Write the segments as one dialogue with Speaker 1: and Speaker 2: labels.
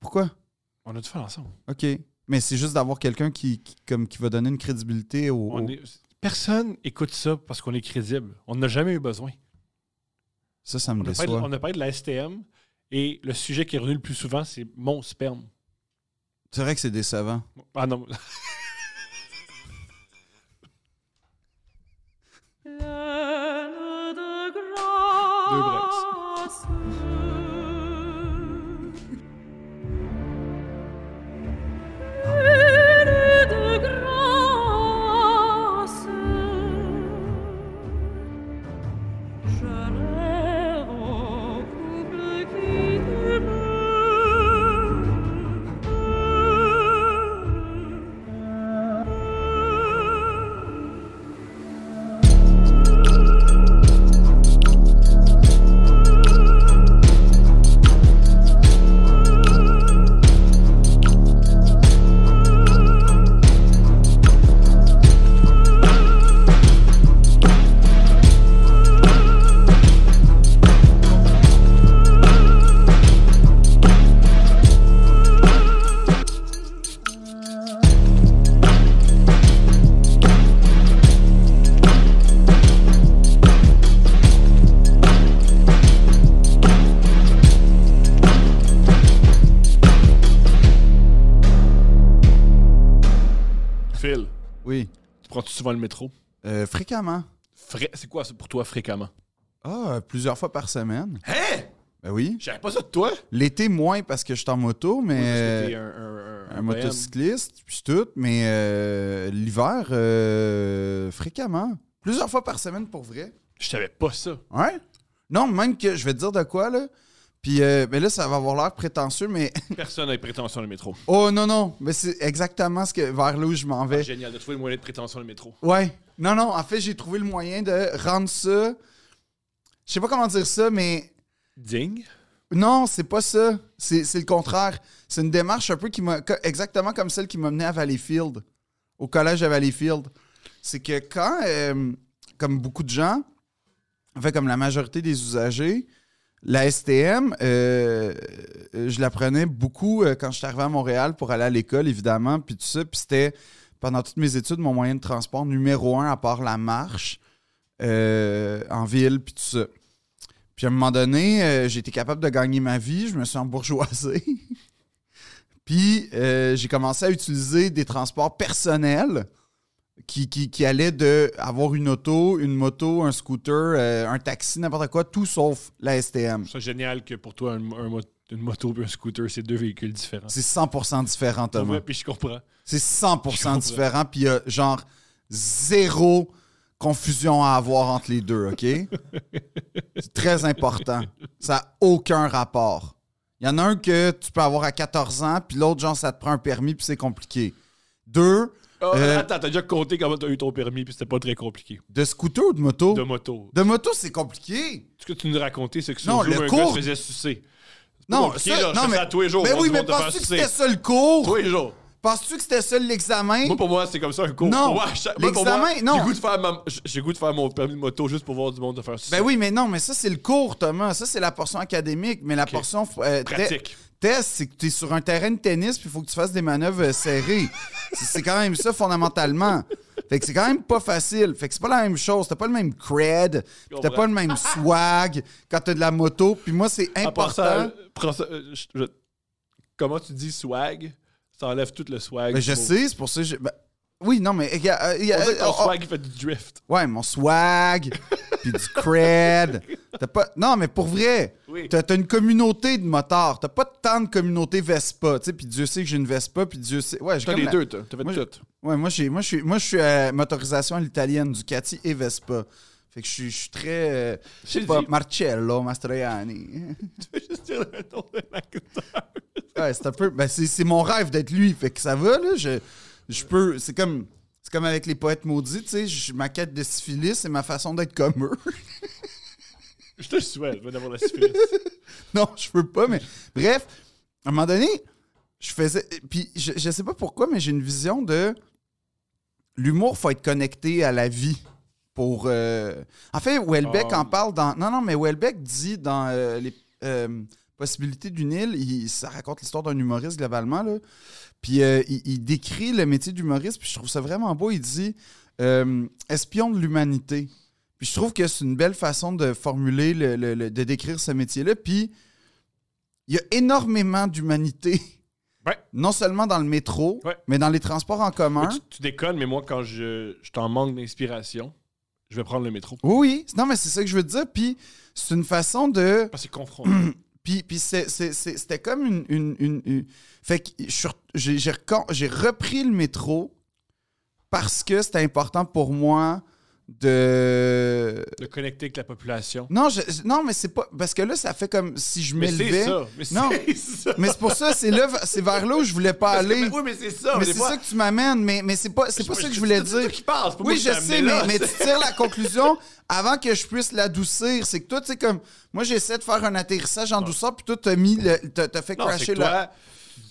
Speaker 1: Pourquoi?
Speaker 2: On a dû faire ensemble.
Speaker 1: OK. Mais c'est juste d'avoir quelqu'un qui, qui- comme, qui va donner une crédibilité au.
Speaker 2: On
Speaker 1: au-
Speaker 2: est- Personne écoute ça parce qu'on est crédible. On n'a jamais eu besoin.
Speaker 1: Ça, ça me
Speaker 2: On a, parlé, de-
Speaker 1: déçoit.
Speaker 2: on a parlé de la STM et le sujet qui est revenu le plus souvent, c'est mon sperme.
Speaker 1: C'est vrai que c'est décevant.
Speaker 2: Ah non. Deux braises. Phil,
Speaker 1: Oui.
Speaker 2: tu prends-tu souvent le métro?
Speaker 1: Euh, fréquemment.
Speaker 2: Fra- C'est quoi ça pour toi fréquemment?
Speaker 1: Ah, plusieurs fois par semaine.
Speaker 2: Hein?
Speaker 1: Ben oui.
Speaker 2: Je savais pas ça de toi!
Speaker 1: L'été, moins parce que je suis en moto, mais. euh,
Speaker 2: Parce que t'es un, un- un-
Speaker 1: un
Speaker 2: un BM.
Speaker 1: motocycliste, puis tout, mais euh, l'hiver, euh, fréquemment. Plusieurs fois par semaine pour vrai.
Speaker 2: Je savais pas ça.
Speaker 1: Ouais? Non, même que je vais te dire de quoi, là. Puis euh, mais là, ça va avoir l'air prétentieux, mais.
Speaker 2: Personne n'a de prétention dans le métro.
Speaker 1: Oh non, non! Mais c'est exactement ce que vers là où je m'en vais.
Speaker 2: Génial de trouver le moyen de prétention dans le métro.
Speaker 1: Ouais. Non, non, en fait, j'ai trouvé le moyen de rendre ça. Je sais pas comment dire ça, mais
Speaker 2: Ding.
Speaker 1: Non, c'est pas ça. C'est c'est le contraire. C'est une démarche un peu qui m'a. co- Exactement comme celle qui m'a mené à Valleyfield, au collège à Valleyfield. C'est que quand, euh, comme beaucoup de gens, en fait, comme la majorité des usagers, la STM, euh, euh, je la prenais beaucoup euh, quand je suis arrivé à Montréal pour aller à l'école, évidemment, puis tout ça. Puis c'était, pendant toutes mes études, mon moyen de transport numéro un, à part la marche euh, en ville, puis tout ça. Puis à un moment donné, euh, j'ai été capable de gagner ma vie, je me suis embourgeoisé. Puis euh, j'ai commencé à utiliser des transports personnels qui, qui, qui allaient de avoir une auto, une moto, un scooter, euh, un taxi, n'importe quoi, tout sauf la STM.
Speaker 2: Je trouve ça génial que pour toi, un- un mo- une moto et un scooter, c'est deux véhicules différents.
Speaker 1: C'est 100% différent,
Speaker 2: Pour
Speaker 1: Thomas.
Speaker 2: moi, puis je comprends.
Speaker 1: C'est
Speaker 2: Je comprends.
Speaker 1: 100% différent, puis il y a genre zéro confusion à avoir entre les deux, OK? C'est très important. Ça n'a aucun rapport. Il y en a un que tu peux avoir à 14 ans, puis l'autre, genre, ça te prend un permis, puis c'est compliqué. Deux,
Speaker 2: Ah,
Speaker 1: Euh,
Speaker 2: Attends, t'as déjà compté comment t'as eu ton permis, puis c'était pas très compliqué.
Speaker 1: de scooter ou de moto?
Speaker 2: De
Speaker 1: De,
Speaker 2: moto.
Speaker 1: moto, c'est compliqué.
Speaker 2: Ce que tu nous racontais, c'est que sur
Speaker 1: Non,
Speaker 2: Zoom,
Speaker 1: le
Speaker 2: un gars
Speaker 1: cours-
Speaker 2: se faisait sucer.
Speaker 1: Non,
Speaker 2: compliqué,
Speaker 1: ça-
Speaker 2: là, je
Speaker 1: non
Speaker 2: fais
Speaker 1: mais,
Speaker 2: ça tous les jours,
Speaker 1: mais
Speaker 2: on
Speaker 1: oui,
Speaker 2: dit,
Speaker 1: mais
Speaker 2: on te fait
Speaker 1: penses-tu que
Speaker 2: sucer.
Speaker 1: c'était ça le cours?
Speaker 2: Tous les jours.
Speaker 1: Penses-tu que c'était ça l'examen?
Speaker 2: Moi, pour moi, c'est comme ça un cours.
Speaker 1: Non,
Speaker 2: Pour moi, à chaque- moi, pour
Speaker 1: l'examen,
Speaker 2: moi,
Speaker 1: non.
Speaker 2: J'ai goût, de faire ma- j'ai- j'ai goût de faire mon permis de moto juste pour voir du monde de faire sucer.
Speaker 1: Ben oui, mais non, mais ça, c'est le cours, Thomas. Ça, c'est la portion académique, mais la portion euh, te-
Speaker 2: Pratique.
Speaker 1: test, c'est que tu es sur un terrain de tennis, puis il faut que tu fasses des manœuvres euh, serrées. c'est c'est quand même ça, fondamentalement. Fait que c'est quand même pas facile. Fait que c'est pas la même chose. T'as pas le même cred, puis t'as
Speaker 2: comprends.
Speaker 1: pas le même swag quand t'as de la moto. Puis moi, c'est
Speaker 2: À part
Speaker 1: important.
Speaker 2: ça, prends ça, euh, je- je- comment tu dis swag? Ça enlève tout le swag.
Speaker 1: Ben, je
Speaker 2: du mot.
Speaker 1: sais, c'est pour ça que j'ai- ben, oui, non, mais. il y a- euh, il y a-
Speaker 2: On dit que ton
Speaker 1: oh, oh,
Speaker 2: swag, il fait du drift.
Speaker 1: Ouais, mon swag, puis du cred. T'as pas... Non, mais pour vrai,
Speaker 2: Oui.
Speaker 1: t'as t'as une communauté de motards. T'as pas tant de communauté Vespa. tu sais, Puis Dieu sait que j'ai une Vespa, puis Dieu sait... Ouais, j'ai
Speaker 2: T'as
Speaker 1: comme
Speaker 2: les
Speaker 1: la-
Speaker 2: deux, toi. T'as fait
Speaker 1: Moi,
Speaker 2: tout.
Speaker 1: Ouais, moi, j'ai, moi, je suis, moi, je suis à motorisation à l'italienne, Ducati et Vespa. Fait que je suis, je suis très... euh,
Speaker 2: J'ai dit-
Speaker 1: pas Marcello Mastroianni.
Speaker 2: Je vais juste dire le nom de l'acteur.
Speaker 1: ouais, c'est un peu... Ben, c'est, c'est mon rêve d'être lui. Fait que ça va, là. Je, je peux... C'est comme... C'est comme avec les poètes maudits, tu sais, je- ma quête de syphilis, c'est ma façon d'être comme eux.
Speaker 2: Je te le souhaite, je vais d'avoir la syphilis.
Speaker 1: Non, je peux pas, mais bref, à un moment donné, je faisais. Puis je, je sais pas pourquoi, mais j'ai une vision de l'humour, faut être connecté à la vie. Pour. euh, En fait, Welbeck
Speaker 2: Ah.
Speaker 1: en parle dans. Non, non, mais Welbeck dit dans euh, les. euh, pas Possibilité d'une île, il- ça raconte l'histoire d'un humoriste globalement. Là. Puis euh, il, il décrit le métier d'humoriste, puis je trouve ça vraiment beau. Il dit euh, espion de l'humanité. Puis je trouve que c'est une belle façon de formuler, le- le- le- de décrire ce métier-là. Puis il y a énormément d'humanité.
Speaker 2: Ouais.
Speaker 1: Non seulement dans le métro,
Speaker 2: Ouais.
Speaker 1: mais dans les transports en commun.
Speaker 2: Moi, tu, tu déconnes, mais moi, quand je, je t'en manque d'inspiration, je vais prendre le métro.
Speaker 1: Oui, oui. Non, mais c'est ça que je veux dire. Puis c'est une façon de.
Speaker 2: Parce que c'est confronté.
Speaker 1: Puis, puis c'est- c'est- c'est- c'était comme une, une- une- une- Fait que je suis re- j'ai j'ai recon- j'ai repris le métro parce que c'était important pour moi de.
Speaker 2: de connecter avec la population.
Speaker 1: Non, je- je- non mais c'est pas. Parce que là, ça fait comme si je
Speaker 2: Mais c'est
Speaker 1: m'élevais.
Speaker 2: ça. Mais
Speaker 1: Non.
Speaker 2: c'est ça.
Speaker 1: Mais c'est pour ça, c'est là, c'est vers là où je voulais pas
Speaker 2: Parce que-
Speaker 1: aller.
Speaker 2: oui, mais c'est ça.
Speaker 1: Mais c'est ça que tu m'amènes, mais, mais c'est pas, c'est pas ça que je voulais dire.
Speaker 2: qui passe.
Speaker 1: Oui, je sais, mais, mais tu tires la conclusion avant que je puisse l'adoucir. C'est que toi, tu sais, comme. Moi, j'essaie de faire un atterrissage en douceur, puis toi, t'as mis le. T'as t'as fait
Speaker 2: Non,
Speaker 1: crasher
Speaker 2: c'est que
Speaker 1: là.
Speaker 2: toi,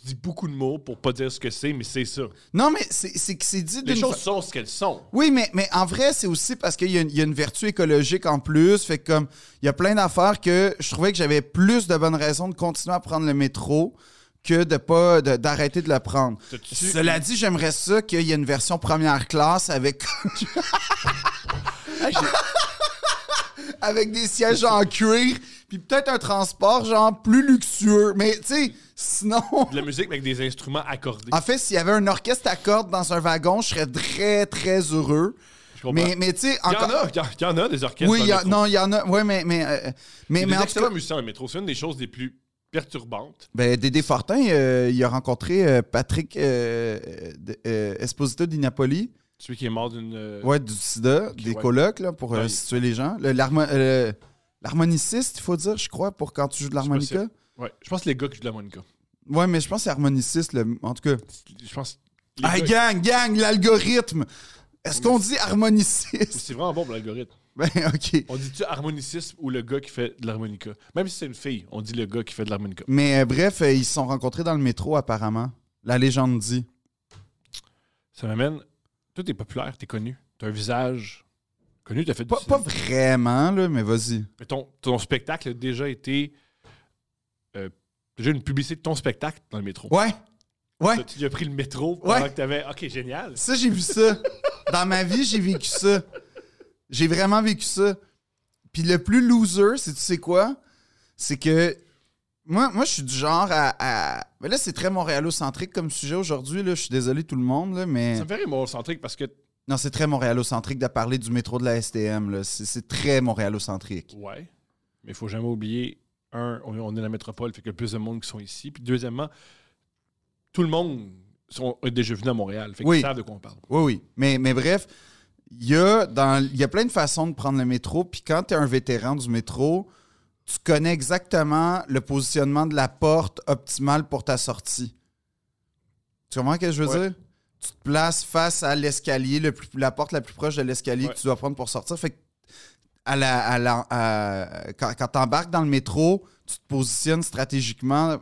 Speaker 2: tu dis beaucoup de mots pour pas dire ce que c'est, mais c'est ça.
Speaker 1: Non, mais c'est c'est que c'est dit
Speaker 2: Les
Speaker 1: d'une
Speaker 2: choses
Speaker 1: fa-
Speaker 2: sont ce qu'elles sont.
Speaker 1: Oui, mais, mais en vrai, c'est aussi parce qu'il y, a une- il y a une vertu écologique en plus. Fait que comme. Il y a plein d'affaires que je trouvais que j'avais plus de bonnes raisons de continuer à prendre le métro que de pas de- d'arrêter de, le prendre.
Speaker 2: T'as-tu-
Speaker 1: Cela dit, j'aimerais ça qu'il y ait une version première classe avec avec des sièges en cuir, puis peut-être un transport genre plus luxueux. Mais tu sais, sinon,
Speaker 2: De la musique mais avec des instruments accordés.
Speaker 1: en fait, s'il y avait un orchestre à cordes dans un wagon, je serais très très heureux.
Speaker 2: Je comprends.
Speaker 1: Mais mais tu sais,
Speaker 2: il y en
Speaker 1: encore.
Speaker 2: a, il y en- il y en a des orchestres.
Speaker 1: Oui,
Speaker 2: dans
Speaker 1: il
Speaker 2: le
Speaker 1: y a-
Speaker 2: métro.
Speaker 1: non, il y en a. Oui, mais mais euh, mais,
Speaker 2: Il y
Speaker 1: mais
Speaker 2: a des
Speaker 1: en tout cas,
Speaker 2: excellents musiciens dans le métro. C'est une des choses les plus perturbantes.
Speaker 1: ben, Dédé Fortin, euh, il a rencontré euh, Patrick euh, de- euh, Esposito di Napoli.
Speaker 2: Celui qui est mort d'une. euh, Ah
Speaker 1: Ouais, du sida, des
Speaker 2: ouais.
Speaker 1: colocs, là, pour euh,
Speaker 2: Ouais.
Speaker 1: situer les gens. Le- l'harmo- euh, L'harmoniciste, il faut dire, je crois, pour quand tu joues de l'harmonica.
Speaker 2: ouais. Je pense que les gars qui jouent de la Monica.
Speaker 1: Ouais, mais je pense que c'est harmoniciste, le- en tout cas.
Speaker 2: Je pense. les
Speaker 1: Ah,
Speaker 2: gars-
Speaker 1: gang, gang, l'algorithme! Est-ce qu'on dit harmoniciste?
Speaker 2: c'est vraiment bon pour l'algorithme.
Speaker 1: Ben, OK.
Speaker 2: On dit-tu harmoniciste ou le gars qui fait de l'harmonica? Même si c'est une fille, on dit le gars qui fait de l'harmonica.
Speaker 1: Mais euh, bref, euh, ils se sont rencontrés dans le métro, apparemment. La légende dit.
Speaker 2: Ça m'amène. Toi, t'es populaire, t'es connu. T'as un visage connu, t'as fait du
Speaker 1: Pas,
Speaker 2: cinéma.
Speaker 1: pas vraiment, là, mais vas-y.
Speaker 2: Mais ton, ton spectacle a déjà été. euh, déjà une publicité de ton spectacle dans le métro.
Speaker 1: Ouais! Ouais!
Speaker 2: T'as- Tu as pris le métro
Speaker 1: Ouais.
Speaker 2: pendant que t'avais. Ok, génial.
Speaker 1: Ça, j'ai vu ça. Dans ma vie, j'ai vécu ça. J'ai vraiment vécu ça. Puis le plus loser, c'est tu sais quoi? C'est que moi, moi je suis du genre à. à- Mais là, c'est très montréalocentrique comme sujet aujourd'hui. là. Je suis désolé tout le monde, là, mais.
Speaker 2: Ça me fait rire, mon centrique, parce que.
Speaker 1: Non, c'est très montréalocentrique de parler du métro de la STM. là. C'est c'est très montréalocentrique.
Speaker 2: Ouais. Mais il faut jamais oublier, un, on, on est la métropole, fait qu'il y a plus de monde qui sont ici. Puis deuxièmement, tout le monde sont, est déjà venu à Montréal. Fait qu'ils
Speaker 1: Oui.
Speaker 2: savent de quoi on parle.
Speaker 1: Oui, oui. Mais, mais bref, il y, a dans- il y a plein de façons de prendre le métro. Puis quand tu es un vétéran du métro, tu connais exactement le positionnement de la porte optimale pour ta sortie. Tu comprends ce que je veux
Speaker 2: Ouais.
Speaker 1: dire? Tu te places face à l'escalier, le plus- la porte la plus proche de l'escalier
Speaker 2: Ouais.
Speaker 1: que tu dois prendre pour sortir. Fait que à la, à la- à- quand, tu embarques dans le métro, tu te positionnes stratégiquement.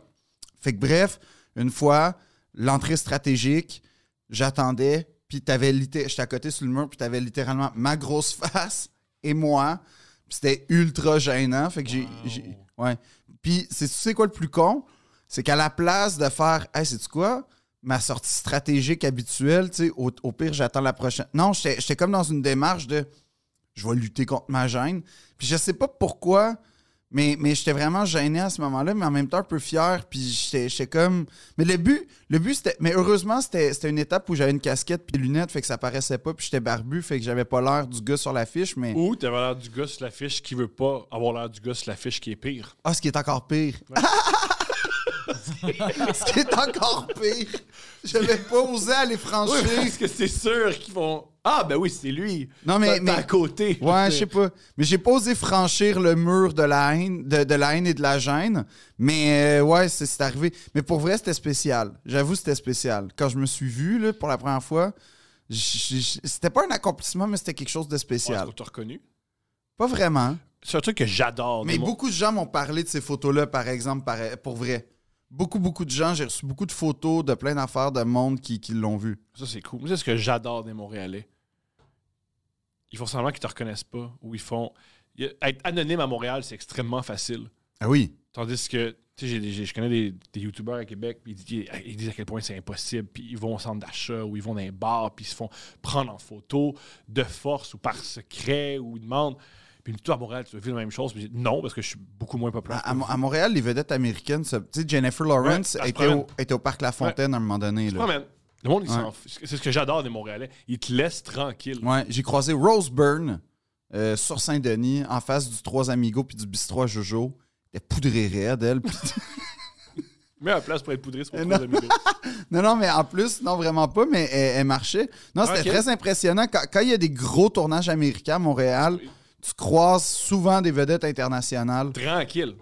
Speaker 1: Fait que bref, une fois, l'entrée stratégique, j'attendais, puis t'avais litté- j'étais à côté sur le mur, puis t'avais littéralement ma grosse face et moi. Puis c'était ultra gênant. Fait que j'ai-
Speaker 2: Wow.
Speaker 1: j'ai. Ouais. Puis c'est- tu sais quoi le plus con? C'est qu'à la place de faire Hey, c'est-tu quoi? Ma sortie stratégique habituelle, tu sais, au, au pire, j'attends la prochaine. Non, j'étais j'étais comme dans une démarche de je vais lutter contre ma gêne. Puis je sais pas pourquoi, mais, mais j'étais vraiment gêné à ce moment-là, mais en même temps un peu fier. Puis j'étais j'étais comme. Mais le but, le but c'était. Mais heureusement, c'était c'était une étape où j'avais une casquette puis des lunettes, fait que ça paraissait pas, puis j'étais barbu, fait que j'avais pas l'air du gars sur l'affiche, mais.
Speaker 2: Ou t'avais l'air du gars sur l'affiche qui veut pas avoir l'air du gars sur l'affiche qui est pire.
Speaker 1: Ah, ce qui est encore pire. ce qui est encore pire. J'avais pas osé aller franchir.
Speaker 2: Oui, parce que c'est sûr qu'ils vont. Ah, ben oui, c'est lui.
Speaker 1: Non, mais-
Speaker 2: T'as- t'as
Speaker 1: mais-
Speaker 2: à côté.
Speaker 1: Ouais, je sais pas. Mais j'ai pas osé franchir le mur de la haine, de, de la haine et de la gêne. Mais euh, ouais, c'est c'est arrivé. Mais pour vrai, c'était spécial. J'avoue, c'était spécial. Quand je me suis vu là, pour la première fois, j- j- c'était pas un accomplissement, mais c'était quelque chose de
Speaker 2: Ouais, est-ce
Speaker 1: spécial.
Speaker 2: qu'on t'a reconnu.
Speaker 1: Pas vraiment.
Speaker 2: C'est un truc que j'adore.
Speaker 1: Mais
Speaker 2: de mon-
Speaker 1: beaucoup de gens m'ont parlé de ces photos-là, par exemple, par- pour vrai. Beaucoup, beaucoup de gens. J'ai reçu beaucoup de photos de plein d'affaires de monde qui, qui l'ont vu.
Speaker 2: Ça, c'est cool. Moi, c'est ce que j'adore des Montréalais. Ils font semblant qu'ils te reconnaissent pas. Ou ils font. Il y a- Être anonyme à Montréal, c'est extrêmement facile.
Speaker 1: Ah oui.
Speaker 2: Tandis que Tu sais, j'ai- j'ai- je connais des, des youtubeurs à Québec, puis ils, disent- ils disent à quel point c'est impossible, puis ils vont au centre d'achat ou ils vont dans les bars, puis ils se font prendre en photo de force ou par secret ou ils demandent. Puis toi à Montréal, tu as vu la même chose, puis j'ai dit, non, parce que je suis beaucoup moins populaire.
Speaker 1: À, à Mo- à Montréal, les vedettes américaines, se- tu sais, Jennifer Lawrence
Speaker 2: Ouais, elle se
Speaker 1: était, au,
Speaker 2: promène.
Speaker 1: était au parc La Fontaine à un moment donné.
Speaker 2: Tu
Speaker 1: là.
Speaker 2: promènes. Le monde, ils
Speaker 1: Ouais.
Speaker 2: s'en fout. C'est ce que j'adore des Montréalais. Ils te laissent tranquille.
Speaker 1: Ouais, j'ai croisé Rose Byrne euh, sur Saint-Denis, en face du Trois Amigos puis du Bistrot à Jojo. Elle poudrée raide, elle. puis-
Speaker 2: Mets la place pour être poudré sur
Speaker 1: Et
Speaker 2: le
Speaker 1: non.
Speaker 2: cours de midi.
Speaker 1: non, non, mais en plus, non, vraiment pas, mais elle, elle marchait. Non, c'était
Speaker 2: Ok.
Speaker 1: très impressionnant. Quand, quand il y a des gros tournages américains à Montréal, tu croises souvent des vedettes internationales.
Speaker 2: Tranquille.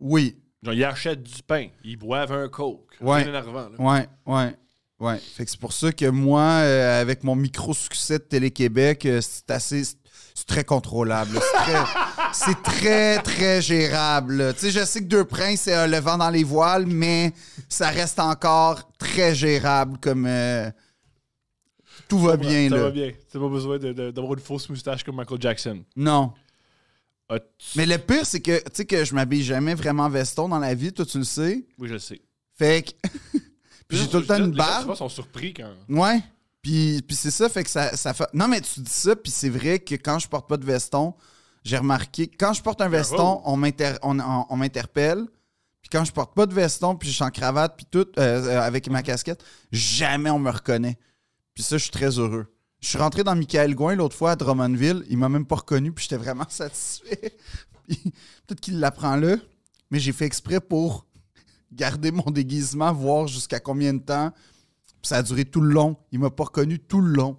Speaker 1: Oui,
Speaker 2: Genre, ils achètent du pain, ils boivent un coke.
Speaker 1: Ouais.
Speaker 2: Rien d'énervant, là.
Speaker 1: Ouais, ouais, ouais. Fait que c'est pour ça que moi, euh, avec mon micro-succès de Télé-Québec, euh, c'est assez. c'est- C'est très contrôlable. là. C'est très, c'est très, très gérable. là. Tu sais, je sais que Deux Princes, c'est euh, le vent dans les voiles, mais ça reste encore très gérable comme. euh, tout va bien,
Speaker 2: Ça
Speaker 1: là.
Speaker 2: va bien. T'as pas besoin de- de- d'avoir une fausse moustache comme Michael Jackson. Ah,
Speaker 1: Non.
Speaker 2: As-tu-
Speaker 1: Mais le pire, c'est que, tu sais, que je m'habille jamais vraiment en veston dans la vie, toi, tu le sais.
Speaker 2: Oui, je le sais.
Speaker 1: Fait que. Puis j'ai tout le temps une
Speaker 2: Les gens,
Speaker 1: barbe.
Speaker 2: souvent, sont surpris quand.
Speaker 1: Ouais. Puis, puis c'est ça, fait que ça, ça fait. Non, mais tu dis ça, puis c'est vrai que quand je porte pas de veston, j'ai remarqué. Quand je porte un veston, on m'inter- on- on- on m'interpelle. Puis quand je porte pas de veston, puis je suis en cravate, puis tout, euh, euh, avec ma casquette, jamais on me reconnaît. Puis ça, je suis très heureux. Je suis rentré dans Michael Gouin l'autre fois à Drummondville. Il m'a même pas reconnu, puis j'étais vraiment satisfait. Puis Peut-être qu'il l'apprend là, mais j'ai fait exprès pour garder mon déguisement, voir jusqu'à combien de temps. Puis ça a duré tout le long. Il m'a pas reconnu tout le long.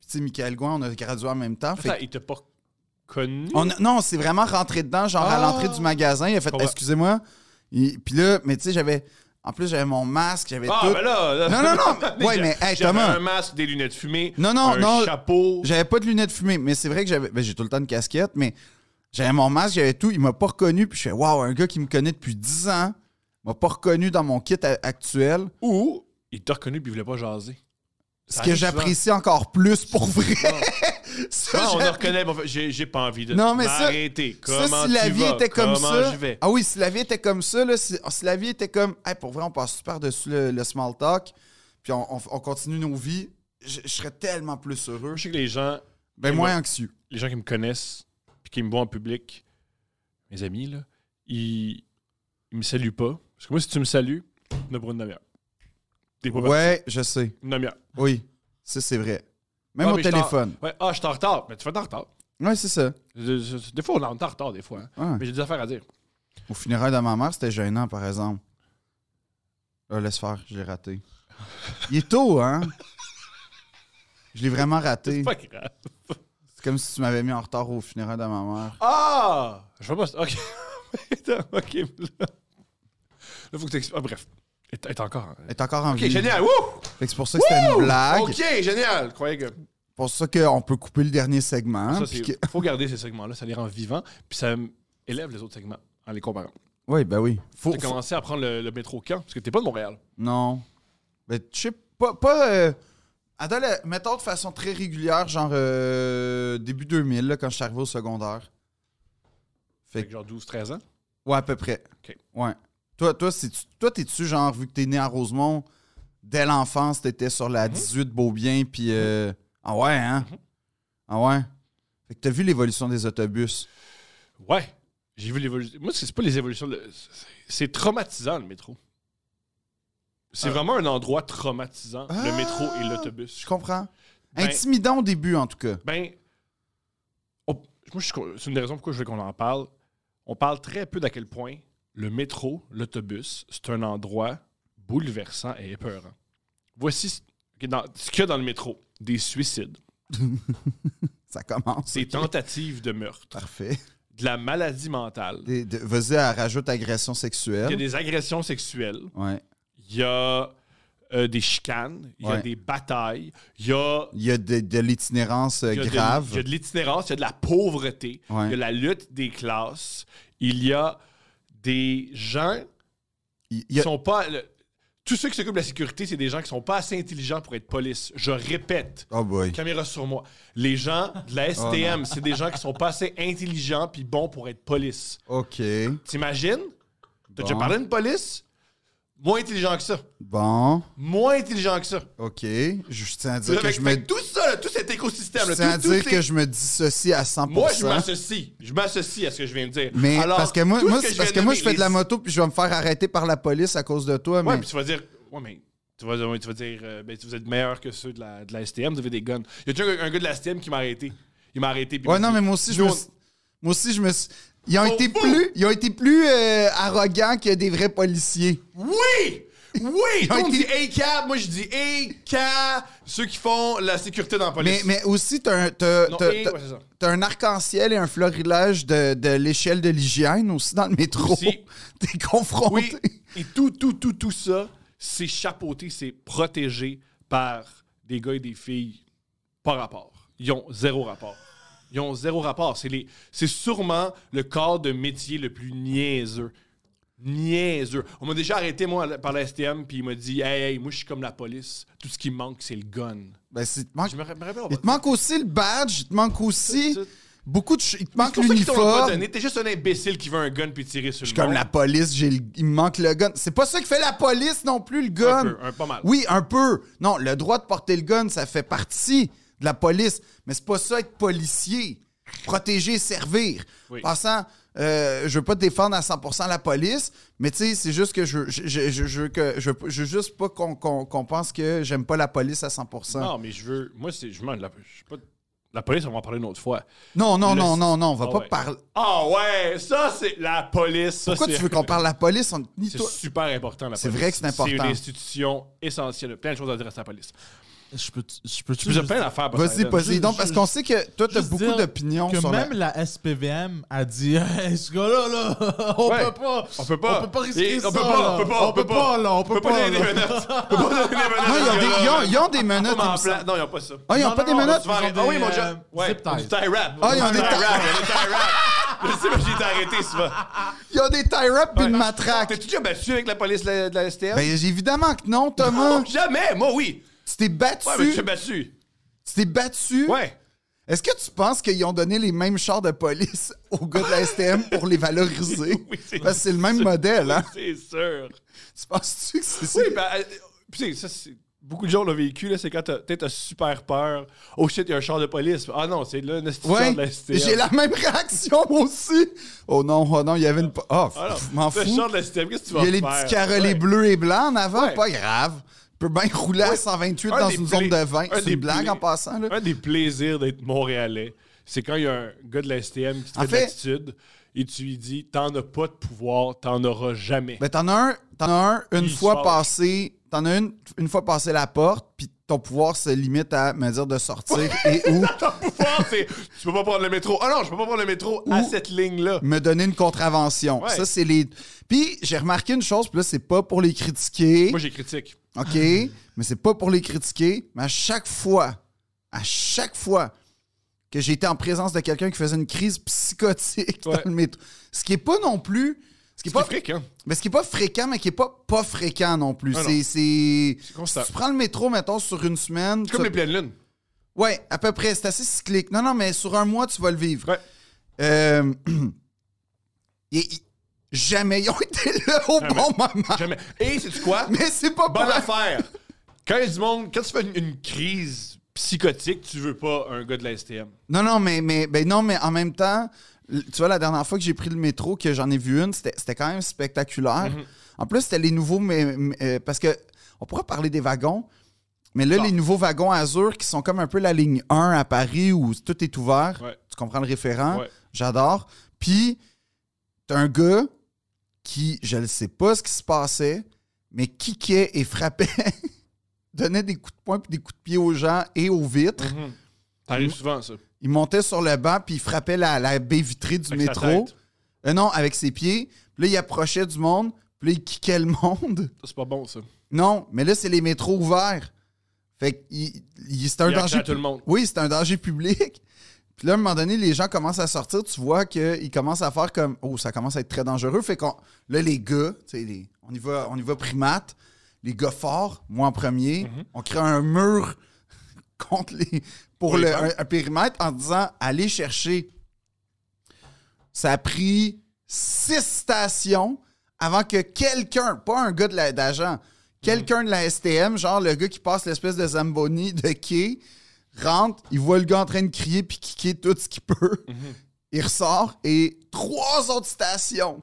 Speaker 1: Puis tu sais, Michael Gouin, on a gradué en même temps. Fait Ah,
Speaker 2: Attends, il t'a pas connu.
Speaker 1: on a- non, c'est vraiment rentré dedans, genre à
Speaker 2: Ah.
Speaker 1: l'entrée du magasin. Il a fait
Speaker 2: Comprends.
Speaker 1: Excusez-moi. Il- Puis là, mais tu sais, j'avais. En plus, j'avais mon masque, j'avais
Speaker 2: Ah,
Speaker 1: tout.
Speaker 2: ben là, là.
Speaker 1: Non, non, non, mais- ouais, mais, hey,
Speaker 2: J'avais
Speaker 1: Thomas.
Speaker 2: un masque, des lunettes fumées.
Speaker 1: Non, non,
Speaker 2: un
Speaker 1: non.
Speaker 2: chapeau.
Speaker 1: J'avais pas de lunettes fumées, mais c'est vrai que j'avais. ben, j'ai tout le temps une casquette, mais j'avais mon masque, j'avais tout. Il m'a pas reconnu. Puis je fais Waouh, un gars qui me connaît depuis 10 ans m'a pas reconnu dans mon kit a- actuel.
Speaker 2: Ou il t'a reconnu puis il voulait pas jaser.
Speaker 1: Ce
Speaker 2: Ça
Speaker 1: que
Speaker 2: arrive souvent.
Speaker 1: j'apprécie encore plus pour vrai. Ça,
Speaker 2: Ah, on
Speaker 1: j'a-
Speaker 2: le reconnaît, mais on fait, j'ai j'ai pas envie de
Speaker 1: Non, mais ça-
Speaker 2: m'arrêter.
Speaker 1: Ça,
Speaker 2: Comment
Speaker 1: si la
Speaker 2: tu
Speaker 1: vie
Speaker 2: vas?
Speaker 1: était comme
Speaker 2: Comment
Speaker 1: ça.
Speaker 2: je vais?
Speaker 1: Ah oui, si la vie était comme ça, là, si, si la vie était comme. Hey, pour vrai, on passe super dessus le, le small talk, puis on, on- on continue nos vies, je, je serais tellement plus heureux.
Speaker 2: Je sais que les gens
Speaker 1: Ben,
Speaker 2: Et
Speaker 1: moins
Speaker 2: moi-
Speaker 1: anxieux.
Speaker 2: les gens qui me connaissent puis qui me voient en public, mes amis, là, ils, ils me saluent pas. Parce que moi, si tu me salues, on a pour une demi-heure. T'es pas parti.
Speaker 1: Ouais, je sais.
Speaker 2: Une demi-heure.
Speaker 1: Oui, ça, c'est vrai. Même
Speaker 2: Ah,
Speaker 1: au
Speaker 2: mais je t'en-
Speaker 1: téléphone.
Speaker 2: Ouais, ah, je suis en retard. Mais tu vas être en retard.
Speaker 1: Ouais, c'est ça.
Speaker 2: Des des fois, on est en retard, des fois. hein.
Speaker 1: Ouais.
Speaker 2: Mais j'ai des affaires à dire.
Speaker 1: Au funérail de ma mère, c'était gênant, par exemple. Là, laisse faire, je l'ai raté. Il est tôt, hein? Je l'ai vraiment raté.
Speaker 2: C'est pas grave.
Speaker 1: C'est comme si tu m'avais mis en retard au funérail de ma mère.
Speaker 2: Ah! Je vois pas. Ok. Attends, ok. mais Là, là faut que tu expliques. Ah, bref. Elle est- elle est encore. hein.
Speaker 1: Elle est encore en
Speaker 2: Ok,
Speaker 1: vie.
Speaker 2: génial. Wouh!
Speaker 1: Fait que C'est pour ça que c'était une blague.
Speaker 2: Ok, génial. Je croyais que.
Speaker 1: pour ça qu'on peut couper le dernier segment.
Speaker 2: Ça,
Speaker 1: Hein, puis
Speaker 2: c'est-
Speaker 1: que-
Speaker 2: faut garder ces segments-là. Ça les rend vivants. Puis ça euh, élève les autres segments en les comparant.
Speaker 1: Oui, ben oui. Faut,
Speaker 2: T'as commencé à prendre le, le métro quand? Parce que t'es pas de Montréal.
Speaker 1: faut- Non. Ben, tu sais, pas. pas euh, Adèle, mettons de façon très régulière, genre euh, début 2000, là, quand je suis arrivé au secondaire. Fait
Speaker 2: Fait que genre 12-13 ans.
Speaker 1: Ouais, à peu près.
Speaker 2: Ok.
Speaker 1: Ouais. Toi, toi, c'est- toi t'es-tu, genre, vu que t'es né à Rosemont, dès l'enfance, t'étais sur
Speaker 2: Mhm.
Speaker 1: la 18 Beaubien, puis. euh, Ah ouais, hein? Ah ouais? Fait que t'as vu l'évolution des autobus.
Speaker 2: Ouais. J'ai vu l'évolution. Moi, c'est c'est pas les évolutions. le- c'est- C'est traumatisant, le métro. C'est
Speaker 1: Ah.
Speaker 2: vraiment un endroit traumatisant,
Speaker 1: Ah.
Speaker 2: le métro et
Speaker 1: Je
Speaker 2: l'autobus.
Speaker 1: comprends.
Speaker 2: Ben-
Speaker 1: Intimidant au début, en tout cas.
Speaker 2: Ben, on- moi, je suis con- c'est une des raisons pourquoi je veux qu'on en parle. On parle très peu d'à quel point le métro, l'autobus, c'est un endroit bouleversant et épeurant. Voici ce que dans- ce qu'il y a dans le métro. Des suicides,
Speaker 1: Ça commence.
Speaker 2: des tentatives de meurtre,
Speaker 1: Parfait.
Speaker 2: de la maladie mentale,
Speaker 1: Des- de- Vas-y, elle rajoute agression
Speaker 2: Il y a
Speaker 1: sexuelle.
Speaker 2: des agressions sexuelles,
Speaker 1: Ouais.
Speaker 2: il y a euh, des chicanes, il y
Speaker 1: Ouais.
Speaker 2: a des batailles, il y a,
Speaker 1: Il y a de, de l'itinérance euh,
Speaker 2: il y a de-
Speaker 1: grave.
Speaker 2: il y a de l'itinérance, il y a de la pauvreté,
Speaker 1: Ouais.
Speaker 2: il y a la lutte des classes, il y a des gens
Speaker 1: Il- il
Speaker 2: qui
Speaker 1: y a-
Speaker 2: sont pas. le- tous ceux qui s'occupent de la sécurité, c'est des gens qui sont pas assez intelligents pour être police. Je répète,
Speaker 1: Oh boy.
Speaker 2: caméra sur moi. Les gens de
Speaker 1: Oh
Speaker 2: la STM, c'est des gens qui sont pas assez intelligents puis bons pour être police.
Speaker 1: OK.
Speaker 2: T'imagines?
Speaker 1: Bon.
Speaker 2: T'as déjà parlé à une police? Moins intelligent que ça.
Speaker 1: Bon,
Speaker 2: Moins intelligent que ça.
Speaker 1: OK. Je tiens à
Speaker 2: Fait
Speaker 1: dire que
Speaker 2: que-
Speaker 1: je
Speaker 2: fait
Speaker 1: me...
Speaker 2: que tout ça, là, tout cet écosystème,
Speaker 1: Je
Speaker 2: là,
Speaker 1: tiens à
Speaker 2: tout-
Speaker 1: dire
Speaker 2: toutes
Speaker 1: que
Speaker 2: les-
Speaker 1: je me dissocie à 100%.
Speaker 2: moi, je m'associe. Je m'associe à ce que je viens de dire.
Speaker 1: Mais
Speaker 2: Alors,
Speaker 1: parce que moi,
Speaker 2: tout
Speaker 1: moi,
Speaker 2: ce
Speaker 1: c'est
Speaker 2: je
Speaker 1: parce que
Speaker 2: viens
Speaker 1: moi,
Speaker 2: nommer,
Speaker 1: je fais de la
Speaker 2: les-
Speaker 1: moto puis je vais me faire arrêter par la police à cause de toi.
Speaker 2: Ouais,
Speaker 1: mais
Speaker 2: puis tu vas dire, ouais, mais tu vas, ouais, tu vas dire, euh, ben, vous êtes meilleur que ceux de la, de la STM, vous avez des guns. Il y a déjà un, un gars de la STM qui m'a arrêté. Il m'a arrêté. puis il
Speaker 1: ouais,
Speaker 2: m'a
Speaker 1: non,
Speaker 2: dit,
Speaker 1: mais moi aussi, je
Speaker 2: Nous,
Speaker 1: me
Speaker 2: on-
Speaker 1: suis- Moi aussi, je me suis- Ils ont,
Speaker 2: On
Speaker 1: été
Speaker 2: fout!
Speaker 1: plus, ils ont été plus euh, arrogants que des vrais policiers.
Speaker 2: Oui! Oui!
Speaker 1: ont
Speaker 2: Tout le monde
Speaker 1: été-
Speaker 2: dit ACAB, moi je dis AK, ceux qui font la sécurité dans la
Speaker 1: Mais,
Speaker 2: police.
Speaker 1: mais aussi, t'as un, t'as-
Speaker 2: Non,
Speaker 1: t'as-
Speaker 2: et-
Speaker 1: t'as-
Speaker 2: ouais, c'est ça.
Speaker 1: t'as un arc-en-ciel et un florilège de, de l'échelle de l'hygiène aussi dans le métro.
Speaker 2: Aussi.
Speaker 1: T'es confronté.
Speaker 2: Oui, et tout, tout, tout, tout ça, c'est chapeauté, c'est protégé par des gars et des filles par rapport. Ils ont zéro rapport. Ils ont zéro rapport. C'est les- c'est sûrement le corps de métier le plus niaiseux. Niaiseux. On m'a déjà arrêté, moi, à la- par la STM, puis il m'a dit Hey, hey, moi, je suis comme la police. Tout ce qui me manque, c'est le gun.
Speaker 1: Ben, c'est- il te manque-
Speaker 2: Je me ra- me rappelle. on
Speaker 1: il
Speaker 2: va-
Speaker 1: te manque aussi le badge, il te manque aussi
Speaker 2: Ça, ça.
Speaker 1: beaucoup de. ch- Il te
Speaker 2: C'est
Speaker 1: manque
Speaker 2: pour ça qu'ils t'ont pas
Speaker 1: l'uniforme.
Speaker 2: donné. T'es juste un imbécile qui veut un gun puis tirer sur
Speaker 1: Je suis
Speaker 2: le
Speaker 1: comme la
Speaker 2: monde.
Speaker 1: police, j'ai le- il me manque le gun. C'est pas ça que fait la police non plus, le gun.
Speaker 2: Un peu, un- pas mal.
Speaker 1: Oui, un peu. Non, le droit de porter le gun, ça fait partie de la police. Mais c'est pas ça être policier. Protéger, servir.
Speaker 2: Oui.
Speaker 1: Passant, euh, je veux pas défendre à 100% la police, mais tu sais, c'est juste que je, je, je- je- je veux que je, je veux juste pas qu'on qu'on- qu'on pense que j'aime pas la police à 100%. Non,
Speaker 2: Non, mais je veux. Moi, c'est. Je m'en- la, je suis pas- la police, on va en parler une autre fois.
Speaker 1: non, non,
Speaker 2: Le-
Speaker 1: non, non, on va
Speaker 2: Ah
Speaker 1: pas
Speaker 2: ouais.
Speaker 1: parler.
Speaker 2: Ah ouais, ça, c'est la police. ça,
Speaker 1: Pourquoi
Speaker 2: c'est-
Speaker 1: tu veux qu'on parle de la police? On... ni
Speaker 2: C'est
Speaker 1: toi-
Speaker 2: super important, la
Speaker 1: C'est
Speaker 2: police.
Speaker 1: vrai que c'est
Speaker 2: C'est
Speaker 1: important.
Speaker 2: une institution essentielle. Plein de choses à dire à la police.
Speaker 3: Je peux, je peux
Speaker 2: Tu as plein d'affaires.
Speaker 1: Vas-y,
Speaker 2: Poseidon.
Speaker 1: vas-y. Donc, parce
Speaker 3: je-
Speaker 1: qu'on sait que toi, t'as
Speaker 3: juste
Speaker 1: beaucoup
Speaker 3: dire
Speaker 1: d'opinions
Speaker 3: que
Speaker 1: sur la-
Speaker 3: même la... SPVM a dit hey, ce gars-là là, on
Speaker 2: Ouais.
Speaker 3: peut pas
Speaker 2: On peut pas.
Speaker 3: on peut pas risquer
Speaker 2: Et-
Speaker 3: ça
Speaker 2: on peut pas,
Speaker 3: là.
Speaker 2: on peut pas,
Speaker 3: on peut pas là on
Speaker 2: On
Speaker 3: peut
Speaker 2: peut pas
Speaker 3: pas
Speaker 2: donner des
Speaker 3: là.
Speaker 2: menottes. On peut pas donner des menottes.
Speaker 1: Non, ils ont des, ils ont- ils ont des
Speaker 2: Pas
Speaker 1: menottes.
Speaker 2: en
Speaker 1: il me semble.
Speaker 2: pla- Non, ils ont pas ça.
Speaker 1: Ah, ils ont
Speaker 3: Non,
Speaker 1: pas
Speaker 3: non,
Speaker 1: des
Speaker 3: non,
Speaker 1: menottes?
Speaker 3: tu vas-
Speaker 2: Ah
Speaker 3: des,
Speaker 2: oui, mon
Speaker 3: euh,
Speaker 2: job. Ouais,
Speaker 3: zip ties.
Speaker 2: du tie wrap.
Speaker 1: Ah, ils ont des
Speaker 2: tie
Speaker 1: tie-
Speaker 2: wrap. Ils ont des tie wrap. Je sais pas, j'ai été arrêté souvent.
Speaker 1: Ils ont des tie-wraps puis
Speaker 2: Ouais.
Speaker 1: une matraque.
Speaker 2: T'es-tu déjà battu avec la police de la- de la STM?
Speaker 1: Ben, évidemment que non, Thomas.
Speaker 2: Non, Oh, jamais! Moi, oui!
Speaker 1: Tu t'es battu.
Speaker 2: Ouais, mais je suis battu.
Speaker 1: Tu t'es battu.
Speaker 2: Ouais.
Speaker 1: Est-ce que tu penses qu'ils ont donné les mêmes chars de police aux gars de la STM pour les valoriser?
Speaker 2: Oui, c'est-
Speaker 1: Parce que c'est le même modèle, hein?
Speaker 2: C'est sûr.
Speaker 1: Tu penses-tu que c'est ça?
Speaker 2: Oui, ben, euh, tu sais, ça, c'est- Beaucoup de gens l'ont vécu, là, c'est quand t'as peut-être super peur. Oh shit, il y a un char de police. Ah non, c'est là, une institution de la
Speaker 1: Ouais,
Speaker 2: STM.
Speaker 1: j'ai la même réaction moi aussi. Oh non, oh non, il y avait une. po- Oh,
Speaker 2: Ah non,
Speaker 1: pff, m'en
Speaker 2: le
Speaker 1: fous.
Speaker 2: char de la STM, qu'est-ce que tu vas
Speaker 1: Il y a
Speaker 2: faire?
Speaker 1: les petits carrelets
Speaker 2: Ouais.
Speaker 1: bleus et blancs en avant,
Speaker 2: Ouais.
Speaker 1: pas grave. peut bien rouler à 128
Speaker 2: Un
Speaker 1: dans
Speaker 2: des
Speaker 1: une
Speaker 2: pla-
Speaker 1: zone de 20.
Speaker 2: un
Speaker 1: C'est
Speaker 2: des
Speaker 1: une blague
Speaker 2: pla-
Speaker 1: en passant, là.
Speaker 2: Un des plaisirs d'être Montréalais, c'est quand il y a un gars de la STM qui te
Speaker 1: En
Speaker 2: fait, de
Speaker 1: fait-
Speaker 2: l'attitude et tu lui dis T'en as pas de pouvoir, t'en auras jamais.
Speaker 1: Ben, t'en as un, t'en as un une
Speaker 2: Il se
Speaker 1: fois
Speaker 2: fâche.
Speaker 1: passé, t'en as une, une fois passé la porte, puis ton pouvoir se limite à me dire de sortir et ou
Speaker 2: Ton pouvoir, c'est Tu peux pas prendre le métro. Ah non, je peux pas prendre le métro à
Speaker 1: Ou-
Speaker 2: cette ligne-là.
Speaker 1: me donner une contravention.
Speaker 2: Ouais.
Speaker 1: Ça, c'est les. Puis j'ai remarqué une chose, puis là, c'est pas pour les critiquer,
Speaker 2: Moi, j'ai critique.
Speaker 1: OK? mais c'est pas pour les critiquer, mais à chaque fois, à chaque fois que j'ai été en présence de quelqu'un qui faisait une crise psychotique
Speaker 2: Ouais.
Speaker 1: dans le métro, ce qui est pas non plus. Ce qui est
Speaker 2: C'est
Speaker 1: pas
Speaker 2: fric, hein?
Speaker 1: Mais ce qui est pas fréquent, mais qui est pas pas fréquent non plus.
Speaker 2: Ah non.
Speaker 1: c'est c'est
Speaker 2: constant.
Speaker 1: si tu prends le métro mettons sur une semaine.
Speaker 2: C'est comme
Speaker 1: tu-
Speaker 2: les pleines lunes.
Speaker 1: Ouais, à peu près. C'est assez cyclique. Non non, mais sur un mois tu vas le vivre.
Speaker 2: Ouais.
Speaker 1: Euh, et- et- jamais ils ont été là au bon moment.
Speaker 2: Jamais. Et c'est quoi?
Speaker 1: Ah. Mais c'est pas
Speaker 2: Bonne
Speaker 1: pour-
Speaker 2: affaire. Quand, il y a du monde, quand tu fais une, une crise psychotique, tu veux pas un gars de la STM.
Speaker 1: Non non, mais mais ben non, mais en même temps, l- tu vois la dernière fois que j'ai pris le métro que j'en ai vu une, c'était c'était quand même spectaculaire.
Speaker 2: Mm-hmm.
Speaker 1: En plus c'était les nouveaux mais, mais, euh, parce que on pourra parler des wagons. Mais là,
Speaker 2: Bon.
Speaker 1: les nouveaux wagons Azur qui sont comme un peu la ligne 1 à Paris où tout est ouvert.
Speaker 2: Ouais.
Speaker 1: Tu comprends le référent?
Speaker 2: Ouais.
Speaker 1: J'adore. Puis, t'as un gars qui, je ne sais pas ce qui se passait, mais kickait et frappait, donnait des coups de poing puis des coups de pied aux gens et aux vitres.
Speaker 2: T'arrives souvent, ça.
Speaker 1: Il montait sur le banc puis il frappait la, la baie vitrée du
Speaker 2: Avec sa
Speaker 1: métro.
Speaker 2: tête.
Speaker 1: Euh, non, avec ses pieds. Puis là, il approchait du monde. Puis là, il kickait le monde.
Speaker 2: Ça, C'est pas bon, ça.
Speaker 1: Non, mais là, c'est les métros ouverts. Fait que il- il- c'est un
Speaker 2: Il y a accès
Speaker 1: danger.
Speaker 2: à tout le monde.
Speaker 1: Oui, c'est un danger public. Puis là, à un moment donné, les gens commencent à sortir. Tu vois qu'ils commencent à faire comme Oh, ça commence à être très dangereux. Fait qu'on. Là, les gars, tu sais, les- on y va, on y va primate. Les gars forts, moi en premier, on crée un mur contre les. pour,
Speaker 2: Pour les
Speaker 1: le,
Speaker 2: femmes.
Speaker 1: un, un périmètre en disant allez chercher. Ça a pris six stations avant que quelqu'un, pas un gars de la- d'agent, quelqu'un de la STM, genre le gars qui passe l'espèce de Zamboni de quai, rentre, il voit le gars en train de crier puis kicker tout ce qu'il peut. Il ressort et trois autres stations.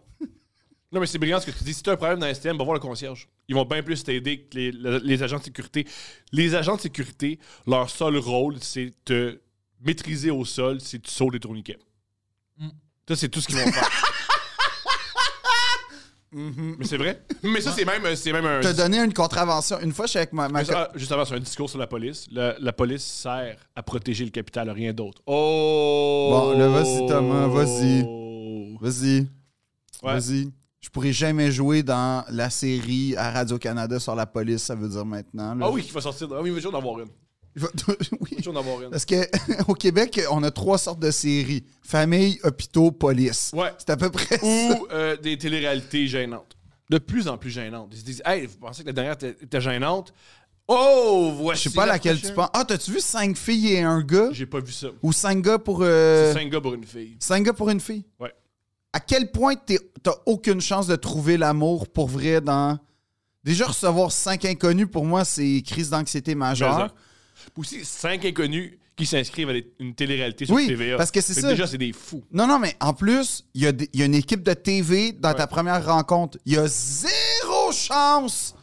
Speaker 2: Non, mais c'est brillant ce que tu dis. Si tu as un problème dans STM, va voir le concierge. Ils vont bien plus t'aider que les, les- les agents de sécurité. Les agents de sécurité, leur seul rôle, c'est te maîtriser au sol si tu sautes des tourniquets. Ça, c'est tout ce qu'ils vont faire. Mais c'est vrai. Mais ça, c'est même, c'est même un.
Speaker 1: Te donner une contravention. Une fois, je suis avec ma, ma
Speaker 2: Mais ça, juste avant, c'est un discours sur la police. La, la police sert à protéger le capital, rien d'autre. Oh!
Speaker 1: Bon, là, vas-y, Thomas, vas-y.
Speaker 2: Ouais.
Speaker 1: Vas-y. Vas-y. Je pourrais jamais jouer dans la série à Radio-Canada sur la police, ça veut dire maintenant. là.
Speaker 2: Ah oui, qui va sortir. Ah oui, il va toujours en avoir une.
Speaker 1: Il va- oui.
Speaker 2: Il va toujours en avoir une.
Speaker 1: Parce que au Québec, on a trois sortes de séries. Famille, hôpitaux, police.
Speaker 2: Ouais.
Speaker 1: C'est à peu près ça.
Speaker 2: Ou euh, des téléréalités gênantes. De plus en plus gênantes. Ils se disent, hey, vous pensez que la dernière était- était gênante? Oh, voici.
Speaker 1: Je sais pas laquelle tu
Speaker 2: prochaine.
Speaker 1: penses. Ah, t'as-tu vu cinq filles et un gars?
Speaker 2: J'ai pas vu ça.
Speaker 1: Ou cinq gars pour... euh,
Speaker 2: C'est cinq gars pour une fille.
Speaker 1: Cinq gars pour une fille?
Speaker 2: Ouais.
Speaker 1: À quel point t'es- t'as aucune chance de trouver l'amour pour vrai dans... Déjà, recevoir cinq inconnus, pour moi, c'est crise d'anxiété
Speaker 2: Mais,
Speaker 1: majeure.
Speaker 2: hein. Puis aussi, cinq inconnus qui s'inscrivent à des- une télé-réalité sur
Speaker 1: Oui,
Speaker 2: TVA.
Speaker 1: parce que c'est
Speaker 2: Fait
Speaker 1: ça.
Speaker 2: Déjà, c'est des fous.
Speaker 1: Non, non, mais en plus, il y, a des- il y a une équipe de TV dans
Speaker 2: Ouais.
Speaker 1: ta première rencontre. Il y a zéro chance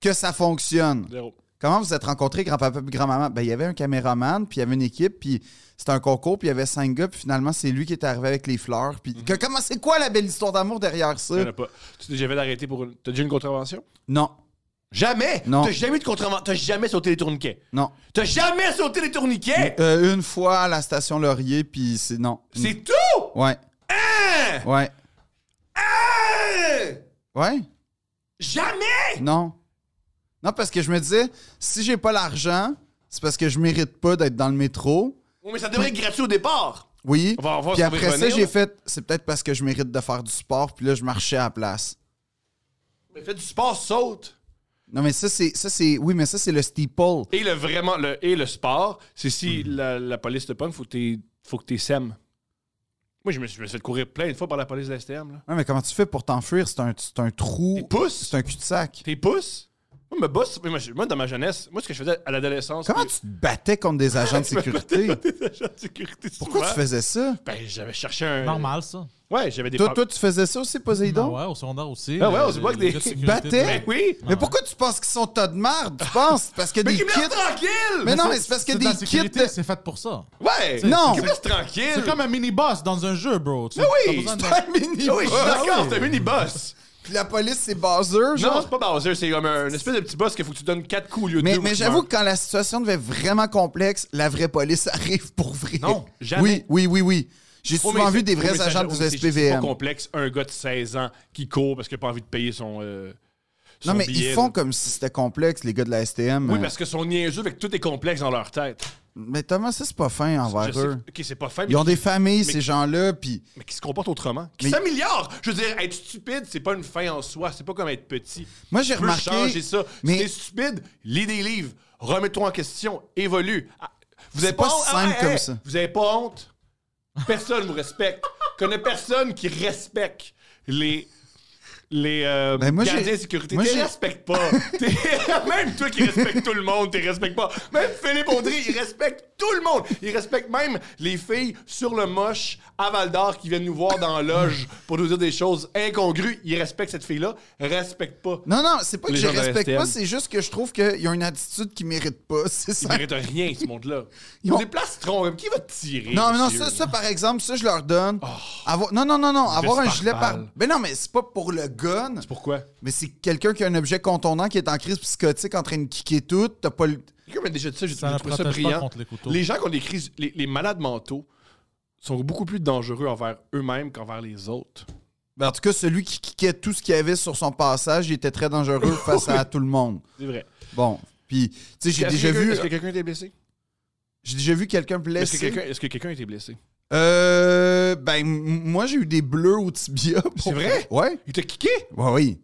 Speaker 1: que ça fonctionne.
Speaker 2: Zéro.
Speaker 1: Comment vous êtes rencontrés, grand-papa et grand-maman? Ben, il y avait un caméraman, puis il y avait une équipe, puis c'était un concours, puis il y avait cinq gars, puis finalement, c'est lui qui est arrivé avec les fleurs. Puis
Speaker 2: Mhm.
Speaker 1: que- comment c'est quoi la belle histoire d'amour derrière ça?
Speaker 2: Il y en a pas. Tu t'es déjà fait arrêter pour une. T'as déjà une contravention?
Speaker 1: Non,
Speaker 2: Jamais!
Speaker 1: Non.
Speaker 2: T'as jamais eu de contravention. T'as jamais sauté les tourniquets.
Speaker 1: non.
Speaker 2: T'as jamais sauté les tourniquets!
Speaker 1: Euh, une fois à la station Laurier, puis c'est non.
Speaker 2: C'est tout!
Speaker 1: Ouais,
Speaker 2: Hein?
Speaker 1: ouais,
Speaker 2: Hein?
Speaker 1: ouais,
Speaker 2: Jamais!
Speaker 1: non. Non, parce que je me disais, si j'ai pas l'argent, c'est parce que je mérite pas d'être dans le métro.
Speaker 2: Oui, mais ça devrait être gratuit au départ.
Speaker 1: Oui.
Speaker 2: On va- on va
Speaker 1: Puis
Speaker 2: se revenir,
Speaker 1: après ça,
Speaker 2: là.
Speaker 1: j'ai fait, c'est peut-être parce que je mérite de faire du sport, puis là, je marchais à la place.
Speaker 2: Mais fais du sport, saute.
Speaker 1: Non, mais ça, c'est. ça c'est Oui, mais ça, c'est le steeple.
Speaker 2: Et le vraiment le et le sport, c'est si la, la police te pogne, faut que t'es faut que t'es sème. Moi, je me, suis, je me suis fait courir plein de fois par la police de la STM. Là.
Speaker 1: Non, mais comment tu fais pour t'enfuir? C'est un, c'est un
Speaker 2: T'es
Speaker 1: trou.
Speaker 2: pousse,
Speaker 1: C'est un cul-de-sac.
Speaker 2: t'es pousse. Moi, me bosse. Moi, je- moi, dans ma jeunesse, moi, ce que je faisais à l'adolescence,
Speaker 1: Comment tu te battais contre des agents de sécurité?
Speaker 2: des agents de sécurité
Speaker 1: Pourquoi tu
Speaker 2: souvent.
Speaker 1: faisais ça?
Speaker 2: Ben, j'avais cherché un.
Speaker 3: Normal, ça.
Speaker 2: Ouais, j'avais des.
Speaker 1: Toi,
Speaker 2: pap-
Speaker 1: toi, tu faisais ça aussi, Poséidon?
Speaker 3: Ah ouais, au secondaire aussi.
Speaker 2: Ah ouais,
Speaker 3: euh,
Speaker 2: on se voit que
Speaker 3: les
Speaker 2: des-
Speaker 3: gars de sécurité,
Speaker 1: battait.
Speaker 2: Ben
Speaker 3: ouais.
Speaker 2: oui.
Speaker 1: Mais pourquoi tu penses qu'ils sont tas de merde? Tu penses? Parce que
Speaker 2: Mais
Speaker 1: des
Speaker 2: qui me
Speaker 1: kits.
Speaker 2: laisse tranquille.
Speaker 1: Mais non,
Speaker 3: ça,
Speaker 1: mais c'est parce que
Speaker 3: de la
Speaker 1: des kits.
Speaker 3: sécurité,
Speaker 1: de-
Speaker 3: C'est fait pour ça.
Speaker 2: Ouais.
Speaker 3: C'est-
Speaker 1: Non.
Speaker 2: Qui me laisse tranquille.
Speaker 3: C'est comme un mini-boss dans un jeu, bro. Tu-
Speaker 2: oui,
Speaker 3: t'as besoin
Speaker 2: c'est
Speaker 3: de-
Speaker 1: Un mini.
Speaker 2: Ah Oui, je suis
Speaker 1: boss.
Speaker 2: d'accord. C'est un mini boss.
Speaker 1: Puis la police, c'est Bowser,
Speaker 2: Non,
Speaker 1: genre.
Speaker 2: c'est pas Bowser, c'est comme un une espèce de petit boss qu'il faut que tu donnes 4 coups au lieu de
Speaker 1: Mais,
Speaker 2: deux, ou
Speaker 1: mais
Speaker 2: tu
Speaker 1: j'avoue
Speaker 2: meurs.
Speaker 1: que quand la situation devait vraiment complexe, la vraie police arrive pour vrai.
Speaker 2: Non, jamais.
Speaker 1: Oui, oui, oui, oui. J'ai
Speaker 2: Oh, mais
Speaker 1: souvent
Speaker 2: c'est-
Speaker 1: vu des
Speaker 2: oh, mais
Speaker 1: vrais
Speaker 2: ça,
Speaker 1: agents
Speaker 2: oh, mais
Speaker 1: du
Speaker 2: c'est- C'est pas
Speaker 1: SPVM.
Speaker 2: complexe, un gars de 16 ans qui court parce qu'il n'a pas envie de payer son. euh, son
Speaker 1: Non, mais ils
Speaker 2: billet.
Speaker 1: font comme si c'était complexe, les gars de la STM.
Speaker 2: Oui, parce que sont niaiseux, fait que tout est complexe dans leur tête.
Speaker 1: Mais Thomas, ça, c'est pas fin
Speaker 2: Je
Speaker 1: envers
Speaker 2: sais
Speaker 1: eux.
Speaker 2: que- ok, c'est pas fait, mais,
Speaker 1: Ils ont des familles,
Speaker 2: mais-
Speaker 1: ces gens-là, puis...
Speaker 2: mais qui se comportent autrement. Qui
Speaker 1: Mais-
Speaker 2: s'améliorent! Je veux dire, être stupide, c'est pas une fin en soi, c'est pas comme être petit.
Speaker 1: Moi, j'ai
Speaker 2: Tu peux
Speaker 1: remarqué-
Speaker 2: changer ça.
Speaker 1: mais-
Speaker 2: Si t'es stupide, lis des livres, remets-toi en question, évolue. Ah, Vous avez
Speaker 1: C'est pas
Speaker 2: honte- Ah,
Speaker 1: simple comme ça.
Speaker 2: Vous avez pas honte? Personne vous respecte. Je connais personne qui respecte les. Les euh,
Speaker 1: Ben, moi,
Speaker 2: gardiens
Speaker 1: j'ai-
Speaker 2: de sécurité,
Speaker 1: moi,
Speaker 2: tu
Speaker 1: j'ai-
Speaker 2: les respectes pas. T'es- même toi qui respectes tout le monde, tu les respectes pas. Même Philippe Audry, il respecte tout le monde. Il respecte même les filles sur le moche à Val d'Or qui viennent nous voir dans la loge pour nous dire des choses incongrues. Il respecte cette fille-là. Respecte pas.
Speaker 1: Non, non, c'est pas que
Speaker 2: Les
Speaker 1: je
Speaker 2: gens de la
Speaker 1: respecte
Speaker 2: STM.
Speaker 1: pas, c'est juste que je trouve qu'ils ont une attitude qu'ils méritent pas, c'est
Speaker 2: Il
Speaker 1: ça.
Speaker 2: mérite rien, ce monde-là.
Speaker 1: Ils ont-
Speaker 2: Des plastrons, comme qui va te tirer?
Speaker 1: Non, mais non,
Speaker 2: monsieur?
Speaker 1: ça, ça, par exemple, ça, je leur donne.
Speaker 2: Oh.
Speaker 1: Avoir- Non, non, non, non, avoir un
Speaker 2: par
Speaker 1: gilet par...
Speaker 2: balle.
Speaker 1: Mais non, mais c'est pas pour le gun.
Speaker 2: Pourquoi?
Speaker 1: Mais c'est quelqu'un qui a un objet contondant qui est en crise psychotique en train de kicker tout. T'as pas le.
Speaker 2: Quelqu'un m'a déjà dit ça, j'ai
Speaker 3: Ça
Speaker 2: j'ai
Speaker 3: ne
Speaker 2: trouvé ça
Speaker 3: protège pas
Speaker 2: brillant.
Speaker 3: contre les couteaux.
Speaker 2: gens qui ont des crises, les, les malades mentaux sont beaucoup plus dangereux envers eux-mêmes qu'envers les autres.
Speaker 1: Ben, en tout cas, celui qui kickait tout ce qu'il y avait sur son passage, il était très dangereux face à tout le monde.
Speaker 2: C'est vrai.
Speaker 1: Bon. Puis, tu sais, j'ai
Speaker 2: Est-ce que
Speaker 1: déjà
Speaker 2: quelqu'un-
Speaker 1: vu. euh,
Speaker 2: Est-ce que quelqu'un était blessé?
Speaker 1: J'ai déjà vu quelqu'un
Speaker 2: Est-ce que
Speaker 1: blessé.
Speaker 2: quelqu'un est-ce que quelqu'un était blessé?
Speaker 1: Euh. Ben, m- moi, j'ai eu des bleus au tibia. pour-
Speaker 2: C'est vrai?
Speaker 1: Ouais.
Speaker 2: Il t'a kické?
Speaker 1: Ouais, oui.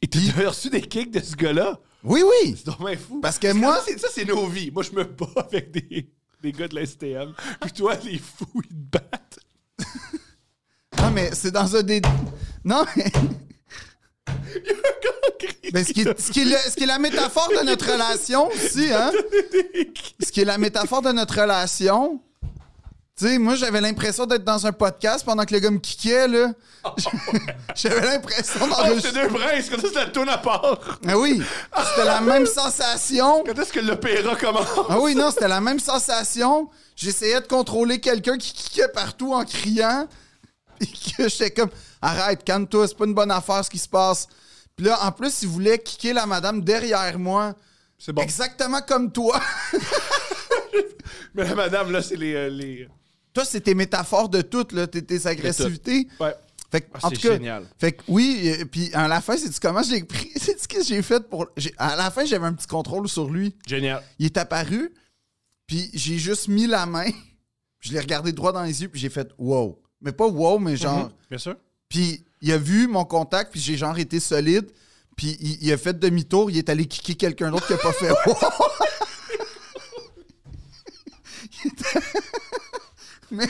Speaker 2: Et t'as reçu des kicks de ce gars-là?
Speaker 1: Oui, oui.
Speaker 2: C'est dommage fou.
Speaker 1: Parce que moi-
Speaker 2: Ça, c'est- ça, c'est nos vies. Moi, je me bats avec des, des gars de la STM. Puis toi, les fous, ils te battent.
Speaker 1: Non, mais c'est dans un des. Non, mais. Ben, ce, qui est, ce qui est le- ce qui est la métaphore de notre relation aussi, hein? Ce qui est la métaphore de notre relation. Tu sais, moi, j'avais l'impression d'être dans un podcast pendant que le gars me kickait, là. j'avais l'impression
Speaker 2: Oh, c'est
Speaker 1: d'enregistrer.
Speaker 2: deux princes! Quand est-ce que la tourne à part?
Speaker 1: Ah oui, c'était la même sensation.
Speaker 2: Quand est-ce que l'opéra commence?
Speaker 1: Ah oui, non, c'était la même sensation. J'essayais de contrôler quelqu'un qui kickait partout en criant. Puis que j'étais comme, arrête, calme-toi, c'est pas une bonne affaire ce qui se passe. Puis là, en plus, il voulait kicker la madame derrière moi.
Speaker 2: C'est bon.
Speaker 1: Exactement comme toi.
Speaker 2: Mais la madame, là, c'est les. euh, les...
Speaker 1: toi, c'est tes métaphores de toutes, là, tes, tes agressivités.
Speaker 2: Ouais.
Speaker 1: Fait que,
Speaker 2: Ah,
Speaker 1: en
Speaker 2: c'est
Speaker 1: tout cas,
Speaker 2: génial.
Speaker 1: Fait que oui, et puis à la fin, c'est comment je l'ai pris. C'est ce que j'ai fait pour. j'ai- À la fin, j'avais un petit contrôle sur lui.
Speaker 2: Génial.
Speaker 1: Il est apparu, puis j'ai juste mis la main, je l'ai regardé droit dans les yeux, puis j'ai fait wow. Mais pas wow, mais genre.
Speaker 2: Mhm. Bien sûr.
Speaker 1: Puis il a vu mon contact, puis j'ai genre été solide, puis il, il a fait demi-tour, il est allé kicker quelqu'un d'autre qui a pas fait wow. Il était- mais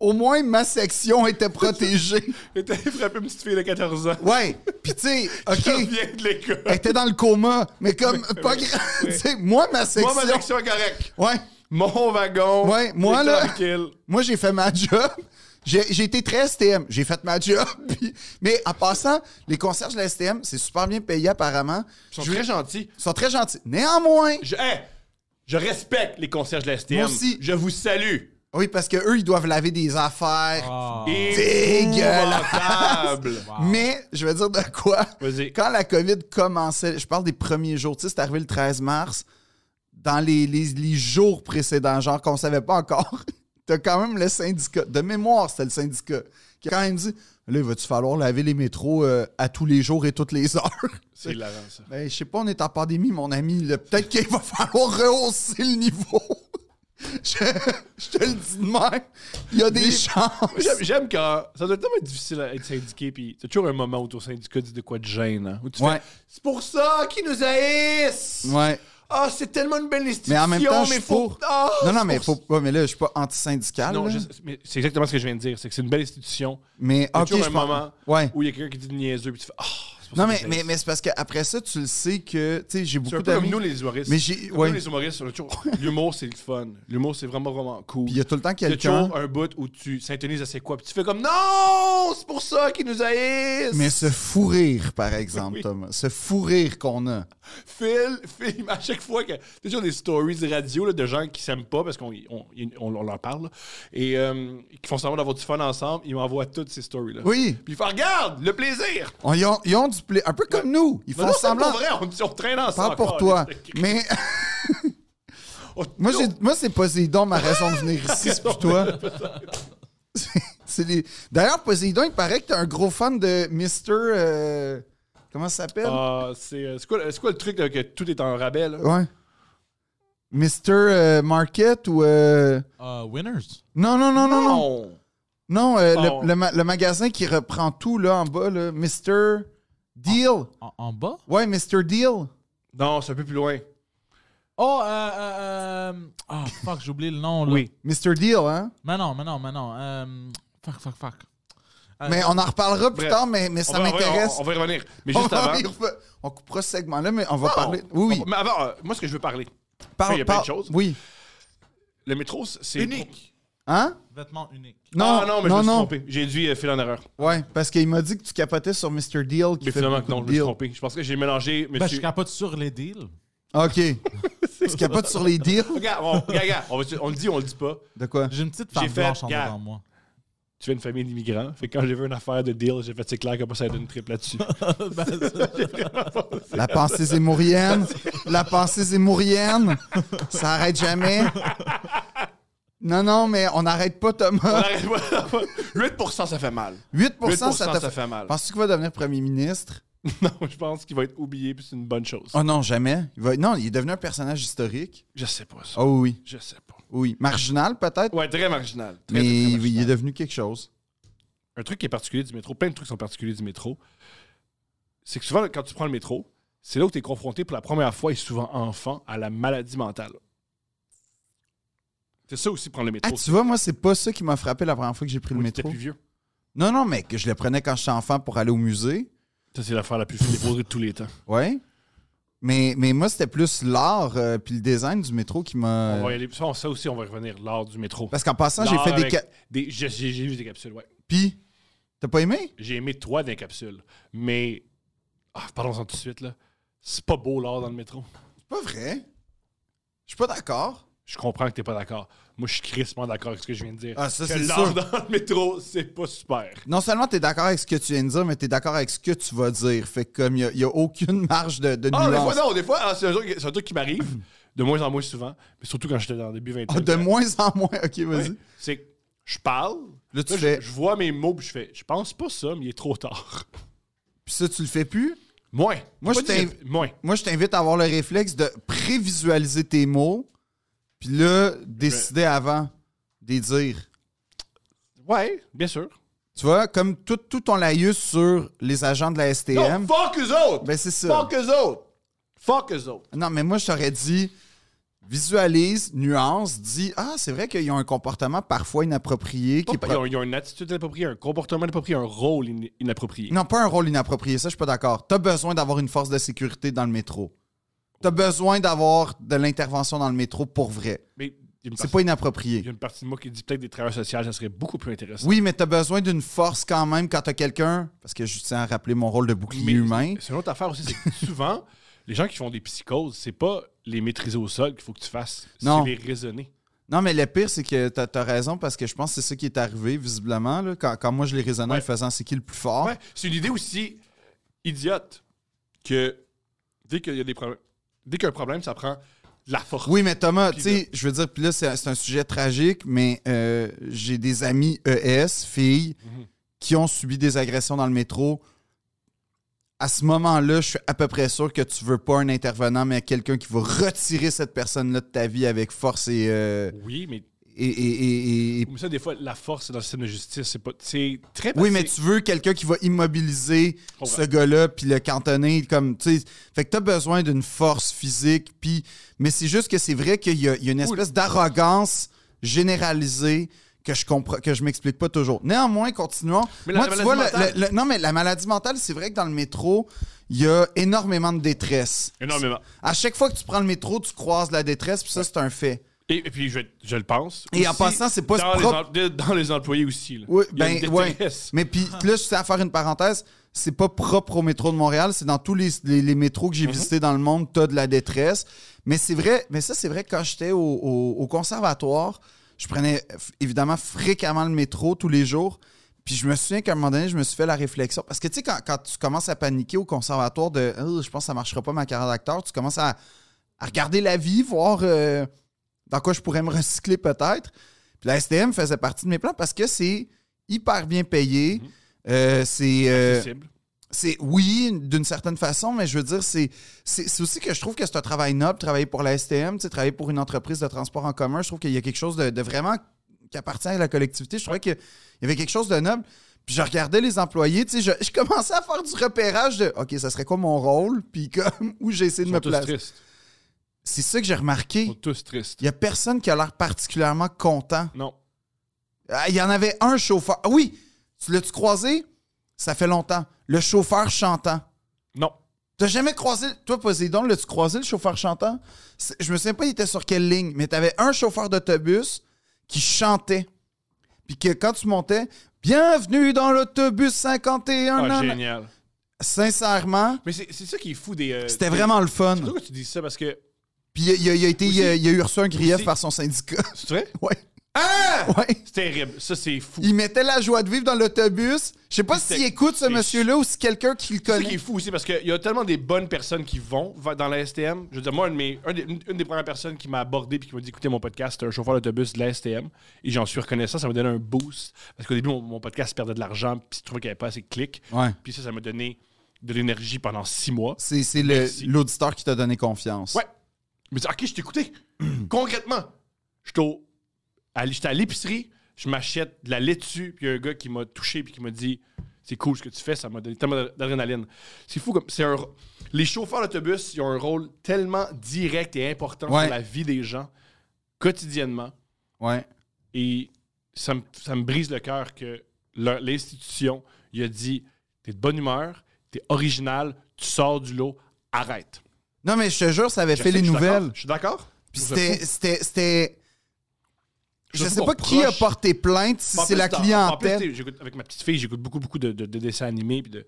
Speaker 1: au moins ma section était protégée.
Speaker 2: Et t'as frappé une petite fille de 14 ans.
Speaker 1: Ouais, puis tu sais, OK.
Speaker 2: Je reviens de l'école.
Speaker 1: Elle était dans le coma, mais comme pas grave. tu sais, Moi, ma section.
Speaker 2: Moi, ma direction est correcte.
Speaker 1: Ouais.
Speaker 2: Mon wagon.
Speaker 1: Ouais, moi,
Speaker 2: t'es
Speaker 1: là-
Speaker 2: Tranquille.
Speaker 1: Moi, j'ai fait ma job. J'ai j'ai été très STM. J'ai fait ma job. puis- Mais en passant, les concierges de la STM, c'est super bien payé apparemment.
Speaker 2: Ils sont
Speaker 1: Je-
Speaker 2: très gentils.
Speaker 1: Ils sont très gentils. Néanmoins,
Speaker 2: Je, hey, je respecte les concierges de la STM.
Speaker 1: Moi aussi.
Speaker 2: Je vous salue.
Speaker 1: oui, parce que eux, ils doivent laver des affaires.
Speaker 3: Ah.
Speaker 1: Oh. Dégueulasse.
Speaker 2: Épouvantable.
Speaker 3: Wow.
Speaker 1: Mais je veux dire de quoi.
Speaker 2: Vas-y.
Speaker 1: Quand la COVID commençait, je parle des premiers jours, tu sais, c'est arrivé le 13 mars, dans les, les- les jours précédents, genre qu'on savait pas encore, t'as quand même le syndicat, de mémoire, c'était le syndicat, qui a quand même dit Là, il va-tu falloir laver les métros euh, à tous les jours et toutes les heures
Speaker 2: C'est hilarant, ça.
Speaker 1: Ben, je sais pas, on est en pandémie, mon ami, là, peut-être qu'il va falloir rehausser le niveau. je, je te le dis de même, il y a des
Speaker 2: Moi, J'aime,
Speaker 1: chances.
Speaker 2: j'aime quand ça doit être tellement difficile à être syndiqué, puis t'as toujours un moment où ton syndicat dit de quoi de gêne. Hein, où tu
Speaker 1: Ouais.
Speaker 2: fais, c'est pour ça qu'ils nous haïssent.
Speaker 1: Ouais.
Speaker 2: Ah, c'est tellement une belle institution,
Speaker 1: Mais en même temps, je
Speaker 2: mais
Speaker 1: suis
Speaker 2: faut.
Speaker 1: pour.
Speaker 2: Ah,
Speaker 1: Non, non,
Speaker 2: c'est
Speaker 1: mais
Speaker 2: pour
Speaker 1: faut pas, mais là, je suis pas antisyndical.
Speaker 2: Non,
Speaker 1: là.
Speaker 2: je- mais c'est exactement ce que je viens de dire. C'est que c'est une belle institution.
Speaker 1: Mais
Speaker 2: Il y a
Speaker 1: ok,
Speaker 2: toujours
Speaker 1: je
Speaker 2: un
Speaker 1: pense-
Speaker 2: moment
Speaker 1: Ouais.
Speaker 2: où il y a quelqu'un qui dit de niaiseux, puis tu fais Ah, c'est pour
Speaker 1: Non,
Speaker 2: ça
Speaker 1: mais,
Speaker 2: qu'ils
Speaker 1: mais,
Speaker 2: haïssent.
Speaker 1: mais c'est parce qu'après ça, tu le sais que, tu sais, j'ai
Speaker 2: C'est un
Speaker 1: beaucoup
Speaker 2: peu comme
Speaker 1: d'amis.
Speaker 2: nous, les humoristes.
Speaker 1: Mais j'ai,
Speaker 2: Comme
Speaker 1: ouais.
Speaker 2: nous,
Speaker 1: Puis
Speaker 2: les humoristes, on a toujours- l'humour, c'est le fun. L'humour, c'est vraiment, vraiment cool.
Speaker 1: il y a tout le temps
Speaker 2: Il y a
Speaker 1: quelqu'un.
Speaker 2: toujours un bout où tu s'intonises à c'est quoi, puis tu fais comme Non, c'est pour ça qu'ils nous haïssent.
Speaker 1: Mais ce fou rire, par exemple,
Speaker 2: Oui.
Speaker 1: Thomas, ce fou rire qu'on a.
Speaker 2: Phil, Phil, à chaque fois que. Tu sais, toujours des stories de radio là, de gens qui s'aiment pas parce qu'on on, on- on leur parle, là, et euh, qui font semblant d'avoir du fun ensemble, ils m'envoient toutes ces stories-là.
Speaker 1: Oui,
Speaker 2: Puis ils font Regarde, le plaisir
Speaker 1: on- ils, ont, ils ont du plaisir. Un peu comme nous. Ils
Speaker 2: Non,
Speaker 1: font
Speaker 2: non, c'est
Speaker 1: semblant.
Speaker 2: pas vrai, on, on traîne
Speaker 1: Pas
Speaker 2: ensemble. Ah,
Speaker 1: pour toi. Mais
Speaker 2: Oh,
Speaker 1: moi, j'ai, moi, c'est Poséidon, ma raison de venir ici, c'est pour toi. C'est- c'est les- D'ailleurs, Poséidon, il paraît que t'es un gros fan de Mr. euh, Comment ça s'appelle?
Speaker 2: c'est euh, c'est quoi, c'est quoi le truc là, que tout est en rabais, là?
Speaker 1: Ouais. Mr. euh, Market ou. euh,
Speaker 3: Euh, winners.
Speaker 1: Non, non, non, non, non.
Speaker 2: Non.
Speaker 1: Non, euh,
Speaker 2: Bon.
Speaker 1: le, le ma- le magasin qui reprend tout là en bas, là. Mr. Deal.
Speaker 3: En, en bas?
Speaker 1: Ouais, Mr. Deal.
Speaker 2: Non, c'est un peu plus loin.
Speaker 3: Oh, euh, euh, euh, ah, fuck, j'ai oublié le nom, là.
Speaker 2: Oui.
Speaker 1: Mr. Deal, hein?
Speaker 3: Mais non, mais non, mais non. euh, fuck, fuck, fuck. Euh,
Speaker 1: Mais on en reparlera plus
Speaker 2: Bref.
Speaker 1: tard, mais, mais ça
Speaker 2: on, va, on va-
Speaker 1: m'intéresse.
Speaker 2: on va y revenir. Mais
Speaker 1: On
Speaker 2: juste
Speaker 1: va
Speaker 2: avant.
Speaker 1: y refa- on coupera ce segment-là, mais on va
Speaker 2: Non.
Speaker 1: parler. Oui, oui.
Speaker 2: Mais avant, euh, moi, ce que je veux parler,
Speaker 1: Parle-
Speaker 2: il y a plein de
Speaker 1: parle-
Speaker 2: choses.
Speaker 1: Oui.
Speaker 2: le métro, c'est.
Speaker 3: Unique.
Speaker 1: Hein?
Speaker 3: Vêtements uniques.
Speaker 1: Non,
Speaker 2: ah, non, mais je
Speaker 1: non,
Speaker 2: me suis
Speaker 1: non.
Speaker 2: trompé. J'ai dû euh, fil en erreur.
Speaker 1: Ouais, parce qu'il m'a dit que tu capotais sur Mr. Deal. Qui
Speaker 2: Mais
Speaker 1: fait
Speaker 2: finalement,
Speaker 1: beaucoup
Speaker 2: non,
Speaker 1: de
Speaker 2: je me suis
Speaker 1: deals.
Speaker 2: trompé. Je pense que j'ai mélangé
Speaker 3: Ben, je
Speaker 2: monsieur.
Speaker 3: capote sur les deals.
Speaker 1: OK. tu capotes sur les deals?
Speaker 2: Regarde, on, regarde, regarde, on, va- on le dit, on le dit pas.
Speaker 1: De quoi?
Speaker 3: J'ai une petite
Speaker 2: J'ai
Speaker 3: femme
Speaker 2: fait,
Speaker 3: blanche en
Speaker 2: gars.
Speaker 3: dedans de moi.
Speaker 2: Tu es une famille d'immigrants. Fait que quand j'ai vu une affaire de deal, j'ai fait c'est clair que pas ça donne une triple là-dessus.
Speaker 3: Ben, c'est-
Speaker 1: La pensée zémourienne. la pensée zémourienne. Ça arrête jamais. Non, non, mais on n'arrête pas,
Speaker 2: On
Speaker 1: Thomas.
Speaker 2: arrête pas. 8 ça fait mal.
Speaker 1: 8,
Speaker 2: 8 ça,
Speaker 1: ça te
Speaker 2: fait mal.
Speaker 1: Penses-tu qu'il va devenir premier ministre?
Speaker 2: Non, je pense qu'il va être oublié, puis c'est une bonne chose.
Speaker 1: Oh non, jamais. Il va... Non, il est devenu un personnage historique.
Speaker 2: Je sais pas ça.
Speaker 1: Oh oui,
Speaker 2: Je sais pas.
Speaker 1: oui. Marginal peut-être,
Speaker 2: Ouais, très marginal. Très,
Speaker 1: mais
Speaker 2: très, très
Speaker 1: il est
Speaker 2: marginal.
Speaker 1: devenu quelque chose.
Speaker 2: un truc qui est particulier du métro, plein de trucs sont particuliers du métro, c'est que souvent, quand tu prends le métro, c'est là où tu es confronté pour la première fois et souvent enfant à la maladie mentale. C'est ça aussi prendre le métro.
Speaker 1: Ah, tu vois, moi, c'est pas ça qui m'a frappé la première fois que j'ai pris le
Speaker 2: Quand t'étais
Speaker 1: métro.
Speaker 2: plus vieux.
Speaker 1: Non, non, mais que je le prenais quand j'étais enfant pour aller au musée.
Speaker 2: Ça, c'est l'affaire la plus déposée de tous les temps.
Speaker 1: Ouais. Mais, mais moi, c'était plus l'art euh, puis le design du métro qui m'a.
Speaker 2: On va y aller. Ça, on- ça aussi, on va y revenir. L'art du métro.
Speaker 1: Parce qu'en passant, Ben, j'ai
Speaker 2: L'art
Speaker 1: fait des.
Speaker 2: avec
Speaker 1: ca-
Speaker 2: des- J'ai j'ai- j'ai vu des capsules, ouais.
Speaker 1: Puis, t'as pas aimé?
Speaker 2: J'ai aimé trois des capsules. Mais. Ah, parlons-en tout de suite, là. C'est pas beau l'art dans le métro.
Speaker 1: C'est pas vrai. Je suis pas d'accord.
Speaker 2: Je comprends que t'es pas d'accord. Moi, je suis crissement d'accord avec ce que je viens de dire.
Speaker 1: Ah, ça,
Speaker 2: que
Speaker 1: c'est
Speaker 2: l'art
Speaker 1: sûr.
Speaker 2: dans le métro, c'est pas super.
Speaker 1: Non seulement t'es d'accord avec ce que tu viens de dire, mais t'es d'accord avec ce que tu vas dire. Fait que comme il y a- il y a, aucune marge de, de
Speaker 2: Ah, des fois,
Speaker 1: nuance.
Speaker 2: non, des fois, ah, c'est un, truc- c'est un truc qui m'arrive, de moins en moins souvent, mais surtout quand j'étais dans le début 28.
Speaker 1: Ah, de moins en moins. Ok, vas-y.
Speaker 2: Ouais. C'est que je parle,
Speaker 1: Là, tu
Speaker 2: là,
Speaker 1: fais.
Speaker 2: je, je vois mes mots, puis je fais, je pense pas ça, mais il est trop tard.
Speaker 1: Puis ça, tu le fais plus.
Speaker 2: Moins.
Speaker 1: Moi,
Speaker 2: Pas
Speaker 1: je t'ai-
Speaker 2: dit que- Moins.
Speaker 1: Moi, je t'invite à avoir le réflexe de prévisualiser tes mots, puis là, décider
Speaker 2: Ben.
Speaker 1: avant de les dire.
Speaker 2: Ouais, bien sûr.
Speaker 1: Tu vois, comme tout, tout ton laïus sur les agents de la STM.
Speaker 2: Non, fuck eux autres!
Speaker 1: ben, c'est ça.
Speaker 2: fuck eux autres! Fuck eux autres!
Speaker 1: Non, mais moi, je t'aurais dit visualise, nuance, dis Ah, c'est vrai qu'ils ont un comportement parfois inapproprié. Qui est
Speaker 2: Pas-
Speaker 1: pro-
Speaker 2: ils, ont, ils ont une attitude inappropriée, un comportement inapproprié, un rôle in- inapproprié.
Speaker 1: Non, pas un rôle inapproprié, ça, je suis pas d'accord. T'as besoin d'avoir une force de sécurité dans le métro. T'as besoin d'avoir de l'intervention dans le métro pour vrai.
Speaker 2: Mais il y a une
Speaker 1: C'est
Speaker 2: partie-
Speaker 1: pas
Speaker 2: il y
Speaker 1: inapproprié.
Speaker 2: a une partie de moi qui dit peut-être des travailleurs sociaux, ça serait beaucoup plus intéressant.
Speaker 1: Oui, mais t'as besoin d'une force quand même quand t'as quelqu'un. Parce que je tiens à rappeler mon rôle de bouclier
Speaker 2: Mais
Speaker 1: humain.
Speaker 2: C'est une autre affaire aussi, c'est que souvent, les gens qui font des psychoses, c'est pas les maîtriser au sol qu'il faut que tu fasses,
Speaker 1: Non.
Speaker 2: c'est les raisonner.
Speaker 1: Non, mais le pire, c'est que t'as as raison parce que je pense que c'est ça qui est arrivé, visiblement. là. quand, quand moi, je les raisonnais en
Speaker 2: Ouais.
Speaker 1: faisant c'est qui le plus fort.
Speaker 2: Ouais, c'est une idée aussi idiote que dès qu'il y a des problèmes, dès qu'il y a un problème, ça prend de la force.
Speaker 1: Oui, mais Thomas, tu
Speaker 2: Puis
Speaker 1: sais, je veux dire, puis là, c'est un- c'est un sujet tragique, mais euh, j'ai des amis ES, filles,
Speaker 2: Mhm.
Speaker 1: qui ont subi des agressions dans le métro. À ce moment-là, je suis à peu près sûr que tu veux pas un intervenant, mais quelqu'un qui va retirer cette personne-là de ta vie avec force et, euh,
Speaker 2: Oui, mais,
Speaker 1: et- et- et- et- et-
Speaker 2: mais ça, des fois, la force dans le système de justice, c'est pas. C'est très
Speaker 1: Oui, mais
Speaker 2: c'est-
Speaker 1: tu veux quelqu'un qui va immobiliser
Speaker 2: comprends.
Speaker 1: ce gars-là, puis le cantonner, comme, tu sais. Fait que t'as besoin d'une force physique, puis... Mais c'est juste que c'est vrai qu'il y, a il y a une
Speaker 2: Cool.
Speaker 1: espèce d'arrogance généralisée que je comprends, que je m'explique pas toujours. Néanmoins, continuons.
Speaker 2: Mais la-
Speaker 1: Moi,
Speaker 2: la
Speaker 1: tu
Speaker 2: maladie
Speaker 1: vois, le-
Speaker 2: mentale.
Speaker 1: le- le- non, mais la maladie mentale, c'est vrai que dans le métro, il y a énormément de détresse.
Speaker 2: Énormément.
Speaker 1: À chaque fois que tu prends le métro, tu croises la détresse, puis ça, c'est un fait.
Speaker 2: Et, et puis, je, je le pense.
Speaker 1: Et en
Speaker 2: aussi,
Speaker 1: passant, c'est pas
Speaker 2: dans, les
Speaker 1: propre-
Speaker 2: em- de- dans les employés aussi. Là.
Speaker 1: Oui,
Speaker 2: Il y a
Speaker 1: ben,
Speaker 2: une
Speaker 1: ouais.
Speaker 2: détresse.
Speaker 1: Mais puis puis là, je tiens à faire une parenthèse. C'est pas propre au métro de Montréal, c'est dans tous les, les- les métros que j'ai visités dans le monde, t'as de la détresse. Mais c'est vrai, mais ça, c'est vrai que quand j'étais au, au- au conservatoire, je prenais euh, f- évidemment fréquemment le métro tous les jours. Puis je me souviens qu'à un moment donné, je me suis fait la réflexion. Parce que tu sais, quand, quand tu commences à paniquer au conservatoire de Oh, je pense que ça marchera pas ma carrière d'acteur, tu commences à, à regarder la vie, voir euh, dans quoi je pourrais me recycler peut-être. Puis la STM faisait partie de mes plans parce que c'est hyper bien payé.
Speaker 2: Mhm.
Speaker 1: Euh, c'est. euh,
Speaker 2: Accessible.
Speaker 1: c'est oui, d'une certaine façon, mais je veux dire, c'est c'est c'est aussi que je trouve que c'est un travail noble, travailler pour la STM, tu sais, travailler pour une entreprise de transport en commun. Je trouve qu'il y a quelque chose de, de vraiment qui appartient à la collectivité. Je trouvais qu'il y avait quelque chose de noble. Puis je regardais les employés, tu sais, je, je commençais à faire du repérage de OK, ça serait quoi mon rôle, puis comme où j'ai essayé
Speaker 2: Ils
Speaker 1: de
Speaker 2: sont
Speaker 1: me
Speaker 2: tous
Speaker 1: placer.
Speaker 2: tristes.
Speaker 1: C'est ça que j'ai
Speaker 2: Ils sont
Speaker 1: remarqué.
Speaker 2: tous tristes.
Speaker 1: Il y a personne qui a l'air particulièrement content.
Speaker 2: Non.
Speaker 1: Ah, Il y en avait un chauffeur. Ah oui, tu l'as-tu croisé? Ça fait longtemps. Le chauffeur chantant.
Speaker 2: Non.
Speaker 1: T'as jamais croisé, toi Poséidon, l'as-tu croisé le chauffeur chantant? C'est- Je me souviens pas, il était sur quelle ligne, mais t'avais un chauffeur d'autobus qui chantait. Puis que quand tu montais, bienvenue dans l'autobus 51.
Speaker 2: Ah,
Speaker 1: nan, nan.
Speaker 2: génial.
Speaker 1: Sincèrement,
Speaker 2: Mais c'est c'est ça qui est fou des. euh,
Speaker 1: c'était
Speaker 2: des-
Speaker 1: vraiment le fun.
Speaker 2: C'est drôle que tu dis ça parce que.
Speaker 1: Puis il a, il a- il a été, il a, il a eu reçu un grief
Speaker 2: Aussi-
Speaker 1: par son syndicat.
Speaker 2: C'est vrai?
Speaker 1: ouais,
Speaker 2: Ah!
Speaker 1: ouais.
Speaker 2: C'est terrible. Ça, c'est fou.
Speaker 1: Il mettait la joie de vivre dans l'autobus. Je sais pas
Speaker 2: C'était-
Speaker 1: s'il écoute ce
Speaker 2: c'est-
Speaker 1: monsieur-là ou si quelqu'un qui le
Speaker 2: C'est ça qui
Speaker 1: connaît.
Speaker 2: est fou aussi parce qu'il y a tellement des bonnes personnes qui vont va- dans la STM. Je veux dire, moi, un de mes- un des- une, une des premières personnes qui m'a abordé puis qui m'a dit écoutez mon podcast, c'est un chauffeur d'autobus de la STM. Et j'en suis reconnaissant, ça m'a donné un boost. Parce qu'au début, mon, mon podcast perdait de l'argent puis je trouvais qu'il n'y avait pas assez de clics.
Speaker 1: Ouais.
Speaker 2: Puis ça, ça m'a donné de l'énergie pendant six mois.
Speaker 1: C'est c'est le-
Speaker 2: Merci.
Speaker 1: l'auditeur qui t'a donné confiance.
Speaker 2: Ouais. Je me dis, OK, je t'écoutais. Concrètement, j'étais au- à l- j'étais à l'épicerie, je m'achète de la laitue, puis il y a un gars qui m'a touché, puis qui m'a dit, c'est cool ce que tu fais, ça m'a donné tellement d'ad- d'adrénaline. C'est fou comme. c'est un r- Les chauffeurs d'autobus, ils ont un rôle tellement direct et important
Speaker 1: Ouais.
Speaker 2: dans la vie des gens, quotidiennement.
Speaker 1: Ouais.
Speaker 2: Et ça me, ça me brise le cœur que leur- l'institution, il a dit, t'es de bonne humeur, t'es original, tu sors du lot, arrête.
Speaker 1: Non, mais je te jure, ça avait
Speaker 2: Je
Speaker 1: fait
Speaker 2: sais,
Speaker 1: les
Speaker 2: je suis d'accord,
Speaker 1: nouvelles.
Speaker 2: Je suis d'accord.
Speaker 1: Puis
Speaker 2: Je sais
Speaker 1: c'était- c'était. c'était- Je
Speaker 2: Je sais
Speaker 1: sais pas
Speaker 2: pas
Speaker 1: qui a
Speaker 2: proche.
Speaker 1: porté plainte, si
Speaker 2: En
Speaker 1: c'est
Speaker 2: plus,
Speaker 1: la
Speaker 2: en- en plus,
Speaker 1: clientèle.
Speaker 2: t'sais, j'écoute- avec ma petite fille, j'écoute beaucoup, beaucoup de, de- de dessins animés. Puis de...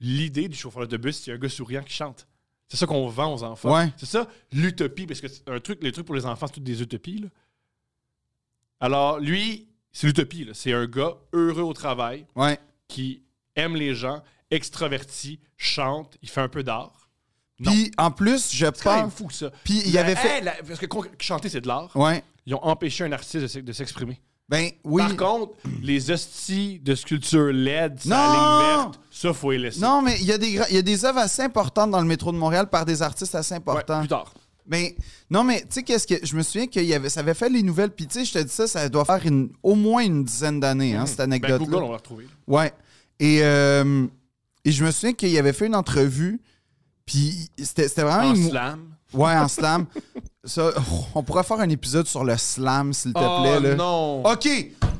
Speaker 2: L'idée du chauffeur d'autobus, c'est un gars souriant qui chante. C'est ça qu'on vend aux enfants.
Speaker 1: Ouais.
Speaker 2: C'est ça, l'utopie. Parce que c'est un truc, les trucs pour les enfants, c'est toutes des utopies. là. Alors, lui, c'est l'utopie. là. C'est un gars heureux au travail,
Speaker 1: Ouais.
Speaker 2: qui aime les gens, extraverti, chante, il fait un peu d'art. Non.
Speaker 1: Puis en plus, je
Speaker 2: C'est quand même
Speaker 1: pense.
Speaker 2: fou, ça.
Speaker 1: Puis il avait
Speaker 2: La-
Speaker 1: fait.
Speaker 2: hey, la- parce que con- chanter, c'est de l'art.
Speaker 1: Ouais.
Speaker 2: Ils ont empêché un artiste de s'ex- de s'exprimer.
Speaker 1: Ben oui.
Speaker 2: Par contre, les hosties de sculpture LED, ça
Speaker 1: Non!
Speaker 2: ligne verte, ça, faut les laisser.
Speaker 1: Non, mais il y, a des gra- il y a des œuvres assez importantes dans le métro de Montréal par des artistes assez
Speaker 2: Ouais,
Speaker 1: importants.
Speaker 2: plus tard.
Speaker 1: mais Ben, non, mais tu sais, qu'est-ce que. Je me souviens que avait, ça avait fait les nouvelles. Puis tu sais, je te dis ça, ça doit faire une- au moins une dizaine d'années, hein, cette
Speaker 2: Ben,
Speaker 1: anecdote-là.
Speaker 2: Google, on va la retrouver.
Speaker 1: Ouais. Et, euh, et je me souviens qu'il avait fait une entrevue, puis c'était c'était vraiment...
Speaker 2: En
Speaker 1: une-
Speaker 2: slam.
Speaker 1: Ouais, en slam. Ça, oh, on pourrait faire un épisode sur le slam, s'il te plaît. là.
Speaker 2: Ah, Oh,
Speaker 1: Ah.
Speaker 2: non!
Speaker 1: OK,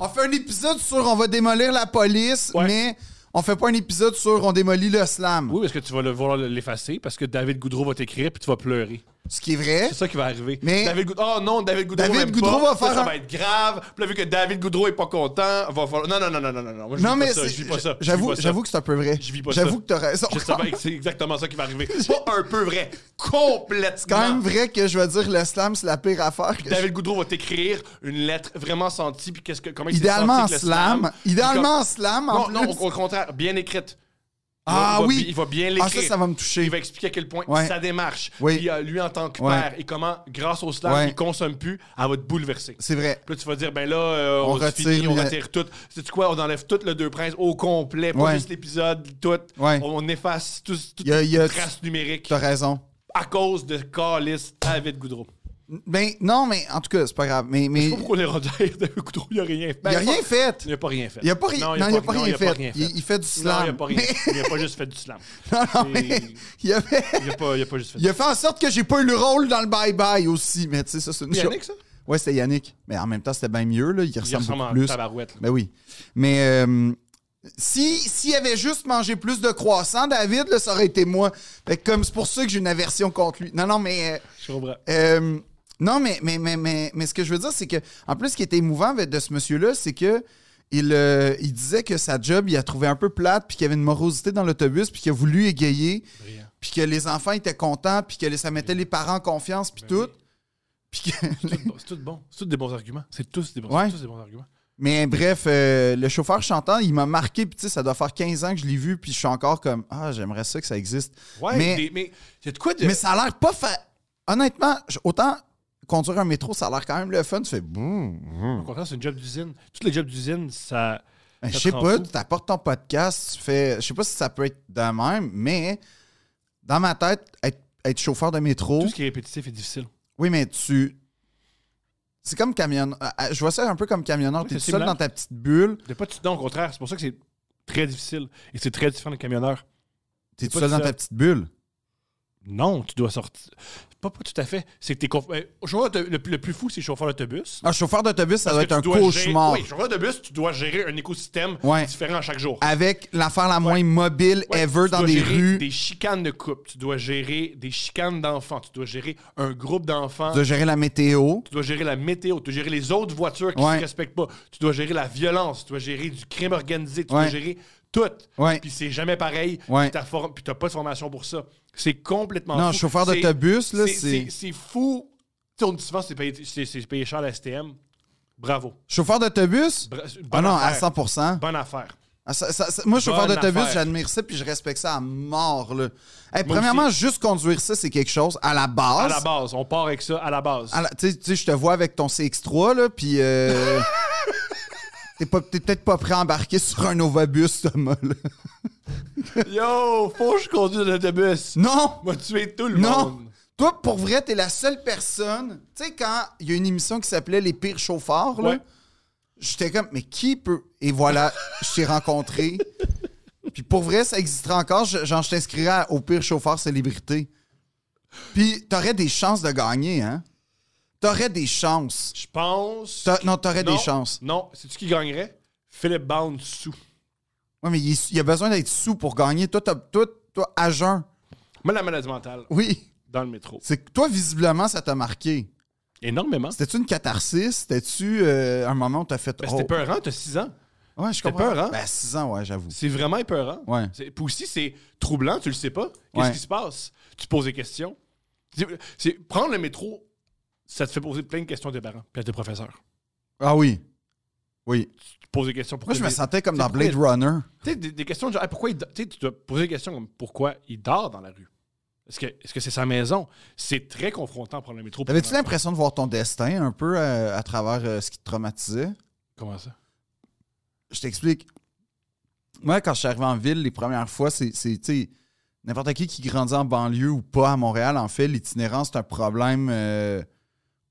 Speaker 1: on fait un épisode sur on va démolir la police,
Speaker 2: Ouais.
Speaker 1: mais on fait pas un épisode sur on démolit le slam.
Speaker 2: Oui, parce que tu vas le vouloir l'effacer, parce que David Goudreau va t'écrire, puis tu vas pleurer.
Speaker 1: Ce qui est vrai.
Speaker 2: C'est ça qui va arriver.
Speaker 1: Mais-
Speaker 2: David Goudreau... Oh non, David Goudreau
Speaker 1: David
Speaker 2: m'aime
Speaker 1: Goudreau
Speaker 2: pas.
Speaker 1: va
Speaker 2: Ça,
Speaker 1: faire
Speaker 2: Ça
Speaker 1: un-
Speaker 2: va être grave. Puis là, vu que David Goudreau est pas content, va falloir... Non, non, non, non, non, non, non. Moi, je
Speaker 1: Non,
Speaker 2: vis
Speaker 1: mais
Speaker 2: pas ça,
Speaker 1: c'est-
Speaker 2: je vis pas ça.
Speaker 1: j'avoue,
Speaker 2: Je vis pas ça.
Speaker 1: j'avoue que c'est un peu vrai.
Speaker 2: Je vis pas
Speaker 1: J'avoue
Speaker 2: ça.
Speaker 1: que t'as raison.
Speaker 2: Je savais que c'est exactement ça qui va arriver. Pas un peu vrai. Complètement.
Speaker 1: C'est quand même vrai que je vais dire le slam, c'est la pire affaire. que
Speaker 2: David Goudreau va t'écrire une lettre vraiment sentie, puis qu'est-ce que, comment il s'est
Speaker 1: Idéalement en
Speaker 2: senti avec le
Speaker 1: slam. Idéalement en slam, en
Speaker 2: Non,
Speaker 1: plus.
Speaker 2: non, au, au contraire, bien écrite. Il va-
Speaker 1: Ah
Speaker 2: il va
Speaker 1: oui!
Speaker 2: bi- Il va bien
Speaker 1: Ah,
Speaker 2: l'écrire.
Speaker 1: ça, ça va me toucher.
Speaker 2: Il va expliquer à quel point
Speaker 1: Ouais.
Speaker 2: sa démarche,
Speaker 1: Oui.
Speaker 2: puis, euh, lui en tant que
Speaker 1: Ouais.
Speaker 2: père, et comment, grâce au slam,
Speaker 1: Ouais.
Speaker 2: il consomme plus, elle va te bouleverser.
Speaker 1: C'est vrai.
Speaker 2: Puis là, tu vas dire, ben là, euh,
Speaker 1: On
Speaker 2: on, se
Speaker 1: retire
Speaker 2: finit, on
Speaker 1: le-
Speaker 2: retire tout. Sais-tu quoi? On enlève tout le Deux Princes au complet, pas
Speaker 1: Ouais.
Speaker 2: juste l'épisode, tout.
Speaker 1: Ouais.
Speaker 2: On efface tout- toute
Speaker 1: Il y a- il y a-
Speaker 2: trace numérique
Speaker 1: T'as raison.
Speaker 2: à cause de Carlis David Goudreau.
Speaker 1: Ben, non, mais en tout cas, c'est pas grave. Mais, mais
Speaker 2: Je sais pas
Speaker 1: il
Speaker 2: pourquoi les Rodgers de Goudreau, il a rien fait.
Speaker 1: a rien fait.
Speaker 2: Il a pas rien fait.
Speaker 1: Il a pas, ri- non, il a pas
Speaker 2: non,
Speaker 1: rien
Speaker 2: il a pas
Speaker 1: fait. Il, il fait du
Speaker 2: Non, il a
Speaker 1: slam.
Speaker 2: pas rien fait. Il a pas juste fait du slam.
Speaker 1: Non, non,
Speaker 2: C'est-
Speaker 1: mais il, a fait,
Speaker 2: Il a pas, il a pas juste fait
Speaker 1: il a fait en sorte que j'ai pas eu le rôle dans le bye-bye aussi. Mais tu sais, ça, c'est une
Speaker 2: du slam.
Speaker 1: chose. Ouais, c'était Yannick. Mais en même temps, c'était bien mieux. Là. Il
Speaker 2: Il
Speaker 1: ressemble
Speaker 2: ressemble
Speaker 1: beaucoup
Speaker 2: en
Speaker 1: plus.
Speaker 2: tabarouette. là.
Speaker 1: Ben oui. Mais euh, si s'il avait juste mangé plus de croissants, David, là, ça aurait été moi. Fait que comme c'est pour ça que j'ai une aversion contre lui. Non, non, mais. euh,
Speaker 2: Je comprends.
Speaker 1: Euh, non, mais, mais, mais, mais, mais ce que je veux dire, c'est que, en plus, ce qui était émouvant avec- de ce monsieur-là, c'est que il, euh, il disait que sa job, il a trouvé un peu plate, puis qu'il y avait une morosité dans l'autobus, puis qu'il a voulu égayer,
Speaker 2: Brillant.
Speaker 1: puis que les enfants étaient contents, puis que les- ça mettait les parents en confiance, puis
Speaker 2: Ben
Speaker 1: tout. Puis que-
Speaker 2: C'est tout bon. C'est tout bon. C'est tous des bons arguments. C'est tous des bons,
Speaker 1: Ouais.
Speaker 2: c'est tous des bons arguments.
Speaker 1: Mais bref, euh, le chauffeur chantant, il m'a marqué, puis tu sais, ça doit faire 15 ans que je l'ai vu, puis je suis encore comme, ah, j'aimerais ça que ça existe.
Speaker 2: Ouais,
Speaker 1: Mais-
Speaker 2: mais, des- mais c'est de quoi de.
Speaker 1: Mais ça a l'air pas fait. Honnêtement, j- autant conduire un métro, ça a l'air quand même le fun, tu fais, boum, boum.
Speaker 2: Au contraire, c'est une job d'usine. Toutes les jobs d'usine, ça.
Speaker 1: Ben, Je
Speaker 2: Ça
Speaker 1: sais
Speaker 2: te rend
Speaker 1: pas,
Speaker 2: fou.
Speaker 1: tu t'apportes ton podcast, tu fais. Je sais pas si ça peut être de même, mais dans ma tête, être, être chauffeur de métro.
Speaker 2: Tout ce qui est répétitif est difficile.
Speaker 1: Oui, mais tu. C'est comme camionneur. euh, euh, Je vois ça un peu comme camionneur.
Speaker 2: Oui,
Speaker 1: T'es
Speaker 2: c'est
Speaker 1: tout seul
Speaker 2: similaire.
Speaker 1: dans ta petite bulle.
Speaker 2: T'es pas- Non, au contraire, c'est pour ça que c'est très difficile. Et c'est très différent des camionneurs.
Speaker 1: T'es
Speaker 2: T'es
Speaker 1: tout
Speaker 2: pas
Speaker 1: seul
Speaker 2: tout
Speaker 1: dans ta
Speaker 2: seul.
Speaker 1: petite bulle.
Speaker 2: Non, tu dois sortir. Pas, pas tout à fait. C'est que t'es conf- euh, chauffeur d'auto- le, le plus fou, c'est chauffeur d'autobus.
Speaker 1: Un Ah, chauffeur d'autobus, ça
Speaker 2: Parce
Speaker 1: doit
Speaker 2: que
Speaker 1: être un
Speaker 2: tu dois
Speaker 1: cauchemar.
Speaker 2: Gérer, oui, chauffeur d'autobus, tu dois gérer un écosystème
Speaker 1: Ouais.
Speaker 2: différent chaque jour.
Speaker 1: Avec l'affaire la moins mobile
Speaker 2: Ouais,
Speaker 1: ever
Speaker 2: tu
Speaker 1: dans
Speaker 2: dois
Speaker 1: des
Speaker 2: gérer
Speaker 1: rues.
Speaker 2: Des chicanes de couple, tu dois gérer des chicanes d'enfants, tu dois gérer un groupe d'enfants,
Speaker 1: Tu dois gérer la météo.
Speaker 2: tu dois gérer la météo, tu dois gérer les autres voitures qui ne
Speaker 1: Ouais.
Speaker 2: se respectent pas, tu dois gérer la violence, tu dois gérer du crime organisé, tu
Speaker 1: Ouais.
Speaker 2: dois gérer tout.
Speaker 1: Ouais.
Speaker 2: Puis c'est jamais pareil,
Speaker 1: Ouais.
Speaker 2: puis t'as for- puis t'as pas de formation pour ça. C'est complètement
Speaker 1: Non,
Speaker 2: fou.
Speaker 1: chauffeur
Speaker 2: C'est-
Speaker 1: d'autobus, là,
Speaker 2: c'est-
Speaker 1: c'est.
Speaker 2: C'est c'est fou. Tu sais, on dit souvent c'est payé, c'est- c'est payé cher la STM. Bravo.
Speaker 1: Chauffeur d'autobus?
Speaker 2: Bra- c'est une
Speaker 1: Ah
Speaker 2: bonne
Speaker 1: non, à
Speaker 2: affaire.
Speaker 1: 100
Speaker 2: Bonne affaire.
Speaker 1: Ah, ça- ça- ça- moi, chauffeur
Speaker 2: Bonne
Speaker 1: d'autobus,
Speaker 2: affaire.
Speaker 1: j'admire ça puis je respecte ça à mort. Là. Hey,
Speaker 2: Moi
Speaker 1: premièrement, juste conduire ça, c'est quelque chose à la base.
Speaker 2: À la base, on part avec ça à la base.
Speaker 1: À la- Tu sais- tu sais, je te vois avec ton CX3, là, puis. euh, T'es pas- t'es peut-être pas prêt à embarquer sur un Ovabus, Thomas. là.
Speaker 2: Yo, faut que je conduise l'autobus.
Speaker 1: Non!
Speaker 2: M'a tué tout le
Speaker 1: Non!
Speaker 2: monde.
Speaker 1: Toi, pour vrai, t'es la seule personne. Tu sais, quand il y a une émission qui s'appelait Les pires chauffeurs, là,
Speaker 2: Ouais.
Speaker 1: j'étais comme, mais qui peut. Et voilà, je t'ai rencontré. Puis pour vrai, ça existerait encore. Je- Genre, je t'inscrirais à- au pire chauffeur célébrité. Puis t'aurais des chances de gagner, hein? T'aurais des chances.
Speaker 2: Je pense.
Speaker 1: T'a- non, t'aurais
Speaker 2: Non,
Speaker 1: des chances.
Speaker 2: Non, c'est tu qui gagnerait? Philippe Bound sous.
Speaker 1: Ouais, mais il, est- il a besoin d'être sous pour gagner. Toi, t'as- toi, toi, à jeun.
Speaker 2: Moi, la maladie mentale
Speaker 1: Oui.
Speaker 2: dans le métro.
Speaker 1: C'est que toi, visiblement, ça t'a marqué.
Speaker 2: Énormément.
Speaker 1: C'était-tu une catharsis? C'était-tu euh, un moment où t'as fait.
Speaker 2: Ben,
Speaker 1: oh.
Speaker 2: C'était peurant, t'as 6 ans.
Speaker 1: Ouais, je
Speaker 2: C'était
Speaker 1: comprends.
Speaker 2: peur, hein?
Speaker 1: Ben, 6 ans, ouais, j'avoue.
Speaker 2: C'est vraiment épeurant.
Speaker 1: Ouais.
Speaker 2: C'est- Puis aussi, c'est troublant, tu le sais pas. Qu'est-ce
Speaker 1: Ouais.
Speaker 2: qui se passe? Tu te poses des questions. C'est- c'est- prendre le métro, ça te fait poser plein de questions à tes parents puis à tes professeurs.
Speaker 1: Ah oui. Oui.
Speaker 2: Tu te poses des questions.
Speaker 1: Moi,
Speaker 2: Pourquoi
Speaker 1: je me
Speaker 2: il-
Speaker 1: sentais comme
Speaker 2: c'est
Speaker 1: dans
Speaker 2: pourquoi
Speaker 1: Blade Runner.
Speaker 2: Tu sais, des, des questions de genre, Hey, pourquoi il, do- tu sais, tu dois poser des questions comme pourquoi il dort dans la rue? Est-ce que est-ce que c'est sa maison? C'est très confrontant pour le métro.
Speaker 1: T'avais-tu l'impression de voir ton destin un peu euh, à travers euh, ce qui te traumatisait?
Speaker 2: Comment ça?
Speaker 1: je t'explique. Moi, quand je suis arrivé en ville, les premières fois, c'est, c'est, tu sais, n'importe qui qui grandit en banlieue ou pas à Montréal, en fait, l'itinérance, c'est un problème. euh,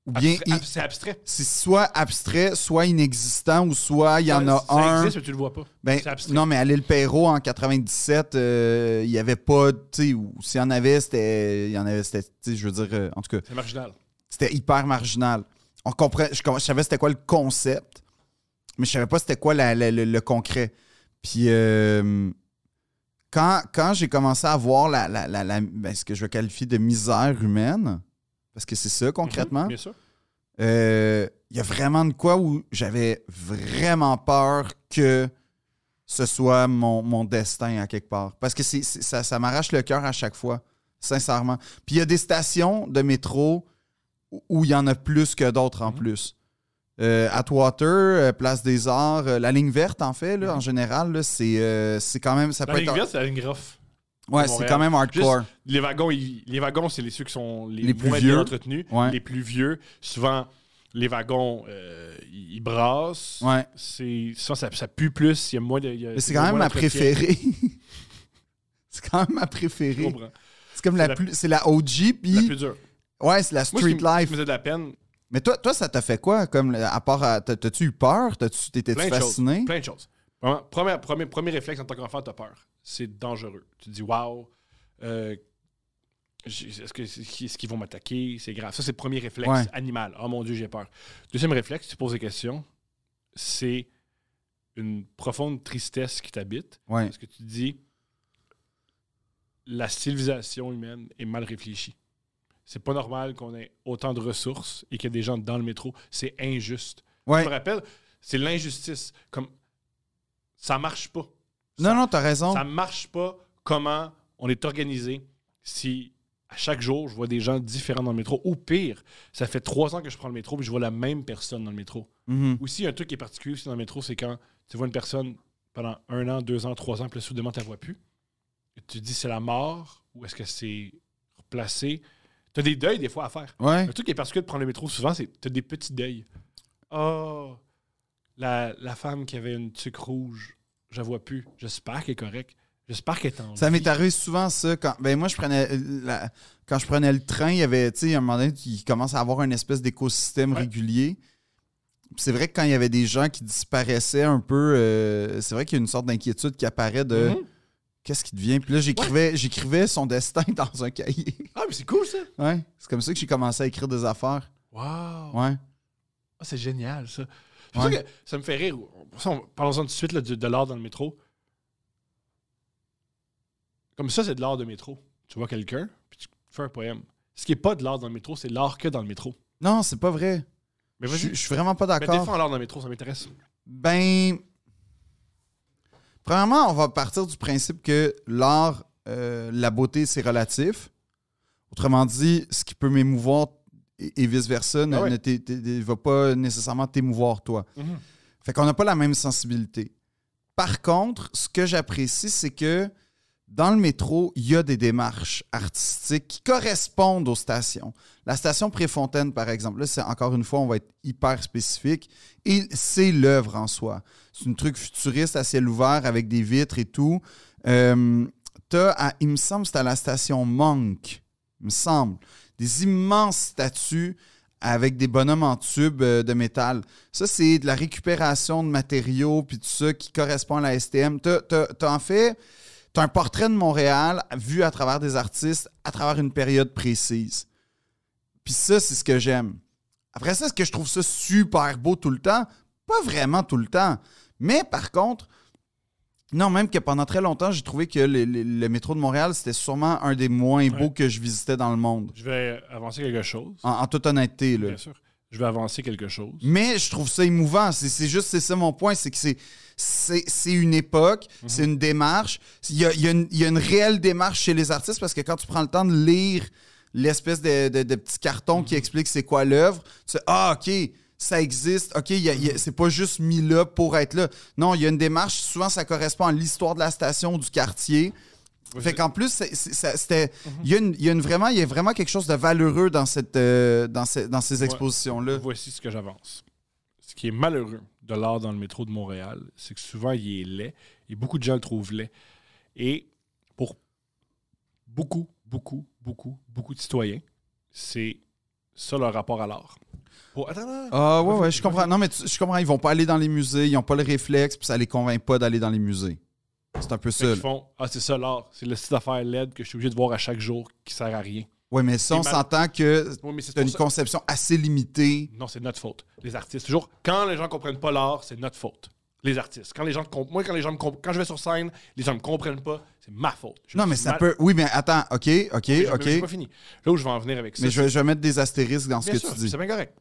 Speaker 1: ou bien,
Speaker 2: Abstrait-
Speaker 1: il-
Speaker 2: ab- C'est abstrait.
Speaker 1: c'est soit abstrait, soit inexistant, ou soit il y en a
Speaker 2: ça,
Speaker 1: un.
Speaker 2: existe, mais tu le vois pas.
Speaker 1: Ben,
Speaker 2: C'est abstrait.
Speaker 1: non, mais à l'île Perrault, en 97, euh, il n'y avait pas, tu sais, ou s'il y en avait, c'était, il y en avait, c'était, tu sais, je veux dire, euh, en tout cas,
Speaker 2: C'est marginal.
Speaker 1: c'était hyper marginal. On comprend, je, com- je savais c'était quoi le concept, mais je savais pas c'était quoi la- la- le, le concret. Puis euh, quand, quand j'ai commencé à voir la, la- la- la- ben, ce que je qualifie de misère humaine, parce que c'est ça concrètement,
Speaker 2: Mhm, bien sûr.
Speaker 1: euh, il y a vraiment de quoi où j'avais vraiment peur que ce soit mon, mon destin à quelque part. Parce que c'est- c'est- ça, ça m'arrache le cœur à chaque fois, sincèrement. Puis il y a des stations de métro où- où il y en a plus que d'autres en
Speaker 2: Mhm.
Speaker 1: plus. Euh, Atwater, euh, Place des Arts, euh, la ligne verte en fait, là,
Speaker 2: Mhm.
Speaker 1: en général, là, c'est euh, c'est quand même... Ça
Speaker 2: La
Speaker 1: peut
Speaker 2: ligne
Speaker 1: être,
Speaker 2: verte, c'est la ligne groffe.
Speaker 1: ouais,
Speaker 2: de
Speaker 1: c'est
Speaker 2: Montréal.
Speaker 1: quand même hardcore.
Speaker 2: Les wagons, ils- les wagons, c'est les ceux qui sont les,
Speaker 1: Les plus
Speaker 2: moins
Speaker 1: vieux.
Speaker 2: bien entretenus,
Speaker 1: Ouais.
Speaker 2: les plus vieux. Souvent, les wagons, euh, ils ils brassent.
Speaker 1: Ouais.
Speaker 2: C'est, souvent, ça, ça pue plus. Il y a moins de. il y a-
Speaker 1: Mais c'est
Speaker 2: il y a
Speaker 1: quand même
Speaker 2: euh, moins
Speaker 1: ma
Speaker 2: d'entretien.
Speaker 1: préférée. c'est quand même ma
Speaker 2: Je
Speaker 1: préférée.
Speaker 2: comprends.
Speaker 1: C'est comme
Speaker 2: C'est
Speaker 1: la,
Speaker 2: la-
Speaker 1: plus. C'est la OG,
Speaker 2: La
Speaker 1: puis.
Speaker 2: plus dure.
Speaker 1: Ouais, c'est la
Speaker 2: Moi, ce qui
Speaker 1: street
Speaker 2: me- ce qui
Speaker 1: life.
Speaker 2: me faisait de la peine,
Speaker 1: Mais toi, toi ça t'a fait quoi? Comme, le- à part. à- t'as- T'as-tu eu peur? T'as-tu-
Speaker 2: plein
Speaker 1: T'étais-tu
Speaker 2: de choses.
Speaker 1: fasciné?
Speaker 2: Plein de choses. Vraiment, premier, premier, premier réflexe en tant qu'enfant, t'as peur. C'est dangereux. Tu te dis, waouh, euh, j'ai- est-ce que- est-ce qu'ils vont m'attaquer? C'est grave. Ça, c'est le premier réflexe
Speaker 1: Ouais.
Speaker 2: animal. Oh mon Dieu, j'ai peur. Deuxième réflexe, tu poses des questions. C'est une profonde tristesse qui t'habite.
Speaker 1: Ouais.
Speaker 2: Parce que tu te dis, la civilisation humaine est mal réfléchie. C'est pas normal qu'on ait autant de ressources et qu'il y ait des gens dans le métro. C'est injuste.
Speaker 1: Ouais.
Speaker 2: Je me rappelle, c'est l'injustice. Comme ça marche pas.
Speaker 1: Non, non, t'as raison.
Speaker 2: Ça marche pas comment on est organisé si à chaque jour je vois des gens différents dans le métro. Ou pire, ça fait trois ans que je prends le métro puis je vois la même personne dans le métro.
Speaker 1: Mhm.
Speaker 2: Aussi, un truc qui est particulier aussi dans le métro, c'est quand tu vois une personne pendant un an, deux ans, trois ans, puis là, soudainement, tu la vois plus. Et tu te dis c'est la mort ou est-ce que c'est replacé? Tu as des deuils des fois à faire.
Speaker 1: Ouais.
Speaker 2: Le truc qui est particulier de prendre le métro souvent, c'est que t'as des petits deuils. Oh, la, la femme qui avait une tuque rouge, je la vois plus. J'espère qu'elle est correcte. J'espère qu'elle est en
Speaker 1: Ça
Speaker 2: vie.
Speaker 1: m'est arrivé souvent, ça. Quand, ben moi, je prenais euh, la- quand je prenais le train, il y avait, tu sais, à un moment donné, il commence à avoir une espèce d'écosystème
Speaker 2: Ouais.
Speaker 1: régulier. Puis C'est vrai que quand il y avait des gens qui disparaissaient un peu, euh, c'est vrai qu'il y a une sorte d'inquiétude qui apparaît de
Speaker 2: Mhm.
Speaker 1: qu'est-ce qui devient. Puis là, j'écrivais, j'écrivais son destin dans un cahier.
Speaker 2: Ah, mais c'est cool ça.
Speaker 1: Ouais. C'est comme ça que j'ai commencé à écrire des affaires.
Speaker 2: Wow.
Speaker 1: Ouais.
Speaker 2: Ah, c'est génial ça. C'est pour ça
Speaker 1: Ouais.
Speaker 2: que ça me fait rire. Ça, on- Parlons-en tout de suite là, du- de l'art dans le métro. Comme ça, c'est de l'art de métro. Tu vois quelqu'un, puis tu fais un poème. Ce qui n'est pas de l'art dans le métro, c'est l'art que dans le métro.
Speaker 1: Non, c'est pas vrai.
Speaker 2: Mais
Speaker 1: Je
Speaker 2: vas-y,
Speaker 1: je suis vraiment pas
Speaker 2: mais
Speaker 1: d'accord.
Speaker 2: défends l'art dans le métro, ça m'intéresse.
Speaker 1: Ben, premièrement, on va partir du principe que l'art, euh, la beauté, c'est relatif. Autrement dit, ce qui peut m'émouvoir et, et vice-versa ne,
Speaker 2: Ah ouais. Mhm.
Speaker 1: ne t'é- t'é- t'é- va pas nécessairement t'émouvoir, toi. Fait qu'on n'a pas la même sensibilité. Par contre, ce que j'apprécie, c'est que dans le métro, il y a des démarches artistiques qui correspondent aux stations. La station Préfontaine, par exemple, là, c'est encore une fois, on va être hyper spécifique. Et c'est l'œuvre en soi. C'est un truc futuriste à ciel ouvert avec des vitres et tout. Euh, t'as à- il me semble, que c'est à la station Monk, il me semble, des immenses statues avec des bonhommes en tube euh, de métal. Ça, c'est de la récupération de matériaux, puis tout ça, qui correspond à la STM. T'as, t'as- t'as en fait, t'as un portrait de Montréal vu à travers des artistes, à travers une période précise. Puis ça, c'est ce que j'aime. Après ça, est-ce que je trouve ça super beau tout le temps? Pas vraiment tout le temps. Mais par contre, Non, même que pendant très longtemps, j'ai trouvé que le, le- le métro de Montréal, c'était sûrement un des moins beaux que je visitais dans le monde.
Speaker 2: Je vais avancer quelque chose.
Speaker 1: En, en toute honnêteté, là.
Speaker 2: Bien sûr. Je vais avancer quelque chose.
Speaker 1: Mais je trouve ça émouvant. C'est c'est juste, c'est ça mon point, c'est que c'est. C'est c'est une époque,
Speaker 2: Mhm.
Speaker 1: c'est une démarche. Il y a, il y a une, il y a une réelle démarche chez les artistes parce que quand tu prends le temps de lire l'espèce de, de, de petit carton
Speaker 2: Mhm.
Speaker 1: qui explique c'est quoi l'œuvre, tu sais, ah, OK, ça existe. OK, il y a-
Speaker 2: Mhm.
Speaker 1: il y a- c'est pas juste mis là pour être là. Non, il y a une démarche. Souvent, ça correspond à l'histoire de la station, du quartier. Fait qu'en plus, c'est- c'est- ça- c'était.
Speaker 2: Mhm.
Speaker 1: Il y a une- il y a une vraiment- il y a vraiment quelque chose de valeureux dans, cette, euh, dans, ce- dans ces
Speaker 2: Ouais.
Speaker 1: expositions-là.
Speaker 2: Voici ce que j'avance. Ce qui est malheureux de l'art dans le métro de Montréal, c'est que souvent il est laid et beaucoup de gens le trouvent laid. Et pour beaucoup, beaucoup, beaucoup, beaucoup de citoyens, c'est ça leur rapport à l'art. Pour... Attends, attends, attends.
Speaker 1: Ah ouais, ouais, je comprends. Non, mais tu- je comprends, ils vont pas aller dans les musées, ils n'ont pas le réflexe, puis ça les convainc pas d'aller dans les musées. C'est un peu
Speaker 2: Fait
Speaker 1: ça.
Speaker 2: qu'ils font Ah, c'est ça l'art, c'est le style d'affaires laid que je suis obligé de voir à chaque jour qui sert à rien.
Speaker 1: Oui, mais ça,
Speaker 2: Et
Speaker 1: on
Speaker 2: mal-
Speaker 1: s'entend que
Speaker 2: Oui, mais c'est
Speaker 1: t'as
Speaker 2: pour
Speaker 1: une
Speaker 2: ça-
Speaker 1: conception assez limitée.
Speaker 2: Non, c'est de notre faute. Les artistes, toujours, quand les gens comprennent pas l'art, c'est de notre faute. Les artistes. Quand les gens te comp- Moi, quand les gens me comp- quand je vais sur scène, les gens me comprennent pas, c'est ma faute. Je
Speaker 1: Non,
Speaker 2: me
Speaker 1: mais
Speaker 2: suis
Speaker 1: ça
Speaker 2: mal-
Speaker 1: peut. Oui, mais attends, OK, OK,
Speaker 2: Mais je- mais
Speaker 1: OK.
Speaker 2: j'ai pas fini. Là où je vais en venir avec ça.
Speaker 1: Mais je, vais- je vais mettre des astérisques dans
Speaker 2: c'est-
Speaker 1: ce
Speaker 2: bien
Speaker 1: que
Speaker 2: sûr,
Speaker 1: tu dis.
Speaker 2: C'est bien correct.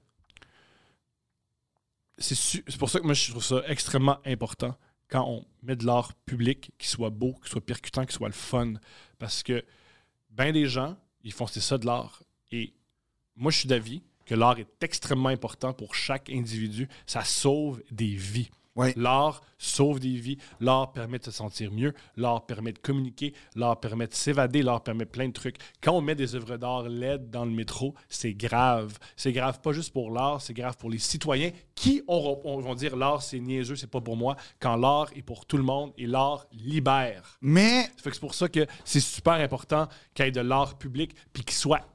Speaker 2: C'est su- c'est pour ça que moi, je trouve ça extrêmement important quand on met de l'art public qui soit beau, qui soit percutant, qui soit le fun. Parce que ben des gens, ils font c'est ça de l'art. Et moi, je suis d'avis que l'art est extrêmement important pour chaque individu. Ça sauve des vies.
Speaker 1: Ouais.
Speaker 2: L'art sauve des vies. L'art permet de se sentir mieux. L'art permet de communiquer. L'art permet de s'évader. L'art permet plein de trucs. Quand on met des œuvres d'art laides dans le métro, c'est grave. C'est grave pas juste pour l'art, c'est grave pour les citoyens qui auront- on- vont dire l'art, c'est niaiseux, c'est pas pour moi. Quand l'art est pour tout le monde et l'art libère.
Speaker 1: Mais
Speaker 2: Ça fait que c'est pour ça que c'est super important qu'il y ait de l'art public puis qu'il soit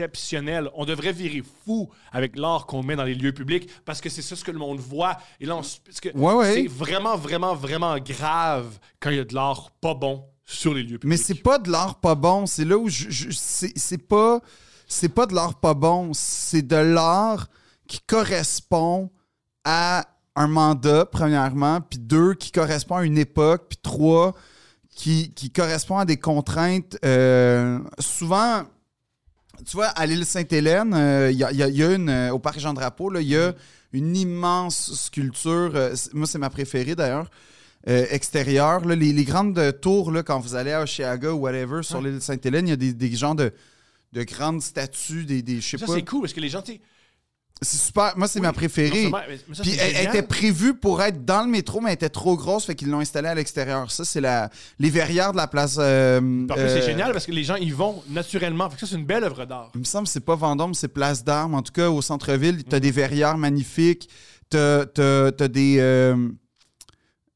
Speaker 2: exceptionnel. On devrait virer fou avec l'art qu'on met dans les lieux publics parce que c'est ça ce que le monde voit. Et là, on s- parce que
Speaker 1: Ouais, ouais.
Speaker 2: c'est vraiment, vraiment, vraiment grave quand il y a de l'art pas bon sur les lieux publics.
Speaker 1: Mais c'est pas de l'art pas bon. C'est là où je, je- c'est c'est pas c'est pas de l'art pas bon. C'est de l'art qui correspond à un mandat premièrement, puis deux qui correspond à une époque, puis trois qui, qui correspond à des contraintes euh, souvent. Tu vois, à l'île Sainte-Hélène, euh, il y, a- il y a- il y a une, euh, au parc Jean-Drapeau, là, il
Speaker 2: Mm.
Speaker 1: y a une immense sculpture. euh, c'est- moi, c'est ma préférée d'ailleurs euh, extérieure. là, les, les grandes euh, tours, là, quand vous allez à Oshiaga ou whatever, sur l'île Sainte-Hélène, il y a des, des genres de, de grandes statues, des, des je sais
Speaker 2: ça,
Speaker 1: pas.
Speaker 2: c'est cool parce que les gens, tu sais,
Speaker 1: C'est super. Moi, c'est ma
Speaker 2: non
Speaker 1: préférée.
Speaker 2: seulement- mais- mais ça,
Speaker 1: Puis
Speaker 2: c'est
Speaker 1: elle, elle
Speaker 2: génial.
Speaker 1: était prévue pour être dans le métro, mais elle était trop grosse, fait qu'ils l'ont installée à l'extérieur. Ça, c'est la les verrières de la place. euh,
Speaker 2: Parce que
Speaker 1: euh,
Speaker 2: c'est génial parce que les gens y vont naturellement. Fait que ça, c'est une belle œuvre d'art.
Speaker 1: Il me semble que c'est pas Vendôme, c'est Place d'Armes. En tout cas, au centre-ville, t'as des verrières magnifiques, t'as t'as- t'as des. euh,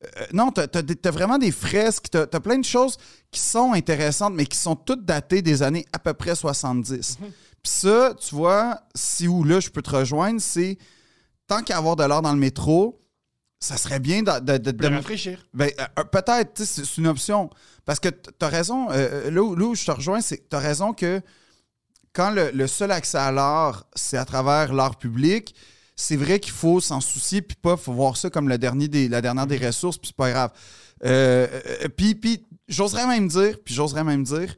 Speaker 1: euh, non, t'as t'as des- t'as vraiment des fresques, t'as t'as plein de choses qui sont intéressantes, mais qui sont toutes datées des années à peu près 70. Puis ça, tu vois, si ou là, je peux te rejoindre, c'est tant qu'à avoir de l'art dans le métro, ça serait bien d'a- de, de-
Speaker 2: De
Speaker 1: de-
Speaker 2: rafraîchir.
Speaker 1: ben, euh, peut-être, tu sais, c'est c'est une option. Parce que t- t'as raison, euh, euh, là, où, là où je te rejoins, c'est que t'as raison que quand le, le seul accès à l'art, c'est à travers l'art public, c'est vrai qu'il faut s'en soucier, puis pas, faut voir ça comme le dernier des, la dernière des ressources, puis c'est pas grave. Euh, euh, puis, puis j'oserais même dire, puis j'oserais même dire,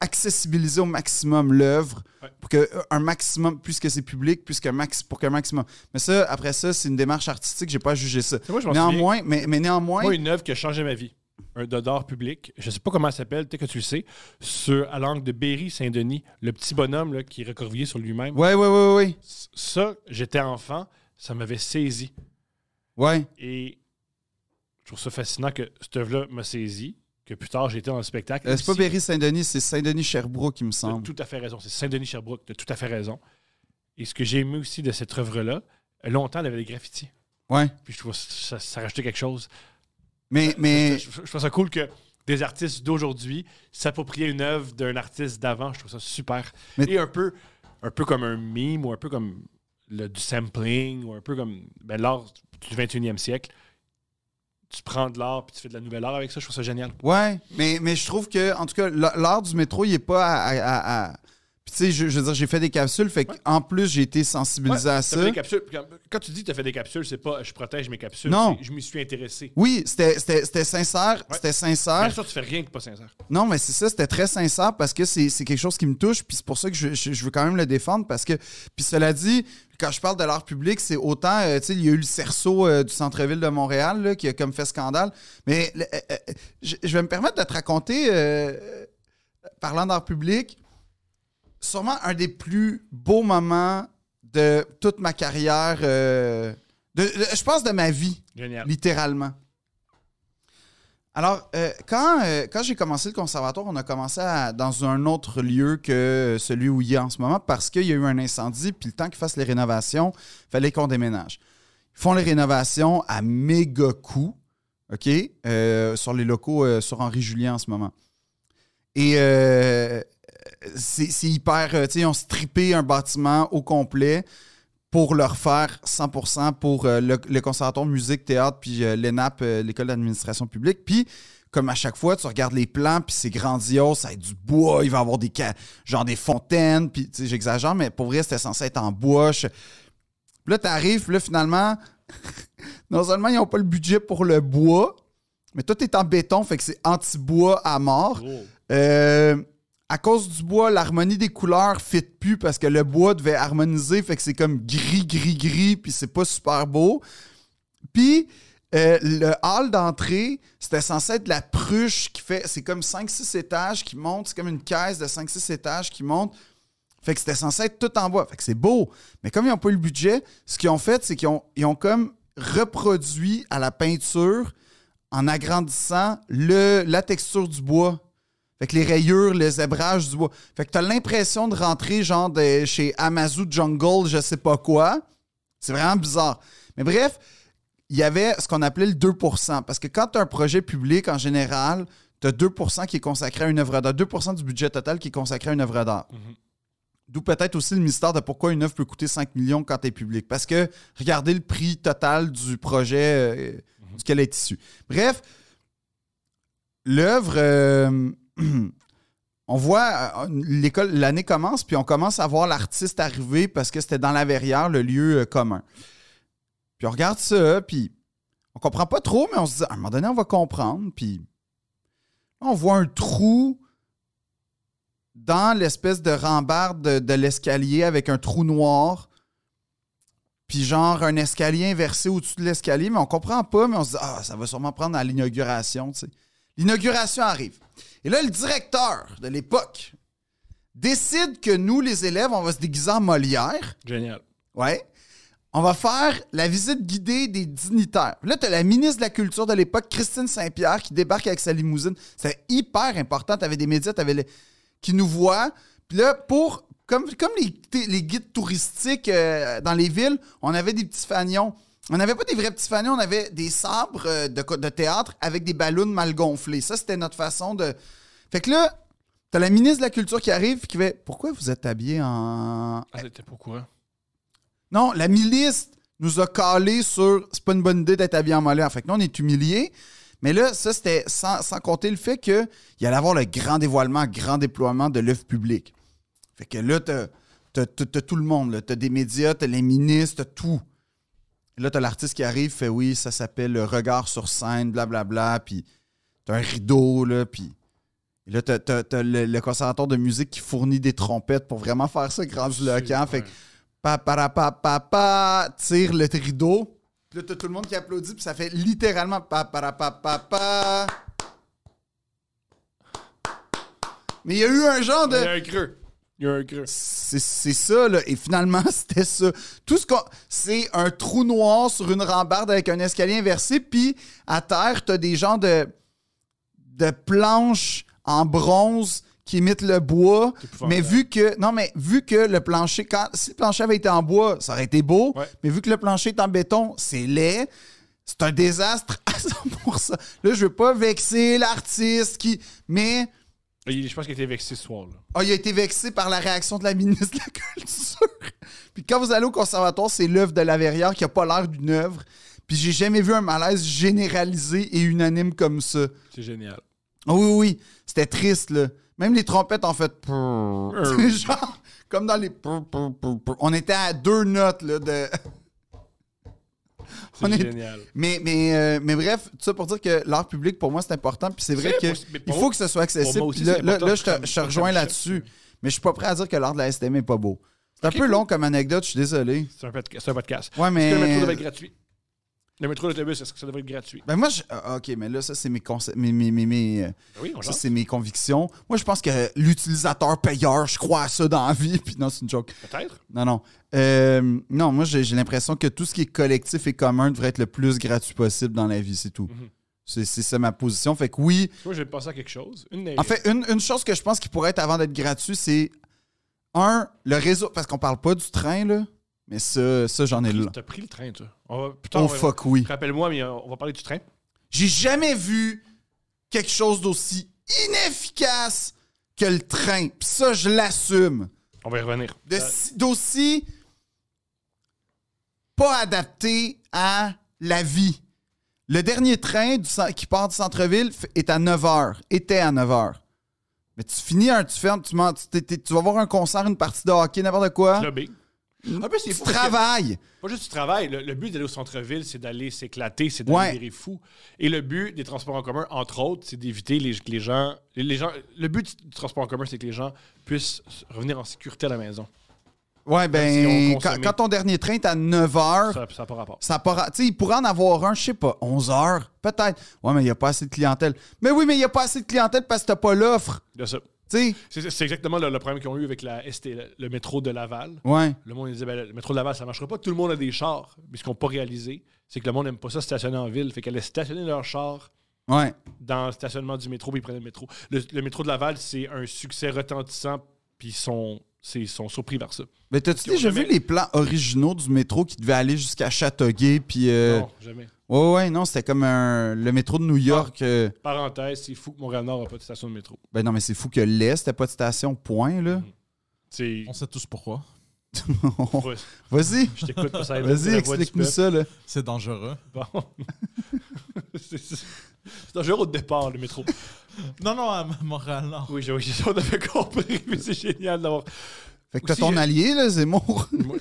Speaker 1: accessibiliser au maximum l'œuvre
Speaker 2: Ouais.
Speaker 1: pour que euh, un maximum, puisque c'est public, puisque max, pour qu'un maximum. Mais ça, après ça, c'est une démarche artistique, j'ai pas jugé ça.
Speaker 2: Moi, je m'en souviens.
Speaker 1: Néanmoins, mais, mais néanmoins,
Speaker 2: Moi, une œuvre qui a changé ma vie. Un d'or public, je sais pas comment elle s'appelle, peut-être que tu le sais, sur, à l'angle de Berry-Saint-Denis, le petit bonhomme là, qui est recroquevillé sur lui-même.
Speaker 1: ouais, ouais, ouais, ouais,
Speaker 2: S- Ça, j'étais enfant, ça m'avait saisi.
Speaker 1: ouais,
Speaker 2: Et je trouve ça fascinant que cette œuvre-là m'a saisi, que plus tard j'étais dans le spectacle.
Speaker 1: Euh, c'est pas
Speaker 2: Berry.
Speaker 1: Berry Saint-Denis, c'est Saint-Denis Sherbrooke, il me
Speaker 2: Tu as
Speaker 1: semble.
Speaker 2: tout à fait raison. C'est Saint-Denis Sherbrooke, tu as tout à fait raison. Et ce que j'ai aimé aussi de cette œuvre-là, longtemps, elle avait des graffitis.
Speaker 1: Ouais,
Speaker 2: Puis je trouve ça, ça rajoutait quelque chose.
Speaker 1: mais mais
Speaker 2: Je, je- je trouve ça cool que des artistes d'aujourd'hui s'appropriaient une œuvre d'un artiste d'avant. Je trouve ça super.
Speaker 1: Mais-
Speaker 2: Et un peu, un peu comme un meme ou un peu comme le, du sampling ou un peu comme ben, l'art du 21e siècle. Tu prends de l'art puis tu fais de la nouvelle art avec ça. Je trouve ça génial.
Speaker 1: ouais, mais mais je trouve que en tout cas l- l'art du métro, il est pas à, à- à- à- Puis, tu sais, je, je veux dire, j'ai fait des capsules, fait
Speaker 2: Ouais.
Speaker 1: qu'en plus, j'ai été sensibilisé à
Speaker 2: T'as
Speaker 1: ça.
Speaker 2: fait des capsules. Puis quand- Quand tu dis que tu as fait des capsules, c'est pas euh, je protège mes capsules.
Speaker 1: Non.
Speaker 2: c'est Je m'y suis intéressé.
Speaker 1: Oui, c'était- c'était c'était sincère,
Speaker 2: Ouais.
Speaker 1: c'était
Speaker 2: Bien
Speaker 1: sincère.
Speaker 2: sûr, tu fais rien que pas sincère.
Speaker 1: Non, mais c'est ça, c'était très sincère parce que c'est c'est quelque chose qui me touche, puis c'est pour ça que je, je- je veux quand même le défendre parce que, puis cela dit, quand je parle de l'art public, c'est autant, euh, tu sais, il y a eu le cerceau euh, du centre-ville de Montréal là, qui a comme fait scandale, mais le- euh, euh, je, je vais me permettre de te raconter, euh, euh, parlant d'art public, sûrement un des plus beaux moments de toute ma carrière, euh, de- de- je pense de ma vie
Speaker 2: Génial.
Speaker 1: littéralement. Alors, euh, quand, euh, quand j'ai commencé le conservatoire, on a commencé à- dans un autre lieu que celui où il est en ce moment parce qu'il y a eu un incendie, puis le temps qu'ils fassent les rénovations, fallait qu'on déménage. Ils font les rénovations à méga coût, OK, euh, sur les locaux euh, sur Henri-Julien en ce moment. Et euh, c'est c'est hyper. euh, tu sais, ils ont strippé un bâtiment au complet pour leur faire 100% pour euh, le, le conservatoire musique, théâtre, puis euh, l'ENAP, euh, l'école d'administration publique. Puis, comme à chaque fois, tu regardes les plans, puis c'est grandiose, ça va être du bois, il va y avoir des ca- genre des fontaines, puis tu sais, j'exagère, mais pour vrai, c'était censé être en bois. je- Puis là, t'arrives, puis là, finalement, non seulement ils n'ont pas le budget pour le bois, mais tout est en béton, fait que c'est anti-bois à mort.
Speaker 2: Gros.
Speaker 1: Euh, à cause du bois, l'harmonie des couleurs fit plus parce que le bois devait harmoniser, fait que c'est comme gris, gris, gris, puis c'est pas super beau. Puis euh, le hall d'entrée, c'était censé être la pruche qui fait, c'est comme 5-6 étages qui monte, c'est comme une caisse de 5-6 étages qui monte. Fait que c'était censé être tout en bois. Fait que c'est beau. Mais comme ils n'ont pas eu le budget, ce qu'ils ont fait, c'est qu'ils ont, ils ont comme reproduit à la peinture en agrandissant le, la texture du bois. Fait que les rayures, les zébrages du bois. Fait que t'as l'impression de rentrer genre de- chez Amazon Jungle, je sais pas quoi. C'est vraiment bizarre. Mais bref, il y avait ce qu'on appelait le 2%. Parce que quand t'as un projet public, en général, t'as 2% qui est consacré à une œuvre d'art. 2% du budget total qui est consacré à une œuvre d'art.
Speaker 2: Mhm.
Speaker 1: D'où peut-être aussi le mystère de pourquoi une œuvre peut coûter 5 millions quand t'es public. Parce que regardez le prix total du projet euh, duquel elle est issue. Bref, l'œuvre... euh, on voit euh, l'école, l'année commence, puis on commence à voir l'artiste arriver parce que c'était dans la verrière, le lieu euh, commun. Puis on regarde ça, puis on comprend pas trop, mais on se dit à un moment donné, on va comprendre. Puis on voit un trou dans l'espèce de rambarde de, de l'escalier avec un trou noir. Puis genre un escalier inversé au-dessus de l'escalier, mais on comprend pas, mais on se dit Ah, ça va sûrement prendre à l'inauguration, tu sais. L'inauguration arrive. Et là, le directeur de l'époque décide que nous, les élèves, on va se déguiser en Molière.
Speaker 2: Génial.
Speaker 1: Ouais. On va faire la visite guidée des dignitaires. Là, tu as la ministre de la Culture de l'époque, Christine Saint-Pierre, qui débarque avec sa limousine. C'est hyper important. Tu avais des médias t'avais les- qui nous voient. Puis là, pour. Comme, comme les, t- les guides touristiques euh, dans les villes, on avait des petits fanions. On n'avait pas des vrais petits fanions, on avait des sabres euh, de, co- de théâtre avec des ballons mal gonflés. Ça, c'était notre façon de. Fait que là, t'as la ministre de la Culture qui arrive qui fait Pourquoi vous êtes habillé en,
Speaker 2: Ah, t'étais pas au courant.
Speaker 1: non, la milice nous a calé sur c'est pas une bonne idée d'être habillé en molaire. Fait que nous, on est humiliés. Mais là, ça, c'était sans, sans compter le fait qu'il y allait avoir le grand dévoilement, grand déploiement de l'œuvre publique. Fait que là, t'as t'as- t'as- t'as tout le monde. là. T'as des médias, t'as les ministres, t'as tout. Et là, t'as l'artiste qui arrive, fait oui, ça s'appelle le regard sur scène, blablabla. puis t'as un rideau, là, puis. Et là, t'as t'as- t'as le, le conservatoire de musique qui fournit des trompettes pour vraiment faire ça grandiloquent. Fait que pa tire le rideau. Puis là, t'as tout le monde qui applaudit, puis ça fait littéralement pa Mais il y a eu un genre
Speaker 2: Il y
Speaker 1: de.
Speaker 2: a un creux. Il y a un creux.
Speaker 1: C'est c'est ça, là. Et finalement, c'était ça. Tout ce qu'on. C'est un trou noir sur une rambarde avec un escalier inversé, puis à terre, t'as des gens de. de planches en bronze qui imitent le bois. Mais
Speaker 2: épouvantable.
Speaker 1: vu que. Non, mais vu que le plancher. Quand, si le plancher avait été en bois, ça aurait été beau.
Speaker 2: Ouais.
Speaker 1: Mais vu que le plancher est en béton, c'est laid. C'est un désastre à 100%. Là, je veux pas vexer l'artiste qui. Mais.
Speaker 2: Il- Je pense qu'il était vexé ce soir. là.
Speaker 1: Ah, il a été vexé par la réaction de la ministre de la Culture. Puis quand vous allez au conservatoire, c'est l'œuvre de la Verrière qui a pas l'air d'une œuvre. Puis j'ai jamais vu un malaise généralisé et unanime comme ça.
Speaker 2: C'est génial.
Speaker 1: Ah oui, oui, oui, c'était triste, là. Même les trompettes en fait. C'est genre, comme dans les. On était à deux notes, là, de. On
Speaker 2: C'est
Speaker 1: est-
Speaker 2: génial.
Speaker 1: Mais, mais, euh, mais bref, tout ça pour dire que l'art public, pour moi, c'est important. Puis c'est vrai
Speaker 2: C'est-
Speaker 1: que
Speaker 2: mais pour
Speaker 1: il faut
Speaker 2: moi-
Speaker 1: que ce soit accessible.
Speaker 2: pour moi aussi,
Speaker 1: Puis là,
Speaker 2: c'est
Speaker 1: là,
Speaker 2: important.
Speaker 1: là, je te,
Speaker 2: Comme-
Speaker 1: je te
Speaker 2: comme
Speaker 1: rejoins
Speaker 2: chef.
Speaker 1: là-dessus. Mais je suis pas prêt à dire que l'art de la STM est pas beau. C'est un
Speaker 2: Ok,
Speaker 1: peu
Speaker 2: cool.
Speaker 1: long comme anecdote, je suis désolé.
Speaker 2: C'est un, podca- c'est un podcast.
Speaker 1: Ouais, mais. euh,
Speaker 2: Est-ce que le métro devait être gratuit? Le métro d'autobus, est-ce que ça devrait être gratuit?
Speaker 1: Ben moi, je- ah, ok, mais là, ça, c'est mes, conce- mes, mes, mes, mes, euh,
Speaker 2: Ben oui, on
Speaker 1: ça,
Speaker 2: l'a.
Speaker 1: c'est mes convictions. Moi, je pense que l'utilisateur payeur, je crois à ça dans la vie. Puis non, c'est une joke.
Speaker 2: Peut-être.
Speaker 1: Non, non. Euh, non, moi, j'ai j'ai l'impression que tout ce qui est collectif et commun devrait être le plus gratuit possible dans la vie, c'est tout.
Speaker 2: Mhm.
Speaker 1: C'est c'est ça ma position. Fait que oui,
Speaker 2: Moi, je vais penser à quelque chose. Une
Speaker 1: En fait, une, une chose que je pense qui pourrait être avant d'être gratuit, c'est un, le réseau. Parce qu'on parle pas du train, là, mais ça, ça j'en ai là.
Speaker 2: T'as pris le train, toi. On va, putain, on
Speaker 1: Oh
Speaker 2: va-
Speaker 1: fuck oui.
Speaker 2: Rappelle-moi, mais euh, on va parler du train.
Speaker 1: J'ai jamais vu quelque chose d'aussi inefficace que le train. Pis ça, je l'assume.
Speaker 2: On va y revenir.
Speaker 1: De
Speaker 2: Euh,
Speaker 1: si- D'aussi pas adapté à la vie. Le dernier train du cen- qui part du centre-ville f- est à 9h, était à 9h. Mais tu finis un, tu fermes, tu, m'en- tu, t'es- t'es- tu vas voir un concert, une partie de hockey, n'importe quoi.
Speaker 2: lobby. En plus, c'est
Speaker 1: Tu
Speaker 2: fou parce que-
Speaker 1: travailles.
Speaker 2: Pas juste du travail. Le, le but d'aller au centre-ville, c'est d'aller s'éclater, c'est d'aller
Speaker 1: Ouais.
Speaker 2: virer fou. Et le but des transports en commun, entre autres, c'est d'éviter les, que les gens, les, les gens. Le but du transport en commun, c'est que les gens puissent s- revenir en sécurité à la maison.
Speaker 1: Ouais,
Speaker 2: si
Speaker 1: ben,
Speaker 2: on
Speaker 1: quand,
Speaker 2: consommait.
Speaker 1: quand ton dernier train est à 9h,
Speaker 2: Ça n'a pas rapport.
Speaker 1: ça part. à- Tu sais, il pourrait en avoir un, je sais pas, 11h, peut-être. Ouais, mais il n'y a pas assez de clientèle. Mais oui, mais il n'y a pas assez de clientèle parce que t'as pas l'offre.
Speaker 2: De ça.
Speaker 1: Tu sais,
Speaker 2: C'est c'est exactement le, le problème qu'ils ont eu avec la ST, le, le métro de Laval.
Speaker 1: ouais.
Speaker 2: Le monde disait, ben, le métro de Laval, ça ne marchera pas. Tout le monde a des chars. Mais ce qu'ils n'ont pas réalisé, c'est que le monde n'aime pas ça stationner en ville. Fait qu'elle a stationné leur char
Speaker 1: Ouais.
Speaker 2: dans le stationnement du métro, puis ils prenaient le métro. Le, le métro de Laval, c'est un succès retentissant, puis ils sont, c'est- ils sont surpris par ça.
Speaker 1: Mais t'as-tu
Speaker 2: Qui ont
Speaker 1: déjà vu
Speaker 2: jamais-
Speaker 1: les plans originaux du métro qui devait aller jusqu'à Châteauguay? Puis. euh,
Speaker 2: Non, Ah. jamais.
Speaker 1: Ouais, ouais, non, c'était comme un- le métro de New York. euh,
Speaker 2: Parenthèse, c'est fou que Montréal-Nord n'a pas de station de métro.
Speaker 1: Ben non, mais c'est fou que l'Est n'était pas de station, point, là.
Speaker 2: C'est.
Speaker 3: On sait tous pourquoi.
Speaker 1: Vas-y,
Speaker 2: Je t'écoute, Poseidon, c'est
Speaker 1: vas-y,
Speaker 2: Mm. la voix du
Speaker 1: explique-nous ça, là.
Speaker 3: C'est dangereux.
Speaker 2: peuple. Bon. c'est c'est dangereux au départ, le métro.
Speaker 3: Non, non, à Montréal, non.
Speaker 2: Oui, j'ai- oui, ça, on avait compris, mais c'est génial d'avoir.
Speaker 1: Fait que t'as
Speaker 2: Aussi, euh,
Speaker 1: ton
Speaker 2: j'ai-
Speaker 1: allié, là, Zemmour.
Speaker 2: Moi-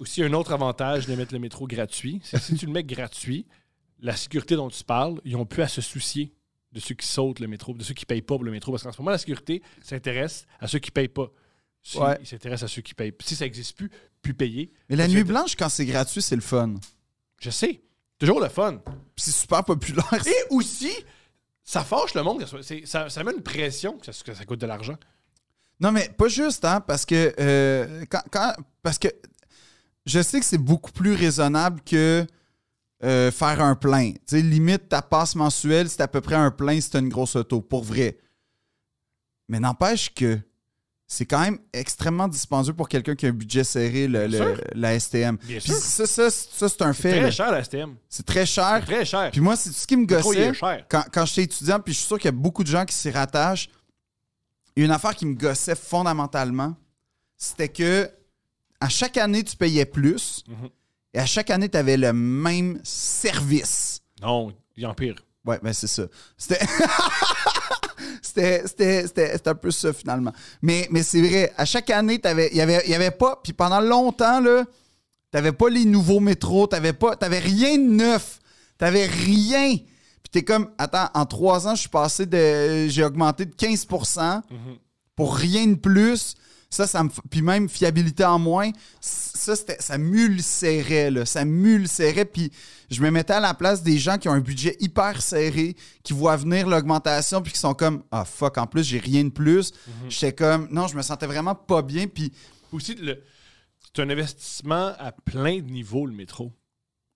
Speaker 2: Aussi, un autre avantage de mettre le métro gratuit, c'est que si tu le mets gratuit, la sécurité dont tu parles, ils ont plus à se soucier de ceux qui sautent le métro, de ceux qui payent pas pour le métro. Parce qu'en ce moment, la sécurité s'intéresse à ceux qui payent pas. Si,
Speaker 1: Ouais.
Speaker 2: Ils s'intéressent à ceux qui payent. Si ça n'existe plus, plus payer.
Speaker 1: Mais la
Speaker 2: Parce que
Speaker 1: nuit
Speaker 2: t'as-
Speaker 1: blanche, quand c'est gratuit, c'est le fun.
Speaker 2: Je sais. Toujours le fun.
Speaker 1: Puis c'est super populaire.
Speaker 2: Et aussi, ça fâche le monde. que ce soit- c'est- Ça, ça met une pression que ça, que ça coûte de l'argent.
Speaker 1: Non, mais pas juste, hein, parce que. euh, quand, quand- parce que je sais que c'est beaucoup plus raisonnable que euh, faire un plein. Tu sais, limite, ta passe mensuelle, c'est à peu près un plein si t'as une grosse auto, pour vrai. Mais n'empêche que c'est quand même extrêmement dispendieux pour quelqu'un qui a un budget serré, le-
Speaker 2: Bien
Speaker 1: le-
Speaker 2: sûr.
Speaker 1: la STM.
Speaker 2: Bien
Speaker 1: Puis
Speaker 2: sûr.
Speaker 1: ça, ça, ça, c'est un fait.
Speaker 2: Très
Speaker 1: là.
Speaker 2: cher, la STM.
Speaker 1: C'est très
Speaker 2: C'est
Speaker 1: cher.
Speaker 2: Très cher.
Speaker 1: Puis moi, c'est ce qui me
Speaker 2: Le métro, il
Speaker 1: gossait
Speaker 2: est cher.
Speaker 1: quand, quand j'étais étudiant, puis je suis sûr qu'il y a beaucoup de gens qui s'y rattachent, une affaire qui me gossait fondamentalement, c'était que à chaque année, tu payais plus
Speaker 2: Mhm.
Speaker 1: et à chaque année, tu avais le même service.
Speaker 2: Non, il empire.
Speaker 1: Ouais, ben c'est ça. C'était. C'était c'était- c'était- c'était un peu ça, finalement. Mais, mais c'est vrai, à chaque année, t'avais- il n'y avait, il y avait pas. Puis pendant longtemps, là, t'avais pas les nouveaux métros, t'avais pas. T'avais rien de neuf. T'avais rien. Puis t'es comme, attends, en trois ans, je suis passé de. J'ai augmenté de 15 pour rien de plus. Ça, ça me. f- Puis même fiabilité en moins. Ça, c'était- ça m'ulcérait, là. Ça m'ulcérait. Puis je me mettais à la place des gens qui ont un budget hyper serré, qui voient venir l'augmentation, puis qui sont comme Ah fuck, en plus, j'ai rien de plus. J'étais comme Non, je me sentais vraiment pas bien. Puis
Speaker 2: Aussi, le- c'est un investissement à plein de niveaux, le métro.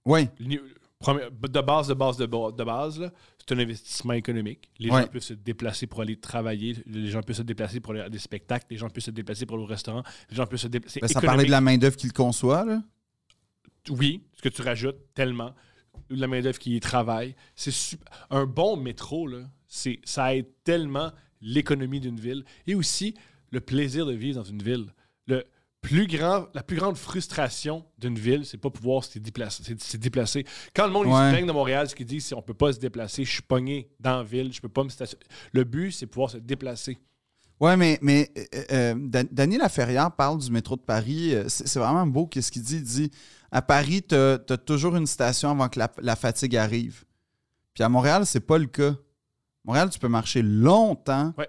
Speaker 1: ouais,
Speaker 2: Le ni- premier- De base, de base, de base, de base là, c'est un investissement économique. Les
Speaker 1: Ouais.
Speaker 2: gens peuvent se déplacer pour aller travailler, les gens peuvent se déplacer pour aller à des spectacles, les gens peuvent se déplacer pour aller au restaurant, les gens peuvent se déplacer.
Speaker 1: ben, ça parlait de la main-d'œuvre qui le conçoit, là.
Speaker 2: oui, ce que tu rajoutes tellement, la main-d'œuvre qui y travaille. C'est sup- un bon métro, là, c'est, ça aide tellement l'économie d'une ville et aussi le plaisir de vivre dans une ville. Le, plus grand, la plus grande frustration d'une ville, c'est pas pouvoir se déplacer. c'est- c'est déplacer. Quand le monde il
Speaker 1: Ouais.
Speaker 2: se plaigne de Montréal, ce qu'ils disent, c'est on peut pas se déplacer, je suis pogné dans la ville, je peux pas me stationner. Le but, c'est pouvoir se déplacer.
Speaker 1: Ouais, mais, mais euh, euh, Dan- Danny Laferrière parle du métro de Paris. Euh, C'est c'est vraiment beau qu'est-ce qu'il dit. Il dit à Paris, tu as, toujours une station avant que la, la fatigue arrive. Puis à Montréal, c'est pas le cas. Montréal, tu peux marcher longtemps.
Speaker 2: Ouais.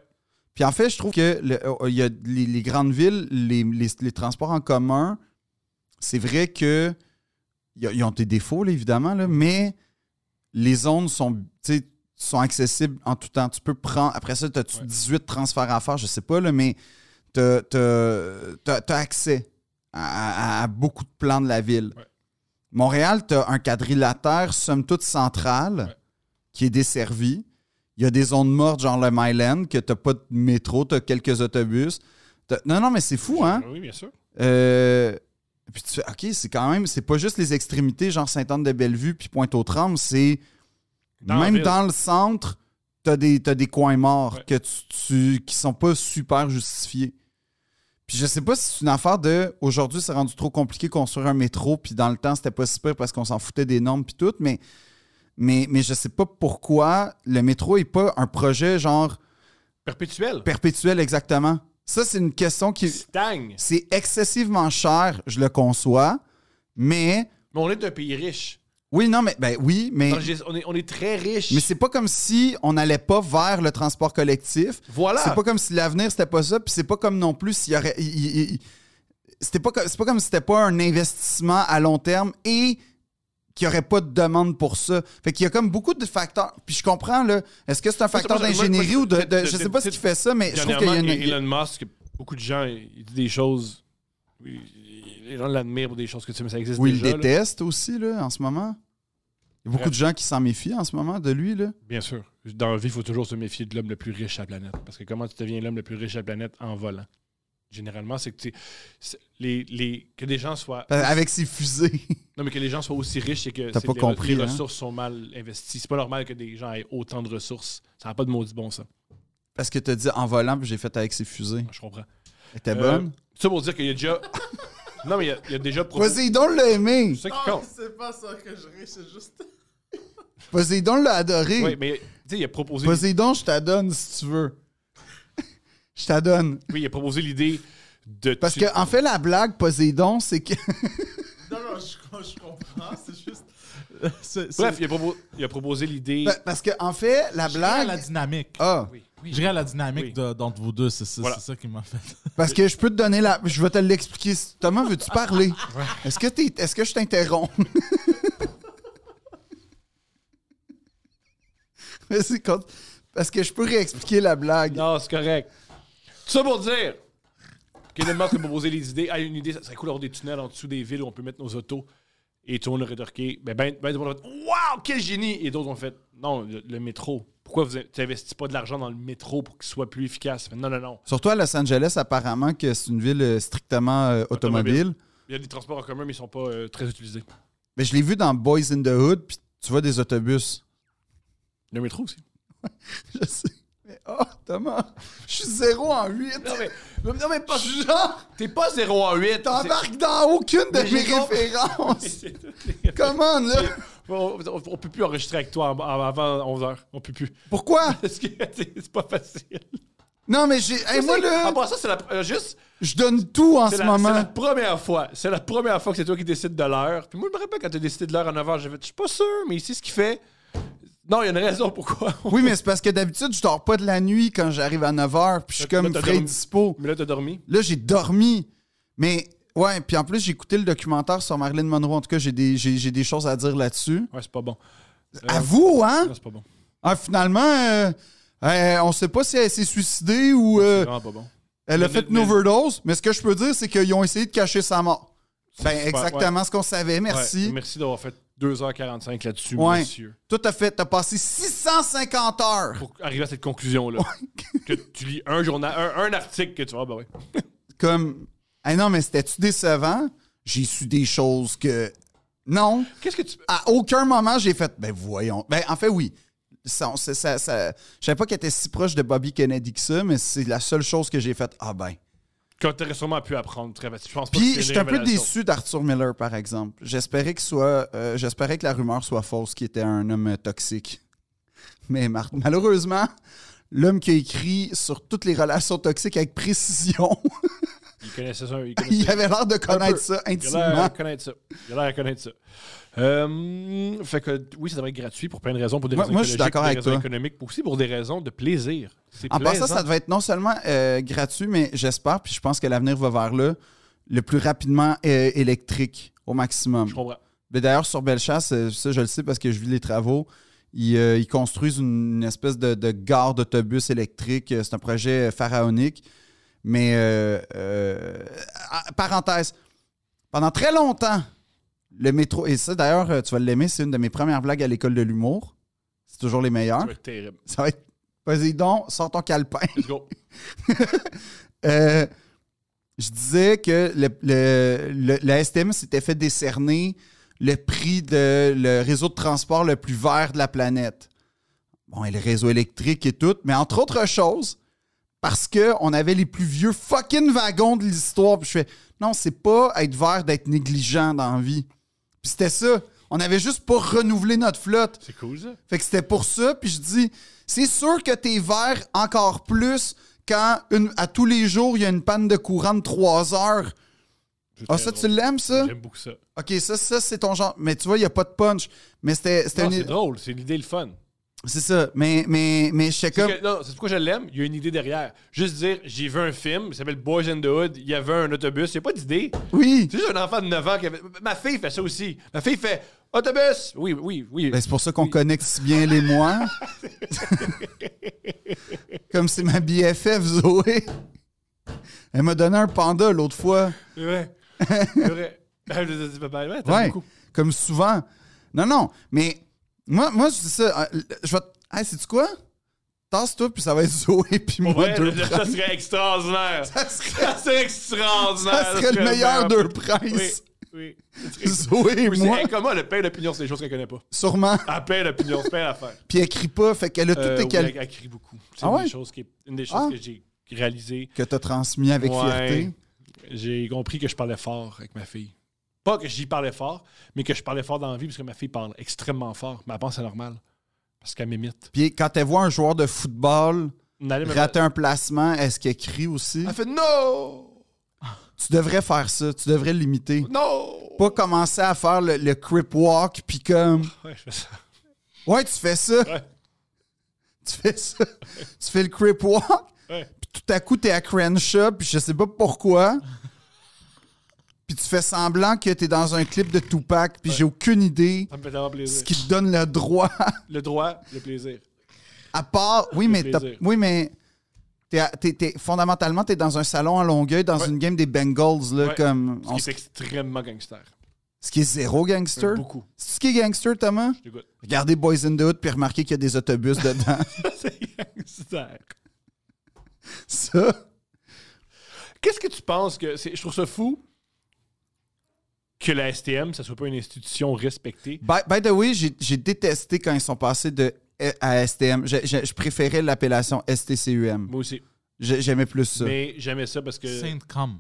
Speaker 1: Puis en fait, je trouve que le- euh, il y a les, les grandes villes, les, les- les transports en commun, c'est vrai que y a- ils ont des défauts, là, évidemment, là, mais les zones sont, tu sais, sont accessibles en tout temps. Tu peux prendre. Après ça, tu as
Speaker 2: Ouais.
Speaker 1: 18 transferts à faire, je sais pas, là, mais tu as, accès à, à- à beaucoup de plans de la ville.
Speaker 2: Ouais.
Speaker 1: Montréal, tu as un quadrilatère, somme toute central,
Speaker 2: Ouais.
Speaker 1: qui est desservi. Il y a des zones mortes, genre le Myland, que tu pas de métro, tu as quelques autobus. T'as- Non, non, mais c'est fou, hein?
Speaker 2: Ah Oui, bien sûr.
Speaker 1: Euh, puis tu fais, OK, c'est quand même, c'est pas juste les extrémités, genre Sainte-Anne-de-Bellevue puis Pointe-aux-Trembles, c'est
Speaker 2: Dans la
Speaker 1: même
Speaker 2: ville.
Speaker 1: dans le centre, t'as des, t'as des coins morts
Speaker 2: Ouais.
Speaker 1: que tu, tu- qui sont pas super justifiés. Puis je sais pas si c'est une affaire de aujourd'hui, c'est rendu trop compliqué de construire un métro, puis dans le temps, c'était pas si pire parce qu'on s'en foutait des normes puis tout, mais, mais, mais je sais pas pourquoi le métro est pas un projet genre
Speaker 2: Perpétuel.
Speaker 1: perpétuel exactement. Ça, c'est une question qui.
Speaker 2: Stagne.
Speaker 1: C'est excessivement cher, je le conçois, mais
Speaker 2: Mais on est un pays riche.
Speaker 1: oui, non, mais ben oui, mais,
Speaker 2: Dans le gest- On est, on est très riche.
Speaker 1: mais c'est pas comme si on n'allait pas vers le transport collectif.
Speaker 2: voilà.
Speaker 1: C'est pas comme si l'avenir c'était pas ça, puis c'est pas comme non plus s'il y aurait. il- il- il- C'était pas, comme- c'est pas comme si c'était pas un investissement à long terme et qu'il n'y aurait pas de demande pour ça. Fait qu'il y a comme beaucoup de facteurs. Puis je comprends, là. Est-ce que c'est un facteur
Speaker 2: moi, moi,
Speaker 1: d'ingénierie
Speaker 2: moi,
Speaker 1: ou de, de-
Speaker 2: c'est-
Speaker 1: Je sais
Speaker 2: c'est-
Speaker 1: pas ce qui fait ça, mais je trouve qu'il y a une.
Speaker 2: Dernièrement, Elon Musk, beaucoup de gens, ils disent des choses. Les gens l'admirent pour des choses que tu sais, mais ça existe
Speaker 1: Oui, il le
Speaker 2: déjà. là.
Speaker 1: déteste aussi, là, en ce moment. Il y a beaucoup
Speaker 2: Bref.
Speaker 1: de gens qui s'en méfient en ce moment de lui, là.
Speaker 2: Bien sûr. Dans la vie, il faut toujours se méfier de l'homme le plus riche à la planète. Parce que comment tu deviens l'homme le plus riche à la planète en volant? Généralement, c'est que tu- c'est- les, les- que des gens soient
Speaker 1: Parce- Avec ses fusées.
Speaker 2: non mais que les gens soient aussi riches et que
Speaker 1: Ben, T'as
Speaker 2: c'est
Speaker 1: pas
Speaker 2: que les-
Speaker 1: compris,
Speaker 2: les
Speaker 1: hein?
Speaker 2: ressources sont mal investies. C'est pas normal que des gens aient autant de ressources. Ça n'a pas de maudit bon ça.
Speaker 1: Parce que t'as dit en volant, puis j'ai fait avec ses fusées.
Speaker 2: Je comprends.
Speaker 1: Elle était
Speaker 2: Euh,
Speaker 1: bonne.
Speaker 2: Ça pour dire qu'il y a déjà non mais il y a, il y a déjà
Speaker 1: Poséidon l'a aimé.
Speaker 2: C'est ça qui compte.
Speaker 1: Ah,
Speaker 4: c'est pas ça que je ris, c'est juste.
Speaker 1: Poséidon l'a adoré.
Speaker 2: Oui, mais tu sais, il a proposé
Speaker 1: Poséidon, je t'adonne si tu veux. je t'adonne.
Speaker 2: oui, il a proposé l'idée de
Speaker 1: Parce
Speaker 2: tu-
Speaker 1: que en fait, la blague, Poséidon, c'est que.
Speaker 4: Non, non, je, je comprends, c'est juste. C'est- c'est-
Speaker 2: Bref, il a, propo- il a proposé l'idée
Speaker 1: Parce que en fait, la
Speaker 3: Je dirais à
Speaker 1: blague.
Speaker 3: la dynamique.
Speaker 1: Ah,
Speaker 3: Je dirais à la dynamique
Speaker 2: Oui.
Speaker 3: de- d'entre vous deux. C'est c'est-
Speaker 2: Voilà.
Speaker 3: c'est ça qui m'a fait.
Speaker 1: parce que je peux te donner la. Je vais te l'expliquer. Thomas, veux-tu parler? Est-ce que, t'es- Est-ce que je t'interromps? Mais c'est quand- Parce que je peux réexpliquer la blague.
Speaker 2: Non, c'est correct. Tout ça pour dire qu'Elon Musk a proposé les idées. Ah, une idée, ça serait cool d'avoir des tunnels en dessous des villes où on peut mettre nos autos. Et tout le monde aurait rétorqué. Ben, ben, ben, tout le monde aurait fait Waouh, quel génie! Et d'autres ont fait Non, le, le métro. Pourquoi vous n'investissez pas de l'argent dans le métro pour qu'il soit plus efficace? Fait, non, non, non.
Speaker 1: Surtout à Los Angeles, apparemment que c'est une ville euh, strictement euh, automobile.
Speaker 2: Automobile. Il y a des transports en commun, mais ils sont pas euh, très utilisés.
Speaker 1: Mais je l'ai vu dans Boys in the Hood, puis tu vois des autobus.
Speaker 2: Le métro aussi.
Speaker 1: Je sais. Mais oh, Thomas, je suis zéro en 8.
Speaker 2: Non, mais, non, mais pas.
Speaker 1: Genre,
Speaker 2: T'es pas 0 à 8.
Speaker 1: t'embarques dans aucune de
Speaker 2: Mais
Speaker 1: mes
Speaker 2: j'ai compris.
Speaker 1: références.
Speaker 2: C'est-
Speaker 1: Come on, là.
Speaker 2: on, on- on peut plus enregistrer avec toi en- en- avant 11h. On peut plus.
Speaker 1: Pourquoi?
Speaker 2: Parce que t'sais, c'est pas facile.
Speaker 1: Non, mais j'ai. Hey, moi,
Speaker 2: En
Speaker 1: là,
Speaker 2: passant, c'est la, euh, juste,
Speaker 1: je donne tout en
Speaker 2: c'est
Speaker 1: ce
Speaker 2: la, c'est la
Speaker 1: moment.
Speaker 2: première fois. C'est la première fois que c'est toi qui décides de l'heure. Puis moi, je me rappelle quand t'as décidé de l'heure en avant, j'ai fait, je suis pas sûr, mais ici, ce qui fait. Non, il y a une raison pourquoi.
Speaker 1: Oui, mais c'est parce que d'habitude, je dors pas de la nuit quand j'arrive à 9h, puis je suis
Speaker 2: Là,
Speaker 1: comme
Speaker 2: t'as
Speaker 1: frais
Speaker 2: dormi.
Speaker 1: dispo.
Speaker 2: Mais là, t'as dormi.
Speaker 1: Là, j'ai dormi. Mais, ouais, puis en plus, j'ai écouté le documentaire sur Marilyn Monroe. En tout cas, j'ai des, j'ai- j'ai des choses à dire là-dessus.
Speaker 2: Ouais, c'est pas bon. Euh,
Speaker 1: À vous, hein?
Speaker 2: Non, c'est pas bon.
Speaker 1: Ah, finalement, euh, euh, on sait pas si elle s'est suicidée ou
Speaker 2: C'est
Speaker 1: euh,
Speaker 2: vraiment pas bon.
Speaker 1: elle a
Speaker 2: Mais-
Speaker 1: fait une
Speaker 2: mais-
Speaker 1: overdose, mais ce que je peux dire, c'est qu'ils ont essayé de cacher sa mort. Ben,
Speaker 2: super,
Speaker 1: exactement ce qu'on savait,
Speaker 2: Ouais,
Speaker 1: merci.
Speaker 2: merci d'avoir fait 2h45 là-dessus,
Speaker 1: Ouais.
Speaker 2: monsieur.
Speaker 1: Toi, t'as fait, t'as passé 650 heures.
Speaker 2: Pour arriver à cette conclusion-là. que tu lis un journal, un, un article que tu vois, bah ouais.
Speaker 1: Comme, ah non, mais c'était-tu décevant? J'ai su des choses que. Non.
Speaker 2: Qu'est-ce que tu.
Speaker 1: À aucun moment, j'ai fait, ben voyons. Ben, en fait, oui. Ça, on- ça, ça- ça- je savais pas qu'elle était si proche de Bobby Kennedy que ça, mais c'est la seule chose que j'ai faite. Ah ben,
Speaker 2: Que t'aurais sûrement pu apprendre très vite. Je pense pas que
Speaker 1: Puis,
Speaker 2: c'est
Speaker 1: je
Speaker 2: une
Speaker 1: suis un peu
Speaker 2: révélation.
Speaker 1: déçu d'Arthur Miller, par exemple. J'espérais qu'il soit, euh, j'espérais que la rumeur soit fausse, qu'il était un homme euh, toxique. Mais mar- malheureusement, l'homme qui a écrit sur toutes les relations toxiques avec précision,
Speaker 2: Il connaissait ça. Il,
Speaker 1: il
Speaker 2: connaissait-
Speaker 1: avait l'air de connaître
Speaker 2: peu.
Speaker 1: ça
Speaker 2: il a l'air
Speaker 1: intimement.
Speaker 2: à connaître ça. Il a l'air à connaître ça. Euh, fait que oui, ça devrait être gratuit pour plein de raisons. Pour des
Speaker 1: Moi-
Speaker 2: raisons
Speaker 1: moi, je suis
Speaker 2: écologiques,
Speaker 1: d'accord
Speaker 2: pour des
Speaker 1: avec
Speaker 2: raisons
Speaker 1: toi.
Speaker 2: économiques, mais aussi pour des raisons de plaisir. C'est
Speaker 1: En
Speaker 2: plaisant.
Speaker 1: passant, ça devait être non seulement euh, gratuit, mais j'espère, puis je pense que l'avenir va vers là, le plus rapidement euh, électrique au maximum.
Speaker 2: Je comprends.
Speaker 1: Mais d'ailleurs, sur Bellechasse, euh, ça je le sais parce que je vis les travaux, ils, euh, ils construisent une, une espèce de, de gare d'autobus électrique. Euh, C'est un projet euh, pharaonique. Mais, euh, euh, ah, parenthèse, pendant très longtemps, le métro, et ça d'ailleurs, euh, tu vas l'aimer, c'est une de mes premières blagues à l'école de l'humour. C'est toujours les
Speaker 2: Ça
Speaker 1: meilleurs.
Speaker 2: va être terrible.
Speaker 1: Ça va être, vas-y donc, sors ton calepin.
Speaker 2: Let's go.
Speaker 1: Euh, je disais que le, le- le- la STM s'était fait décerner le prix de le réseau de transport le plus vert de la planète. Bon, et le réseau électrique et tout, mais entre autres choses, parce qu'on avait les plus vieux fucking wagons de l'histoire. Puis je fais, non, c'est pas être vert d'être négligent dans la vie. Puis c'était ça. On avait juste pas renouvelé notre flotte.
Speaker 2: C'est cool ça.
Speaker 1: Fait que c'était pour ça, puis je dis, c'est sûr que t'es vert encore plus quand une, à tous les jours, il y a une panne de courant de 3 heures.
Speaker 2: C'est
Speaker 1: Ah,
Speaker 2: très
Speaker 1: ça, tu
Speaker 2: drôle.
Speaker 1: l'aimes, ça?
Speaker 2: J'aime beaucoup ça.
Speaker 1: OK, ça, ça c'est ton genre. Mais tu vois, il n'y a pas de punch. Mais c'était c'était
Speaker 2: Non,
Speaker 1: une-
Speaker 2: C'est drôle, c'est l'idée, le fun.
Speaker 1: C'est ça. Mais, mais, mais je sais
Speaker 2: C'est
Speaker 1: comme...
Speaker 2: que- non, c'est pourquoi je l'aime. Il y a une idée derrière. Juste dire, j'ai vu un film, il s'appelle Boys in the Hood, il y avait un autobus, il n'y a pas d'idée.
Speaker 1: Oui!
Speaker 2: C'est juste un enfant de 9 ans qui avait. Ma fille fait ça aussi. Ma fille fait autobus. Oui, oui, oui.
Speaker 1: Ben, c'est pour ça qu'on connecte si bien les mois. comme c'est ma BFF, Zoé. Elle m'a donné un panda l'autre fois.
Speaker 2: C'est vrai. C'est vrai. Je dis, c'est pas mal, ouais, t'aimes
Speaker 1: Ouais,
Speaker 2: beaucoup.
Speaker 1: comme souvent. Non, non, mais moi, moi je dis ça. euh, Je vais. te- Hey, sais-tu quoi? Tasse-toi, puis ça va être Zoé, puis moi,
Speaker 2: Ouais,
Speaker 1: deux
Speaker 2: le-
Speaker 1: princes.
Speaker 2: ça serait extraordinaire.
Speaker 1: Ça serait,
Speaker 2: Ça serait extraordinaire.
Speaker 1: ça serait le meilleur deux princes.
Speaker 2: Oui. hein? oui.
Speaker 1: Zoé et
Speaker 2: Oui,
Speaker 1: moi,
Speaker 2: C'est comment le pain d'opinion, c'est des choses qu'elle connaît pas.
Speaker 1: sûrement.
Speaker 2: Elle pain d'opinion, c'est pain l'affaire.
Speaker 1: Puis elle crie pas, fait qu'elle a
Speaker 2: Euh,
Speaker 1: tout
Speaker 2: oui,
Speaker 1: tes qualités
Speaker 2: elle, elle crie beaucoup. C'est
Speaker 1: Ah
Speaker 2: une,
Speaker 1: ouais?
Speaker 2: des choses qui est- une des choses
Speaker 1: Ah.
Speaker 2: que j'ai réalisées.
Speaker 1: que t'as transmis avec
Speaker 2: Ouais.
Speaker 1: fierté.
Speaker 2: J'ai compris que je parlais fort avec ma fille. Pas que j'y parlais fort, mais que je parlais fort dans la vie parce que ma fille parle extrêmement fort. Mais elle pense que c'est normal. Parce qu'elle m'imite.
Speaker 1: Puis quand elle voit un joueur de football
Speaker 2: N'allez me-
Speaker 1: rater un placement, est-ce qu'elle crie aussi?
Speaker 2: Elle fait non!
Speaker 1: Tu devrais faire ça, tu devrais l'imiter.
Speaker 2: Non!
Speaker 1: Pas commencer à faire le, le crip walk, puis comme...
Speaker 2: Ouais, je fais ça.
Speaker 1: Ouais, tu fais ça.
Speaker 2: Ouais.
Speaker 1: Tu fais ça. Tu fais le crip walk.
Speaker 2: Ouais.
Speaker 1: Puis tout à coup, t'es à Crenshaw, puis je sais pas pourquoi. Puis tu fais semblant que t'es dans un clip de Tupac, puis j'ai aucune idée
Speaker 2: Ça me fait tellement plaisir.
Speaker 1: ce qui te donne le droit.
Speaker 2: Le droit, le plaisir.
Speaker 1: À part. Oui, mais. t'as-
Speaker 2: plaisir.
Speaker 1: Oui, mais. t'es à- t'es- t'es- fondamentalement, t'es dans un salon à Longueuil, dans
Speaker 2: Ouais.
Speaker 1: une game des Bengals, là,
Speaker 2: Ouais.
Speaker 1: comme.
Speaker 2: Ce
Speaker 1: on
Speaker 2: qui
Speaker 1: s-
Speaker 2: est extrêmement gangster.
Speaker 1: ce qui est zéro gangster.
Speaker 2: Beaucoup.
Speaker 1: C'est ce qui est gangster, Thomas?
Speaker 2: Je dégoûte.
Speaker 1: Regardez Boys in the Hood, puis remarquez qu'il y a des autobus dedans.
Speaker 2: c'est gangster.
Speaker 1: Ça.
Speaker 2: Qu'est-ce que tu penses que. c'est- Je trouve ça fou que la STM, ça soit pas une institution respectée.
Speaker 1: By, by the way, j'ai j'ai détesté quand ils sont passés de E- à STM. Je, je- je préférais l'appellation STCUM.
Speaker 2: Moi aussi.
Speaker 1: J'ai- J'aimais plus ça.
Speaker 2: Mais j'aimais ça parce que.
Speaker 3: Saint Cum.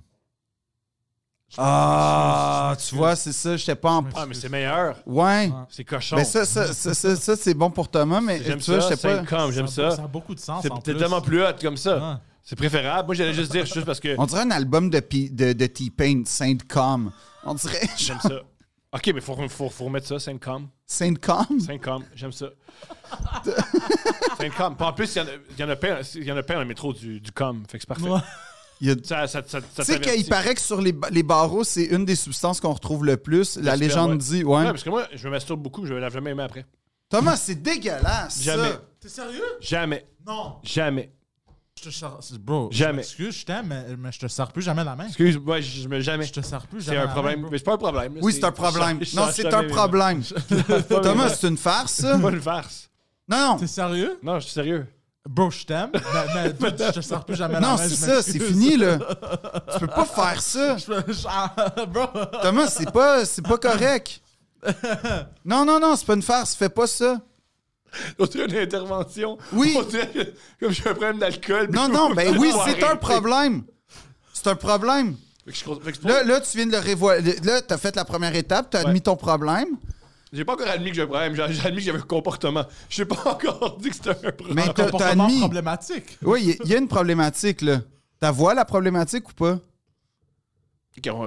Speaker 1: Ah,
Speaker 3: Je- je- je-
Speaker 1: tu vois, c'est ça, j'étais pas en...
Speaker 2: Ah, mais c'est meilleur.
Speaker 1: Ouais.
Speaker 2: C'est cochon.
Speaker 1: Mais ça, ça, ça, ça, ça, c'est bon pour Thomas, mais
Speaker 2: Ah. J'aime
Speaker 1: tu vois,
Speaker 2: ça,
Speaker 1: j'étais
Speaker 2: c'est
Speaker 1: pas...
Speaker 2: comme, Ah, j'aime
Speaker 3: Ça a-
Speaker 2: ça.
Speaker 3: Ça a beaucoup de sens.
Speaker 2: C'est
Speaker 3: en
Speaker 2: t'es
Speaker 3: plus.
Speaker 2: tellement plus hot comme ça.
Speaker 3: Ah.
Speaker 2: C'est préférable. Moi, j'allais juste dire, c'est juste parce que
Speaker 1: On dirait un album de, P- de, de T-Pain, Saint-Com. On dirait
Speaker 2: j'aime ça. Ok, mais faut, faut, faut remettre ça, Saint-Com.
Speaker 1: Saint-Com.
Speaker 2: Saint-Com, j'aime ça. Saint-Com. Puis En plus, il y en a- il y, en a plein- il y en a plein dans le métro du, du com. Fait que c'est parfait.
Speaker 3: Ouais.
Speaker 1: Il y a-
Speaker 2: Ça, ça, ça, ça
Speaker 1: Tu sais
Speaker 2: t'avertit.
Speaker 1: qu'il paraît que sur les, ba- les barreaux, c'est une des substances qu'on retrouve le plus. La
Speaker 2: J'espère,
Speaker 1: légende
Speaker 2: ouais.
Speaker 1: dit,
Speaker 2: Ouais,
Speaker 1: ouais.
Speaker 2: parce que moi, je me masturbe beaucoup, je ne l'ai jamais aimé après.
Speaker 1: Thomas, c'est dégueulasse. ça.
Speaker 2: Jamais.
Speaker 4: T'es sérieux?
Speaker 2: Jamais.
Speaker 4: Non.
Speaker 2: Jamais.
Speaker 3: Je te sers. c'est- Bro.
Speaker 2: Jamais.
Speaker 3: Excuse, je t'aime, mais, mais je te sers plus jamais la main.
Speaker 2: Excuse, moi, je je me jamais.
Speaker 3: Je te sers plus
Speaker 2: C'est
Speaker 3: jamais.
Speaker 2: un
Speaker 3: la
Speaker 2: problème.
Speaker 3: main, bro.
Speaker 2: Mais c'est pas un problème. là,
Speaker 1: Oui, c'est un problème.
Speaker 2: je- je-
Speaker 1: Non,
Speaker 2: je-
Speaker 1: c'est
Speaker 2: jamais
Speaker 1: un
Speaker 2: aimé.
Speaker 1: problème.
Speaker 2: Pas
Speaker 1: Thomas,
Speaker 2: aimé.
Speaker 1: c'est une farce, ça?
Speaker 2: C'est pas
Speaker 1: Non,
Speaker 2: une farce.
Speaker 1: non.
Speaker 3: T'es sérieux?
Speaker 2: Non, je suis sérieux.
Speaker 3: Bro, je t'aime, mais, mais je te sers plus jamais la main.
Speaker 1: Non, c'est
Speaker 3: je
Speaker 1: ça, c'est
Speaker 3: m'excuse.
Speaker 1: fini, là. Tu peux pas faire ça.
Speaker 3: Je me- je- bro.
Speaker 1: Thomas, c'est pas, c'est pas correct. Non, non, non, c'est pas une farce. Fais pas ça.
Speaker 2: On dirait une intervention.
Speaker 1: Oui. ben
Speaker 2: On dirait que- comme j'ai un problème d'alcool.
Speaker 1: Non, non, ben oui, c'est un problème. C'est C'est un problème.
Speaker 2: Fait que je cons- fait que c'est pour-
Speaker 1: Là, là, tu viens de le révoiler. Là, t'as fait la première étape, t'as
Speaker 2: Ouais.
Speaker 1: admis ton problème,
Speaker 2: J'ai pas encore admis que j'ai un problème, j'ai j'ai admis que j'avais un comportement. J'ai pas encore dit que c'était un problème.
Speaker 1: mais t'as- t'as
Speaker 3: Comportement
Speaker 1: admis.
Speaker 3: problématique.
Speaker 1: Oui, il y a- il y, a une problématique, là. T'as vois la problématique ou pas?
Speaker 2: Ok, on, on-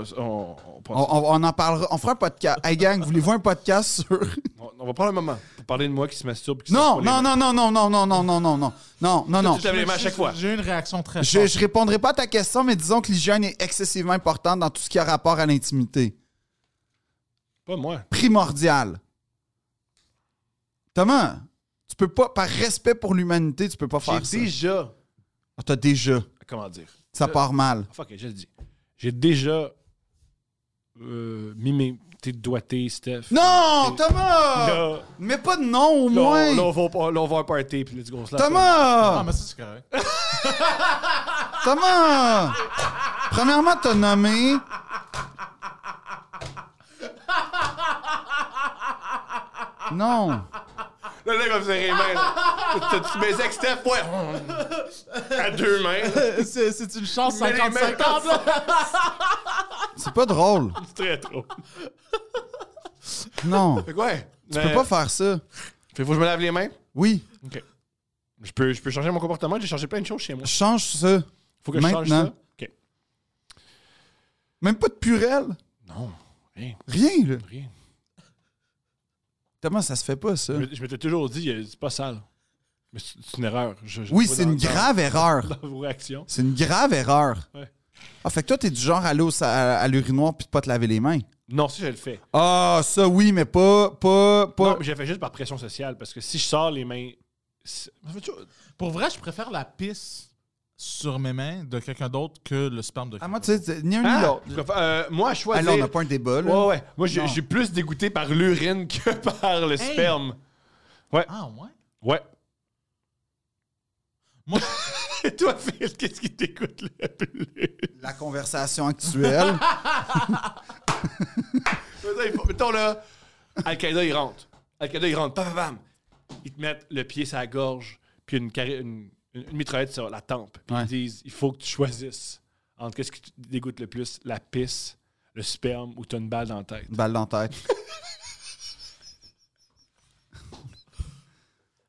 Speaker 2: on pense-
Speaker 1: On, on- on en parlera. On fera un podcast. Hey, gang, voulez-vous un podcast sur.
Speaker 2: on- on va prendre un moment pour parler de moi qui se masturbe. Qui
Speaker 1: Oh.
Speaker 2: se
Speaker 1: Non,
Speaker 2: lave pas
Speaker 1: non,
Speaker 2: les
Speaker 1: non, non, non, non, non, non, non, non, non, non, non, non.
Speaker 2: Tu t'avais les mains à chaque fois.
Speaker 3: J'ai eu une réaction très
Speaker 1: Je,
Speaker 3: forte.
Speaker 1: je répondrai pas à ta question, mais disons que l'hygiène est excessivement importante dans tout ce qui a rapport à l'intimité.
Speaker 2: Pas moi.
Speaker 1: Primordial. Thomas, tu peux pas, par respect pour l'humanité, tu peux pas
Speaker 2: J'ai
Speaker 1: faire ça.
Speaker 2: déjà.
Speaker 1: Ah, T'as déjà.
Speaker 2: Comment dire
Speaker 1: Ça
Speaker 2: Je-
Speaker 1: part mal.
Speaker 2: Ah, Fuck, it, je le dis. J'ai déjà euh, mimé tes doigtés, Steph.
Speaker 1: Non,
Speaker 2: Et-
Speaker 1: Thomas!
Speaker 2: Là,
Speaker 1: Mais pas de nom au
Speaker 2: là,
Speaker 1: moins!
Speaker 2: on- là, on va, au- là, on va à un party, puis let's go, on se lave.
Speaker 3: Ah,
Speaker 1: Thomas!
Speaker 3: mais ça, c'est correct.
Speaker 1: Thomas! Premièrement, t'as nommé. Non.
Speaker 2: Là, là, comme ça, Raymond. là. T'as-tu baisé avec Steph? Ouais. À deux mains.
Speaker 3: c'est c'est une chance
Speaker 2: Mais les mains
Speaker 3: 50-50. là.
Speaker 1: C'est pas drôle.
Speaker 2: C'est très trop.
Speaker 1: Non.
Speaker 2: Fait que ouais.
Speaker 1: Tu peux pas faire ça.
Speaker 2: Fait faut que je me lave les mains.
Speaker 1: Oui,
Speaker 2: OK. Je peux, je peux changer mon comportement. J'ai changé plein de choses chez moi.
Speaker 1: change ça.
Speaker 2: Faut que je change ça.
Speaker 1: Maintenant.
Speaker 2: OK.
Speaker 1: Même pas de purelle.
Speaker 2: Non. Rien.
Speaker 1: Rien, là.
Speaker 2: Rien.
Speaker 1: Thomas, ça se fait pas, ça.
Speaker 2: Je me- je m'étais toujours dit, euh, c'est pas sale. Mais c'est c'est une erreur. Je- je-
Speaker 1: Oui,
Speaker 2: pas
Speaker 1: c'est
Speaker 2: dans-
Speaker 1: une
Speaker 2: dans-
Speaker 1: grave erreur.
Speaker 2: Dans vos réactions.
Speaker 1: C'est une grave erreur.
Speaker 2: Ouais.
Speaker 1: Ah, fait que toi, t'es du genre à aller au sa- à, à l'urinoir puis de pas te laver les mains.
Speaker 2: Non, si je le fais.
Speaker 1: Ah, ça, oui, mais pas. pas, pas...
Speaker 2: Non, mais je le fais juste par pression sociale parce que si je sors les mains. c'est- Mais fais-tu-
Speaker 3: Pour vrai, je préfère la pisse sur mes mains de quelqu'un d'autre que le sperme de
Speaker 1: Ah,
Speaker 3: quelqu'un
Speaker 1: moi, tu sais, c'est ni un ni
Speaker 2: Ah,
Speaker 1: l'autre.
Speaker 2: je préfère- euh, moi, je choisis.
Speaker 1: Alors, on n'a pas un débat, là.
Speaker 2: Ouais, ouais. Moi, je
Speaker 1: Non.
Speaker 2: je suis plus dégoûté par l'urine que par le
Speaker 3: Hey.
Speaker 2: sperme.
Speaker 3: Ah, ouais?
Speaker 2: Ouais.
Speaker 3: Moi,
Speaker 2: Et toi, Phil, qu'est-ce qui t'écoute le plus?
Speaker 1: La conversation actuelle.
Speaker 2: Mettons, il faut- Mettons là, Al-Qaïda, il rentre. Al-Qaïda, il rentre. Pam, pam, pam. Ils te mettent le pied sur la gorge, puis une, carré- une, une- une mitraillette sur la tempe. Puis
Speaker 1: Ouais.
Speaker 2: ils disent il faut que tu choisisses entre qu'est-ce qui te dégoûte le plus, la pisse, le sperme ou t'as une balle dans la tête.
Speaker 1: Une balle dans la tête.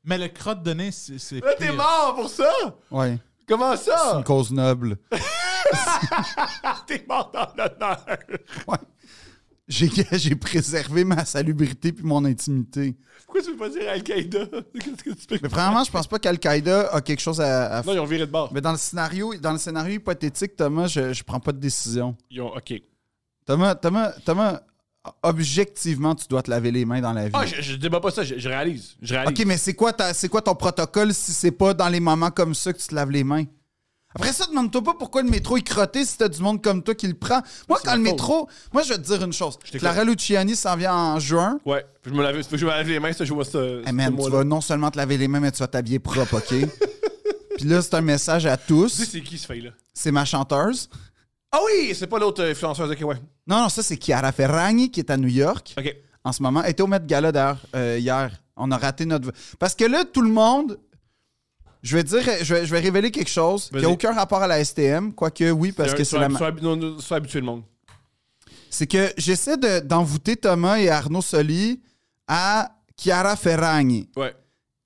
Speaker 3: mais le crotte de nez, c'est c'est
Speaker 2: Là, t'es
Speaker 3: pire.
Speaker 2: mort pour ça
Speaker 1: Ouais.
Speaker 2: Comment
Speaker 1: C'est
Speaker 2: ça
Speaker 1: une cause noble.
Speaker 2: T'es mort dans l'honneur.
Speaker 1: Ouais. J'ai, j'ai préservé ma salubrité puis mon intimité.
Speaker 2: Pourquoi tu veux pas dire Al-Qaïda Qu'est-ce que tu fais
Speaker 1: Mais premièrement, je pense pas qu'Al-Qaïda a quelque chose à, à
Speaker 2: Non, ils ont viré de bord.
Speaker 1: Mais dans le scénario, dans le scénario hypothétique, Thomas, je, je prends pas de décision.
Speaker 2: Ils ont. Ok.
Speaker 1: Thomas, Thomas, Thomas, objectivement, tu dois te laver les mains dans la vie.
Speaker 2: Ah, je, je débat pas ça, je, je réalise. Je réalise.
Speaker 1: ok, mais c'est quoi, ta- c'est quoi ton protocole si c'est pas dans les moments comme ça que tu te laves les mains? Après ça, demande-toi pas pourquoi le métro est crotté si t'as du monde comme toi qui le prend. Moi,
Speaker 2: c'est
Speaker 1: quand le
Speaker 2: ma faute.
Speaker 1: métro. Moi, je vais te dire une chose.
Speaker 2: t'écoute.
Speaker 1: Clara Luciani s'en vient en juin.
Speaker 2: Ouais, faut que je me lave, faut que je me lave les mains, ça, je vois ça.
Speaker 1: Hey man, tu vas non seulement te laver les mains, mais tu vas t'habiller propre, OK? Puis là, c'est un message à
Speaker 2: Tu sais,
Speaker 1: tous.
Speaker 2: c'est qui ce fille-là?
Speaker 1: C'est ma chanteuse.
Speaker 2: Ah oui, c'est pas l'autre euh, influenceuse, ok, ouais.
Speaker 1: Non, non, ça, c'est Chiara Ferragni qui est à New York
Speaker 2: Ok.
Speaker 1: en ce moment. Elle était au Met Gala, d'ailleurs, euh, hier. On a raté notre... Parce que là, tout le monde... Je vais dire... Je vais, je vais révéler quelque chose qui
Speaker 2: Vas-y.
Speaker 1: n'a aucun rapport à la STM, quoique oui,
Speaker 2: Euh,
Speaker 1: parce que c'est la... ma-
Speaker 2: Sois, non, non, sois habitué, le monde.
Speaker 1: C'est que j'essaie de- d'envoûter Thomas et Arnaud Soli à Chiara Ferragni.
Speaker 2: Ouais.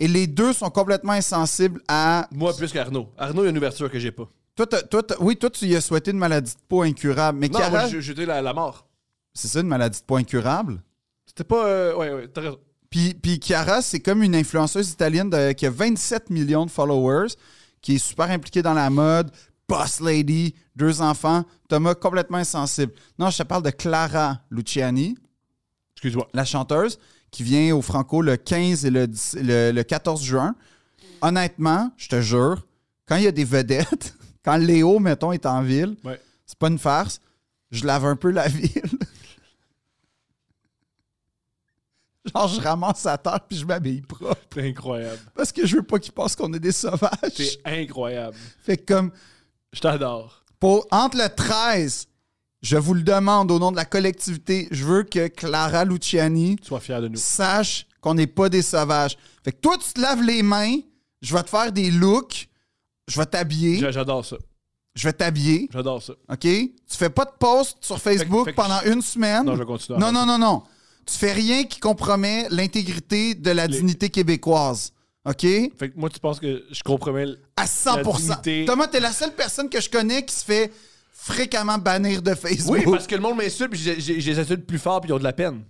Speaker 1: Et les deux sont complètement insensibles à
Speaker 2: Moi, plus qu'Arnaud. Arnaud, il y a une ouverture que j'ai pas.
Speaker 1: Toi, t'as- toi, t'as- oui, toi, tu y as souhaité une maladie de peau incurable. Mais
Speaker 2: Non,
Speaker 1: Chiara-
Speaker 2: moi, j'ai j'ai dit la, la mort.
Speaker 1: c'est ça, une maladie de peau incurable?
Speaker 2: C'était pas. euh, ouais, ouais, t'as raison.
Speaker 1: Puis, puis Chiara, c'est comme une influenceuse italienne de- qui a 27 millions de followers, qui est super impliquée dans la mode, boss lady, deux enfants, Thomas complètement insensible. Non, je te parle de Clara Luciani,
Speaker 2: Excuse-moi.
Speaker 1: la chanteuse, qui vient au Franco le 15 et le, 10 le- le 14 juin. Honnêtement, je te jure, quand il y a des vedettes, quand Léo, mettons, est en ville,
Speaker 2: Ouais.
Speaker 1: c'est pas une farce. Je lave un peu la ville. Genre, je ramasse à terre puis je m'habille propre.
Speaker 2: T'es incroyable.
Speaker 1: Parce que je veux pas qu'ils pensent qu'on est des
Speaker 2: T'es
Speaker 1: sauvages.
Speaker 2: incroyable.
Speaker 1: Fait que comme,
Speaker 2: Je t'adore.
Speaker 1: pour, entre le 13, je vous le demande au nom de la collectivité, je veux que Clara Luciani
Speaker 2: Sois fier de nous.
Speaker 1: sache qu'on n'est pas des sauvages. Fait que toi, tu te laves les mains, je vais te faire des looks, je vais t'habiller.
Speaker 2: J'a- J'adore ça.
Speaker 1: je vais t'habiller,
Speaker 2: J'adore ça.
Speaker 1: OK? Tu fais pas de post sur Facebook
Speaker 2: fait que
Speaker 1: pendant une semaine.
Speaker 2: Non, je vais continuer à
Speaker 1: Non,
Speaker 2: faire
Speaker 1: non, non, non. Tu fais rien qui compromet l'intégrité de la
Speaker 2: Les-
Speaker 1: dignité québécoise. OK?
Speaker 2: Fait que moi, tu penses que je compromets. le-
Speaker 1: À 100
Speaker 2: dignité.
Speaker 1: Thomas, t'es la seule personne que je connais qui se fait fréquemment bannir de Facebook.
Speaker 2: Oui, parce que le monde m'insulte, puis j'ai- j'ai- je les insulte plus fort, puis ils ont de la peine.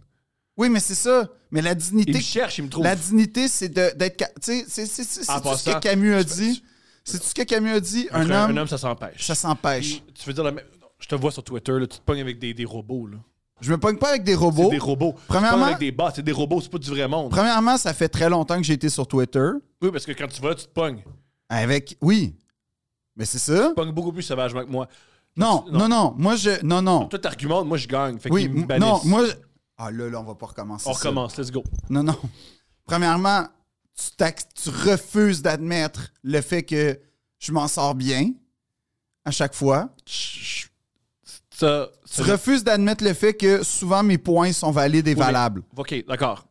Speaker 1: Oui, mais c'est ça. Mais la dignité.
Speaker 2: Ils me cherchent, ils me trouvent.
Speaker 1: La dignité, c'est de- d'être. ca- Tu sais, c'est c'est- c'est-
Speaker 2: En
Speaker 1: c'est-tu ce que
Speaker 2: passant,
Speaker 1: Camus a
Speaker 2: je-
Speaker 1: dit. C'est tout ce que Camus a dit. Un
Speaker 2: Entre
Speaker 1: homme,
Speaker 2: un homme, ça s'empêche.
Speaker 1: ça s'empêche.
Speaker 2: Puis, Tu veux dire la même. non, Je te vois sur Twitter, là, tu te pognes avec des, des robots. Là.
Speaker 1: Je me pogne pas avec des
Speaker 2: C'est
Speaker 1: robots.
Speaker 2: des robots. Tu te pognes
Speaker 1: Premièrement-
Speaker 2: avec des bots, c'est des robots, c'est pas du vrai monde.
Speaker 1: Premièrement, ça fait très longtemps que j'ai été sur Twitter.
Speaker 2: Oui, parce que quand tu vas là, tu te pognes. Tu
Speaker 1: Avec. Oui. Mais c'est ça?
Speaker 2: te pognes beaucoup plus sauvagement que moi.
Speaker 1: Non,
Speaker 2: Non.
Speaker 1: non, non. Moi, je. Non, non.
Speaker 2: Toi, t'argumentes, moi, je gagne. Fait
Speaker 1: Oui,
Speaker 2: qu'ils me
Speaker 1: m-
Speaker 2: bannissent.
Speaker 1: non, moi. je- Ah là, là, on va pas recommencer.
Speaker 2: On
Speaker 1: ça.
Speaker 2: recommence, let's go.
Speaker 1: Non, non. Premièrement, tu, t'ac- tu refuses d'admettre le fait que je m'en sors bien à chaque fois.
Speaker 2: Chut. Ça.
Speaker 1: Tu
Speaker 2: ça-
Speaker 1: refuses d'admettre le fait que souvent mes points sont valides et
Speaker 2: mais-
Speaker 1: valables.
Speaker 2: OK, d'accord.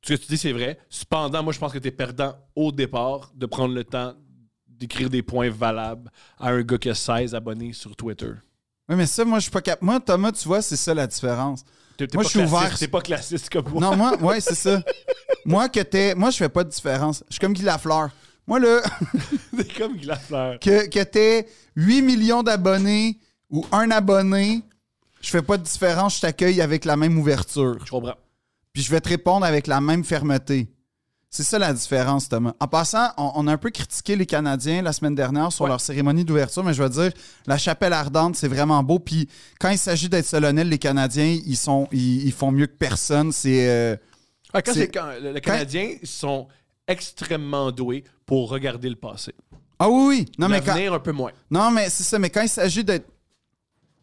Speaker 2: Ce que tu dis, c'est vrai. Cependant, moi, je pense que tu es perdant au départ de prendre le temps d'écrire des points valables à un gars qui a 16 abonnés sur Twitter.
Speaker 1: Oui, mais ça, moi, je suis pas capable. Moi, Thomas, tu vois, c'est ça la différence.
Speaker 2: T'es- t'es
Speaker 1: Moi,
Speaker 2: pas
Speaker 1: je suis
Speaker 2: classiste,
Speaker 1: ouvert.
Speaker 2: T'es pas classiste comme moi.
Speaker 1: Non, moi, ouais, c'est ça. Moi, que t'es. Moi, je fais pas de différence. Je suis comme Guy Lafleur. Moi, là,
Speaker 2: T'es comme Glafleur.
Speaker 1: que, que t'aies 8 millions d'abonnés ou un abonné, je fais pas de différence. Je t'accueille avec la même ouverture.
Speaker 2: Je comprends.
Speaker 1: puis je vais te répondre avec la même fermeté. C'est ça la différence, Thomas. En passant, on, on a un peu critiqué les Canadiens la semaine dernière sur
Speaker 2: Ouais.
Speaker 1: leur cérémonie d'ouverture, mais je veux dire, la chapelle ardente, c'est vraiment beau. Puis quand il s'agit d'être solennel, les Canadiens, ils, sont, ils, ils font mieux que personne. C'est. euh,
Speaker 2: Ouais, Ah, quand
Speaker 1: C'est-
Speaker 2: c'est quand, le, le Canadien, ils sont extrêmement doués pour regarder le passé.
Speaker 1: Ah oui, oui. Non, mais, quand...
Speaker 2: L'avenir, un peu moins.
Speaker 1: non mais c'est ça. Mais quand il s'agit d'être.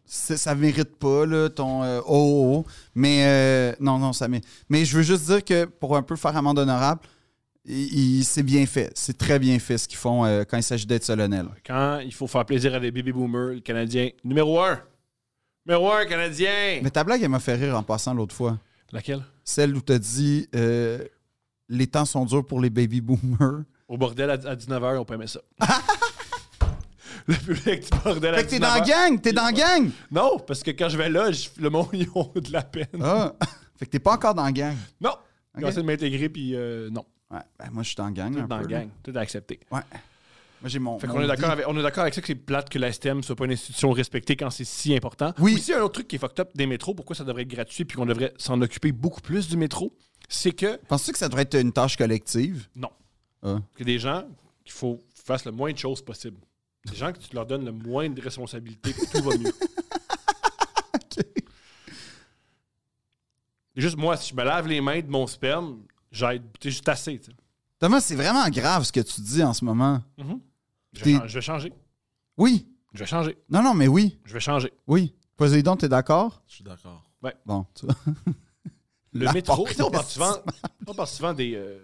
Speaker 1: c'est- Ça mérite pas, là, ton. euh, oh, oh, oh. Mais. euh, non, non, ça mérite. Mais je veux juste dire que pour un peu faire amende honorable, il- il- c'est bien fait. C'est très bien fait ce qu'ils font euh, quand il s'agit d'être solennel.
Speaker 2: Quand il faut faire plaisir à des baby boomers, le Canadien, numéro un. Numéro un, Canadien.
Speaker 1: Mais ta blague, elle m'a fait rire en passant l'autre fois.
Speaker 2: Laquelle?
Speaker 1: Celle où t'as dit euh, les temps sont durs pour les baby boomers.
Speaker 2: Au bordel à, 19h, on peut aimer ça. le public du bordel à
Speaker 1: Ah! Fait que
Speaker 2: 19h.
Speaker 1: t'es dans la gang, t'es dans la gang!
Speaker 2: Non, parce que quand je vais là, je- le monde, ils ont de la peine.
Speaker 1: Ah. Fait que t'es pas encore dans la gang.
Speaker 2: Non. Ils ont
Speaker 1: Ok.
Speaker 2: essayé de m'intégrer, puis euh, non.
Speaker 1: Ouais, ben moi je suis dans la gang. un
Speaker 2: Dans
Speaker 1: peu,
Speaker 2: le
Speaker 1: là.
Speaker 2: gang. Tout est accepté.
Speaker 1: Ouais. Moi j'ai mon.
Speaker 2: Fait
Speaker 1: mon
Speaker 2: qu'on est d'accord
Speaker 1: dit-
Speaker 2: avec, on est d'accord avec ça que c'est plate que la STEM soit pas une institution respectée quand c'est si important.
Speaker 1: Oui.
Speaker 2: Aussi, un autre truc qui est fucked up des métros, pourquoi ça devrait être gratuit puis qu'on devrait s'en occuper beaucoup plus du métro, c'est que,
Speaker 1: Penses-tu que ça devrait être une tâche collective?
Speaker 2: non,
Speaker 1: Ah.
Speaker 2: que des gens qu'il faut fassent le moins de choses possible. Des gens que tu leur donnes le moins de responsabilités puis tout va mieux. Et Juste moi, si je me lave les mains de mon sperme, j'aide, t'es juste assez. tu sais.
Speaker 1: Thomas, c'est vraiment grave ce que tu dis en ce moment.
Speaker 2: Je
Speaker 1: T'es-
Speaker 2: vais, chan- je vais changer.
Speaker 1: Oui.
Speaker 2: Je vais changer.
Speaker 1: Non, non, mais oui.
Speaker 2: Je vais changer.
Speaker 1: Oui. Poséidon, t'es d'accord?
Speaker 4: Je suis d'accord.
Speaker 1: Bon. tu vois.
Speaker 2: Le
Speaker 1: La
Speaker 2: métro,
Speaker 1: porte
Speaker 2: tu sais, on parle
Speaker 1: est-
Speaker 2: souvent, on parle souvent des, euh,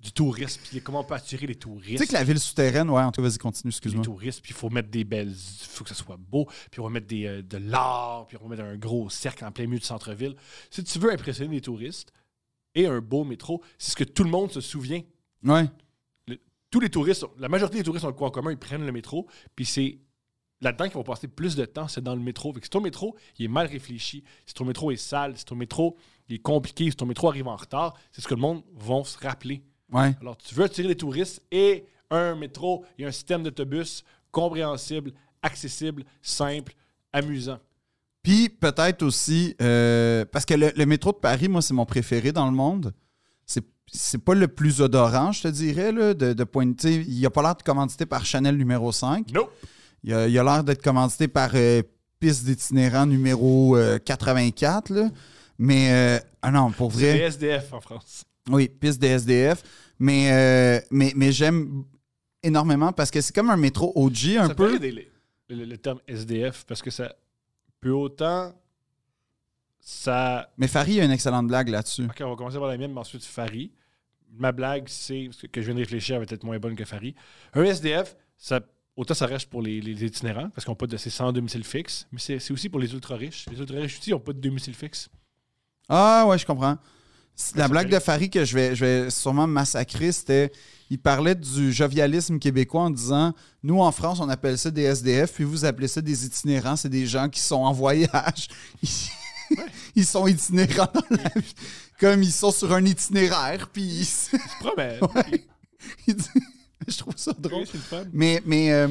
Speaker 2: du tourisme, puis comment on peut attirer les
Speaker 1: Tu
Speaker 2: touristes.
Speaker 1: sais que la ville souterraine, ouais, en tout cas, vas-y, continue,
Speaker 2: les
Speaker 1: excuse-moi.
Speaker 2: touristes, puis il faut mettre des belles. Il faut que ça soit beau, puis on va mettre des, euh, de l'art, puis on va mettre un gros cercle en plein milieu du centre-ville. Si tu veux impressionner les touristes et un beau métro, c'est ce que tout le monde se souvient.
Speaker 1: Ouais.
Speaker 2: Tous les touristes, ont- la majorité des touristes ont le quoi en commun, ils prennent le métro, puis c'est là-dedans qu'ils vont passer plus de temps, c'est dans le métro. Fait que si ton métro, il est mal réfléchi, si ton métro est sale, si ton métro il est compliqué, si ton métro arrive en retard, c'est ce que le monde va se rappeler.
Speaker 1: Ouais.
Speaker 2: Alors, tu veux attirer les touristes et un métro et un système d'autobus compréhensible, accessible, simple, amusant.
Speaker 1: Puis peut-être aussi, euh, parce que le, le métro de Paris, moi, c'est mon préféré dans le monde. C'est- C'est pas le plus odorant, je te dirais, là, de, de point de- tu sais, Il a pas l'air de commandité par Chanel numéro 5.
Speaker 2: Nope.
Speaker 1: Il a il a l'air d'être commandité par euh, Piste d'itinérant numéro euh, 84. là. Mais, euh, ah non, pour
Speaker 2: C'est
Speaker 1: vrai,
Speaker 2: SDF en France.
Speaker 1: oui, piste des SDF. Mais, euh, mais, mais j'aime énormément parce que c'est comme un métro OG un
Speaker 2: ça
Speaker 1: peu.
Speaker 2: peut aider les- le, le- le terme SDF parce que ça peut autant. Ça.
Speaker 1: Mais Farid a une excellente blague là-dessus.
Speaker 2: Ok, on va commencer par la mienne, mais ensuite Farid. Ma blague, c'est parce que- que je viens de réfléchir, elle va être moins bonne que Farid. Un SDF, ça, autant ça reste pour les, les itinérants parce qu'ils n'ont pas de ces 100 domiciles fixes, mais c'est c'est aussi pour les ultra riches. Les ultra riches aussi n'ont pas de domicile fixe.
Speaker 1: Ah ouais, je comprends. C'est La blague de Farid que je vais, je vais sûrement me massacrer, c'était. Il parlait du jovialisme québécois en disant Nous, en France, on appelle ça des SDF, puis vous appelez ça des itinérants. C'est des gens qui sont en voyage. Ils, ils sont itinérants dans la vie. Comme ils sont sur un itinéraire, puis ils-
Speaker 2: Tu promets.
Speaker 1: ils disent- Je trouve ça drôle.
Speaker 2: c'est le fun.
Speaker 1: Mais, mais, euh,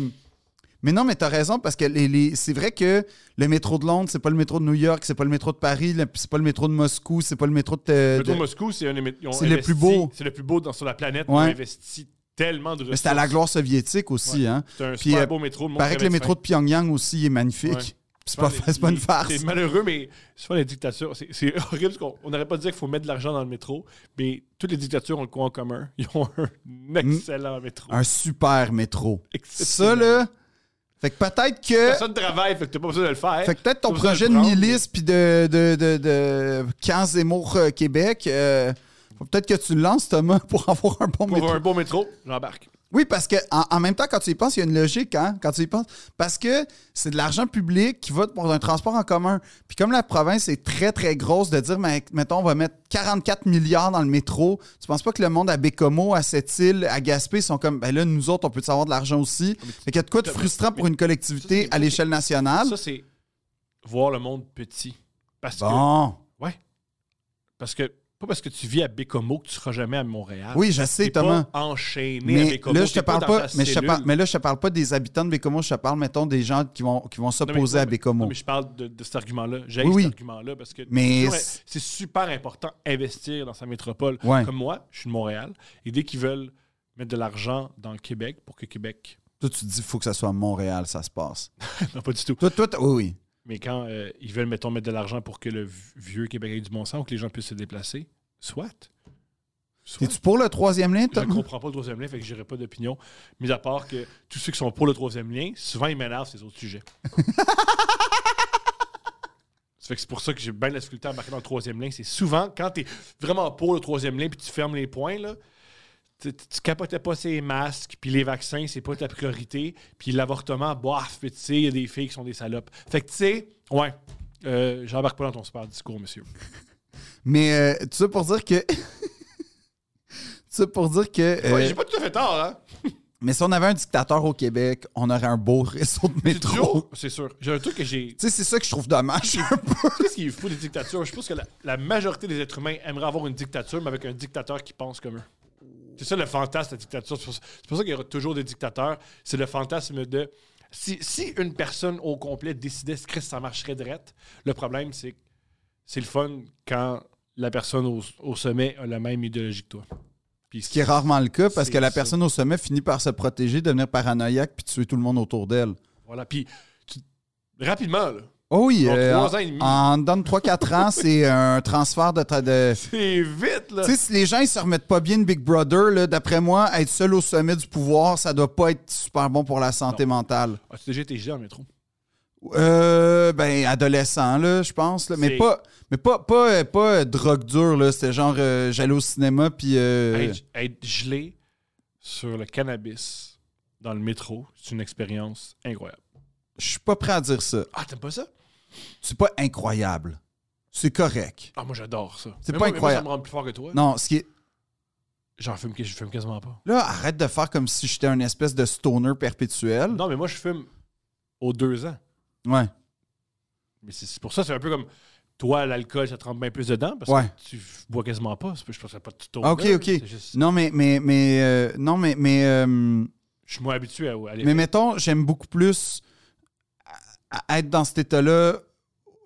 Speaker 1: mais non, mais t'as raison, parce que les, les- c'est vrai que le métro de Londres, c'est pas le métro de New York, c'est pas le métro de Paris, le- c'est pas le métro de Moscou, c'est pas le métro de.
Speaker 2: Le
Speaker 1: de-
Speaker 2: métro de Moscou, c'est un des mé- ils ont
Speaker 1: C'est le
Speaker 2: investi-
Speaker 1: plus beau.
Speaker 2: C'est le plus beau dans, sur la planète.
Speaker 1: Ouais.
Speaker 2: On investit tellement de
Speaker 1: mais
Speaker 2: ressources.
Speaker 1: c'était à la gloire soviétique aussi, hein.
Speaker 2: C'est un
Speaker 1: Puis,
Speaker 2: super
Speaker 1: euh,
Speaker 2: beau métro. monde
Speaker 1: paraît que le
Speaker 2: avait
Speaker 1: métro
Speaker 2: faim.
Speaker 1: de Pyongyang aussi est magnifique.
Speaker 2: Ouais.
Speaker 1: C'est pas,
Speaker 2: Les-
Speaker 1: c'est pas une
Speaker 2: les-
Speaker 1: farce.
Speaker 2: C'est malheureux, mais souvent les dictatures, c'est- c'est horrible. parce qu'on- On n'aurait pas dit qu'il faut mettre de l'argent dans le métro, mais toutes les dictatures ont le quoi en commun? Ils ont un excellent métro.
Speaker 1: Mm. Un super métro. Ça,
Speaker 2: Exceptionnel.
Speaker 1: là. Fait que peut-être que.
Speaker 2: Personne ne travaille, fait que t'as pas besoin de le faire.
Speaker 1: Fait que peut-être ton
Speaker 2: T'as besoin de
Speaker 1: projet de
Speaker 2: prendre,
Speaker 1: milice puis de, de, de, de Camp Zemmour, euh, Québec, euh, faut peut-être que tu le lances, Thomas, pour avoir un bon
Speaker 2: Pour
Speaker 1: métro.
Speaker 2: un beau métro, j'embarque.
Speaker 1: Oui, parce que en, en même temps, quand tu y penses, il y a une logique, hein, quand tu y penses. Parce que c'est de l'argent public qui va pour un transport en commun. Puis comme la province est très, très grosse, de dire, mais, mettons, on va mettre 44 milliards dans le métro, tu penses pas que le monde à Bécomo, à Sept-Îles, à Gaspé, sont comme, ben là, nous autres, on peut savoir de l'argent aussi.
Speaker 2: Ah,
Speaker 1: Fait qu'il y a de quoi de frustrant pour une collectivité à l'échelle nationale.
Speaker 2: Ça, c'est voir le monde petit. Parce que,
Speaker 1: Bon.
Speaker 2: parce que, pas parce que tu vis à Bécomo que tu seras jamais à Montréal.
Speaker 1: Oui, je sais,
Speaker 2: T'es pas
Speaker 1: Thomas.
Speaker 2: enchaîné à
Speaker 1: Mais
Speaker 2: Bécomo.
Speaker 1: là, je te
Speaker 2: t'es
Speaker 1: parle
Speaker 2: dans
Speaker 1: pas,
Speaker 2: ta
Speaker 1: mais je te
Speaker 2: cellule.
Speaker 1: parle, mais là, je te parle pas des habitants de Bécomo, je te parle, mettons, des gens qui vont, qui vont
Speaker 2: Non, mais-
Speaker 1: s'opposer à Bécomo.
Speaker 2: Non, mais je parle de, de cet argument-là. J'ai
Speaker 1: Oui, oui.
Speaker 2: cet argument-là parce que
Speaker 1: Mais
Speaker 2: Ouais,
Speaker 1: c'est-
Speaker 2: c'est super important investir dans sa métropole.
Speaker 1: Ouais.
Speaker 2: Comme moi, je suis de Montréal. Et dès qu'ils veulent mettre de l'argent dans le Québec pour que Québec.
Speaker 1: Toi, tu te dis, il faut que ça soit à Montréal, ça se passe.
Speaker 2: non, pas du tout.
Speaker 1: Toi, toi, t'as- oui, oui.
Speaker 2: Mais quand euh, ils veulent, mettons, mettre de l'argent pour que le v- vieux Québec ait du bon sens ou que les gens puissent se déplacer, soit. Soit.
Speaker 1: T'es-tu pour le troisième lien,
Speaker 2: Je ne
Speaker 1: Thomas?
Speaker 2: comprends pas le troisième lien, fait que je pas d'opinion. Mis à part que tous ceux qui sont pour le troisième lien, souvent ils m'énervent ces autres sujets. Ça fait que c'est pour ça que j'ai bien de la difficulté à embarquer dans le troisième lien. C'est souvent quand tu es vraiment pour le troisième lien puis tu fermes les points, là, tu, tu- tu capotais pas ces masques, puis les vaccins, c'est pas ta priorité, puis l'avortement, bof, puis tu sais, il y a des filles qui sont des salopes. Fait que tu sais, ouais, euh, j'embarque pas dans ton super discours, monsieur.
Speaker 1: Mais euh, tout ça pour dire que. tout ça pour dire que. euh,
Speaker 2: Ouais, j'ai pas tout à fait tort, hein?
Speaker 1: mais si on avait un dictateur au Québec, on aurait un beau réseau de
Speaker 2: C'est toujours-
Speaker 1: métro.
Speaker 2: C'est sûr. J'ai un truc que j'ai.
Speaker 1: Tu sais, c'est ça que je trouve dommage.
Speaker 2: Qu'est-ce qui est fou des dictatures? Je pense que la, la majorité des êtres humains aimeraient avoir une dictature, mais avec un dictateur qui pense comme eux. C'est ça le fantasme de la dictature. C'est pour ça, c'est pour ça qu'il y aura toujours des dictateurs. C'est le fantasme de. Si, si une personne au complet décidait ce Christ, ça marcherait direct, le problème, c'est que c'est le fun quand la personne au, au sommet a la même idéologie que toi. Puis
Speaker 1: Ce qui est rarement le cas parce
Speaker 2: C'est
Speaker 1: que la
Speaker 2: ça.
Speaker 1: personne au sommet finit par se protéger, devenir paranoïaque puis tuer tout le monde autour d'elle.
Speaker 2: Voilà. Puis tu- rapidement, là,
Speaker 1: Oh oui,
Speaker 2: en
Speaker 1: euh,
Speaker 2: trois ans et demi,
Speaker 1: en dedans de 3-4 ans, c'est un transfert de. tra- de...
Speaker 2: c'est vite, là.
Speaker 1: Tu sais, si les gens ils se remettent pas bien de Big Brother, là, d'après moi, être seul au sommet du pouvoir, ça doit pas être super bon pour la santé mentale.
Speaker 2: As-tu Ah, déjà été gelé en métro?
Speaker 1: Euh, ben, adolescent, là, je pense. là. Mais,
Speaker 2: C'est-
Speaker 1: pas, mais pas, pas, euh, pas euh, drogue dure, là. C'était genre, euh, j'allais au cinéma, puis... euh,
Speaker 2: être, être gelé sur le cannabis dans le métro, c'est une expérience incroyable.
Speaker 1: je suis pas prêt à dire ça.
Speaker 2: Ah, t'aimes pas ça?
Speaker 1: C'est pas incroyable. C'est correct.
Speaker 2: Ah, moi j'adore ça.
Speaker 1: C'est pas
Speaker 2: Mais moi- mais moi,
Speaker 1: incroyable.
Speaker 2: ça me rend plus fort que toi.
Speaker 1: Non, ce qui est...
Speaker 2: J'en fume, que- je fume quasiment pas.
Speaker 1: Là, arrête de faire comme si j'étais un espèce de stoner perpétuel.
Speaker 2: Non, mais moi je fume aux deux ans.
Speaker 1: Ouais.
Speaker 2: Mais c'est c'est pour ça, c'est un peu comme toi, l'alcool, ça te rentre bien plus dedans parce
Speaker 1: Ouais.
Speaker 2: que tu f- bois quasiment pas. C'est pas- Je pense que c'est pas tout
Speaker 1: Ah, ok, ok. Non, mais... mais, mais euh, non, mais... mais euh,
Speaker 2: Je suis moins habitué à aller.
Speaker 1: Mais mettons, j'aime beaucoup plus à- à être dans cet état-là,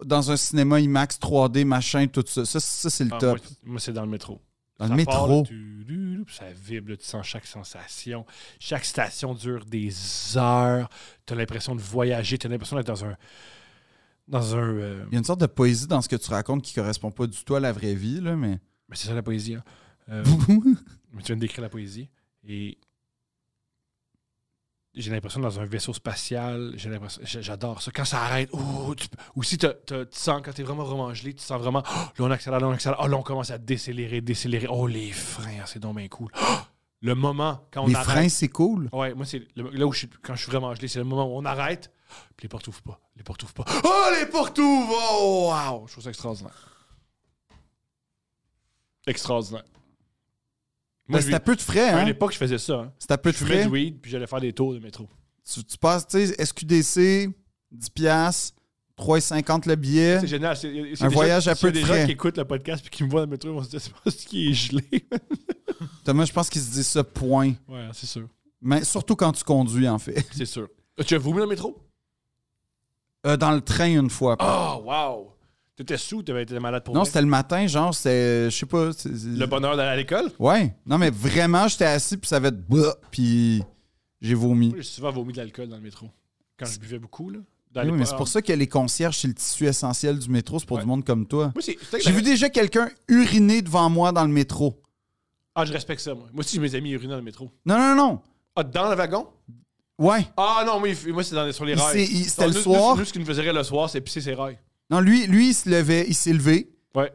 Speaker 1: dans un cinéma IMAX 3D, machin, tout ça. Ça, ça, c'est le
Speaker 2: Ah,
Speaker 1: top.
Speaker 2: moi, moi, c'est dans le métro.
Speaker 1: Dans le
Speaker 2: Ça part,
Speaker 1: métro.
Speaker 2: là, tu- tu- tu- puis ça vibre, là, tu sens chaque sensation. Chaque station dure des heures. Tu as l'impression de voyager, tu as l'impression d'être dans un. Dans un. euh,
Speaker 1: Il y a une sorte de poésie dans ce que tu racontes qui correspond pas du tout à la vraie vie, là, mais.
Speaker 2: mais c'est ça la poésie. hein. Euh, mais tu viens de décrire la poésie. Et. J'ai l'impression d'être dans un vaisseau spatial. J'ai l'impression. j'a- J'adore ça. Quand ça arrête. oh, tu- ou si t'as- t'as- tu sens, quand t'es vraiment, vraiment gelé, tu sens vraiment. oh, là, on accélère, là, on accélère. Oh, là, on commence à décélérer, décélérer. Oh, les freins, c'est donc bien cool. Oh, le moment quand on
Speaker 1: Les
Speaker 2: arrête.
Speaker 1: freins, c'est cool.
Speaker 2: Ouais, moi, c'est le- là où je suis, quand je suis vraiment gelé, c'est le moment où on arrête, puis les portes ouvrent pas. Les portes ouvrent pas. Oh, les portes ouvrent! Oh, wow! Je trouve ça extraordinaire. extraordinaire. Moi,
Speaker 1: Ben,
Speaker 2: je
Speaker 1: c'est à peu de frais,
Speaker 2: À
Speaker 1: hein?
Speaker 2: l'époque, je faisais ça. hein.
Speaker 1: C'est à peu de
Speaker 2: Je fumais
Speaker 1: frais.
Speaker 2: du weed, puis j'allais faire des tours de métro.
Speaker 1: Tu, tu passes, tu sais, SQDC, 10 piastres, 3,50 le billet.
Speaker 2: C'est génial. c'est- c'est
Speaker 1: Un
Speaker 2: des
Speaker 1: voyage
Speaker 2: gens-
Speaker 1: à peu
Speaker 2: c'est
Speaker 1: de
Speaker 2: des
Speaker 1: frais.
Speaker 2: gens qui écoutent le podcast puis qui me voient dans le métro, ils vont se dire c'est pas ce qui est gelé.
Speaker 1: Thomas, je pense qu'ils se disent ça, point.
Speaker 2: ouais, c'est sûr.
Speaker 1: Mais surtout quand tu conduis, en fait.
Speaker 2: C'est sûr. Tu as vomi dans le métro?
Speaker 1: Euh, dans le train, une fois.
Speaker 2: Oh, wow! T'étais sous, t'avais été malade pour
Speaker 1: non,
Speaker 2: vrai.
Speaker 1: c'était le matin, genre, c'était, je sais pas. c'est- c'est-
Speaker 2: le bonheur d'aller à l'école?
Speaker 1: Ouais. Non, mais vraiment, j'étais assis, puis ça avait de... Bah Puis j'ai vomi.
Speaker 2: Moi, j'ai souvent vomi de l'alcool dans le métro. Quand je buvais beaucoup, là. Dans
Speaker 1: Oui,
Speaker 2: les-
Speaker 1: mais c'est pour ça que les concierges, c'est le tissu essentiel du métro, c'est pour
Speaker 2: Ouais.
Speaker 1: du monde comme toi.
Speaker 2: Moi, c'est- c'est que
Speaker 1: J'ai vu déjà quelqu'un uriner devant moi dans le métro.
Speaker 2: Ah, je respecte ça, moi. Moi aussi, j'ai mes amis urinent dans le métro.
Speaker 1: Non, non, non.
Speaker 2: Ah, dans le wagon?
Speaker 1: Ouais.
Speaker 2: Ah non, moi, il- moi c'est dans les- sur les
Speaker 1: Il
Speaker 2: rails.
Speaker 1: s'est- il- c'était
Speaker 2: Non,
Speaker 1: le
Speaker 2: nous-
Speaker 1: soir.
Speaker 2: Nous, nous, ce qui nous faisait rire le soir, c'est pisser ses rails.
Speaker 1: Non, lui, lui, il se levait, il s'est levé.
Speaker 2: Ouais.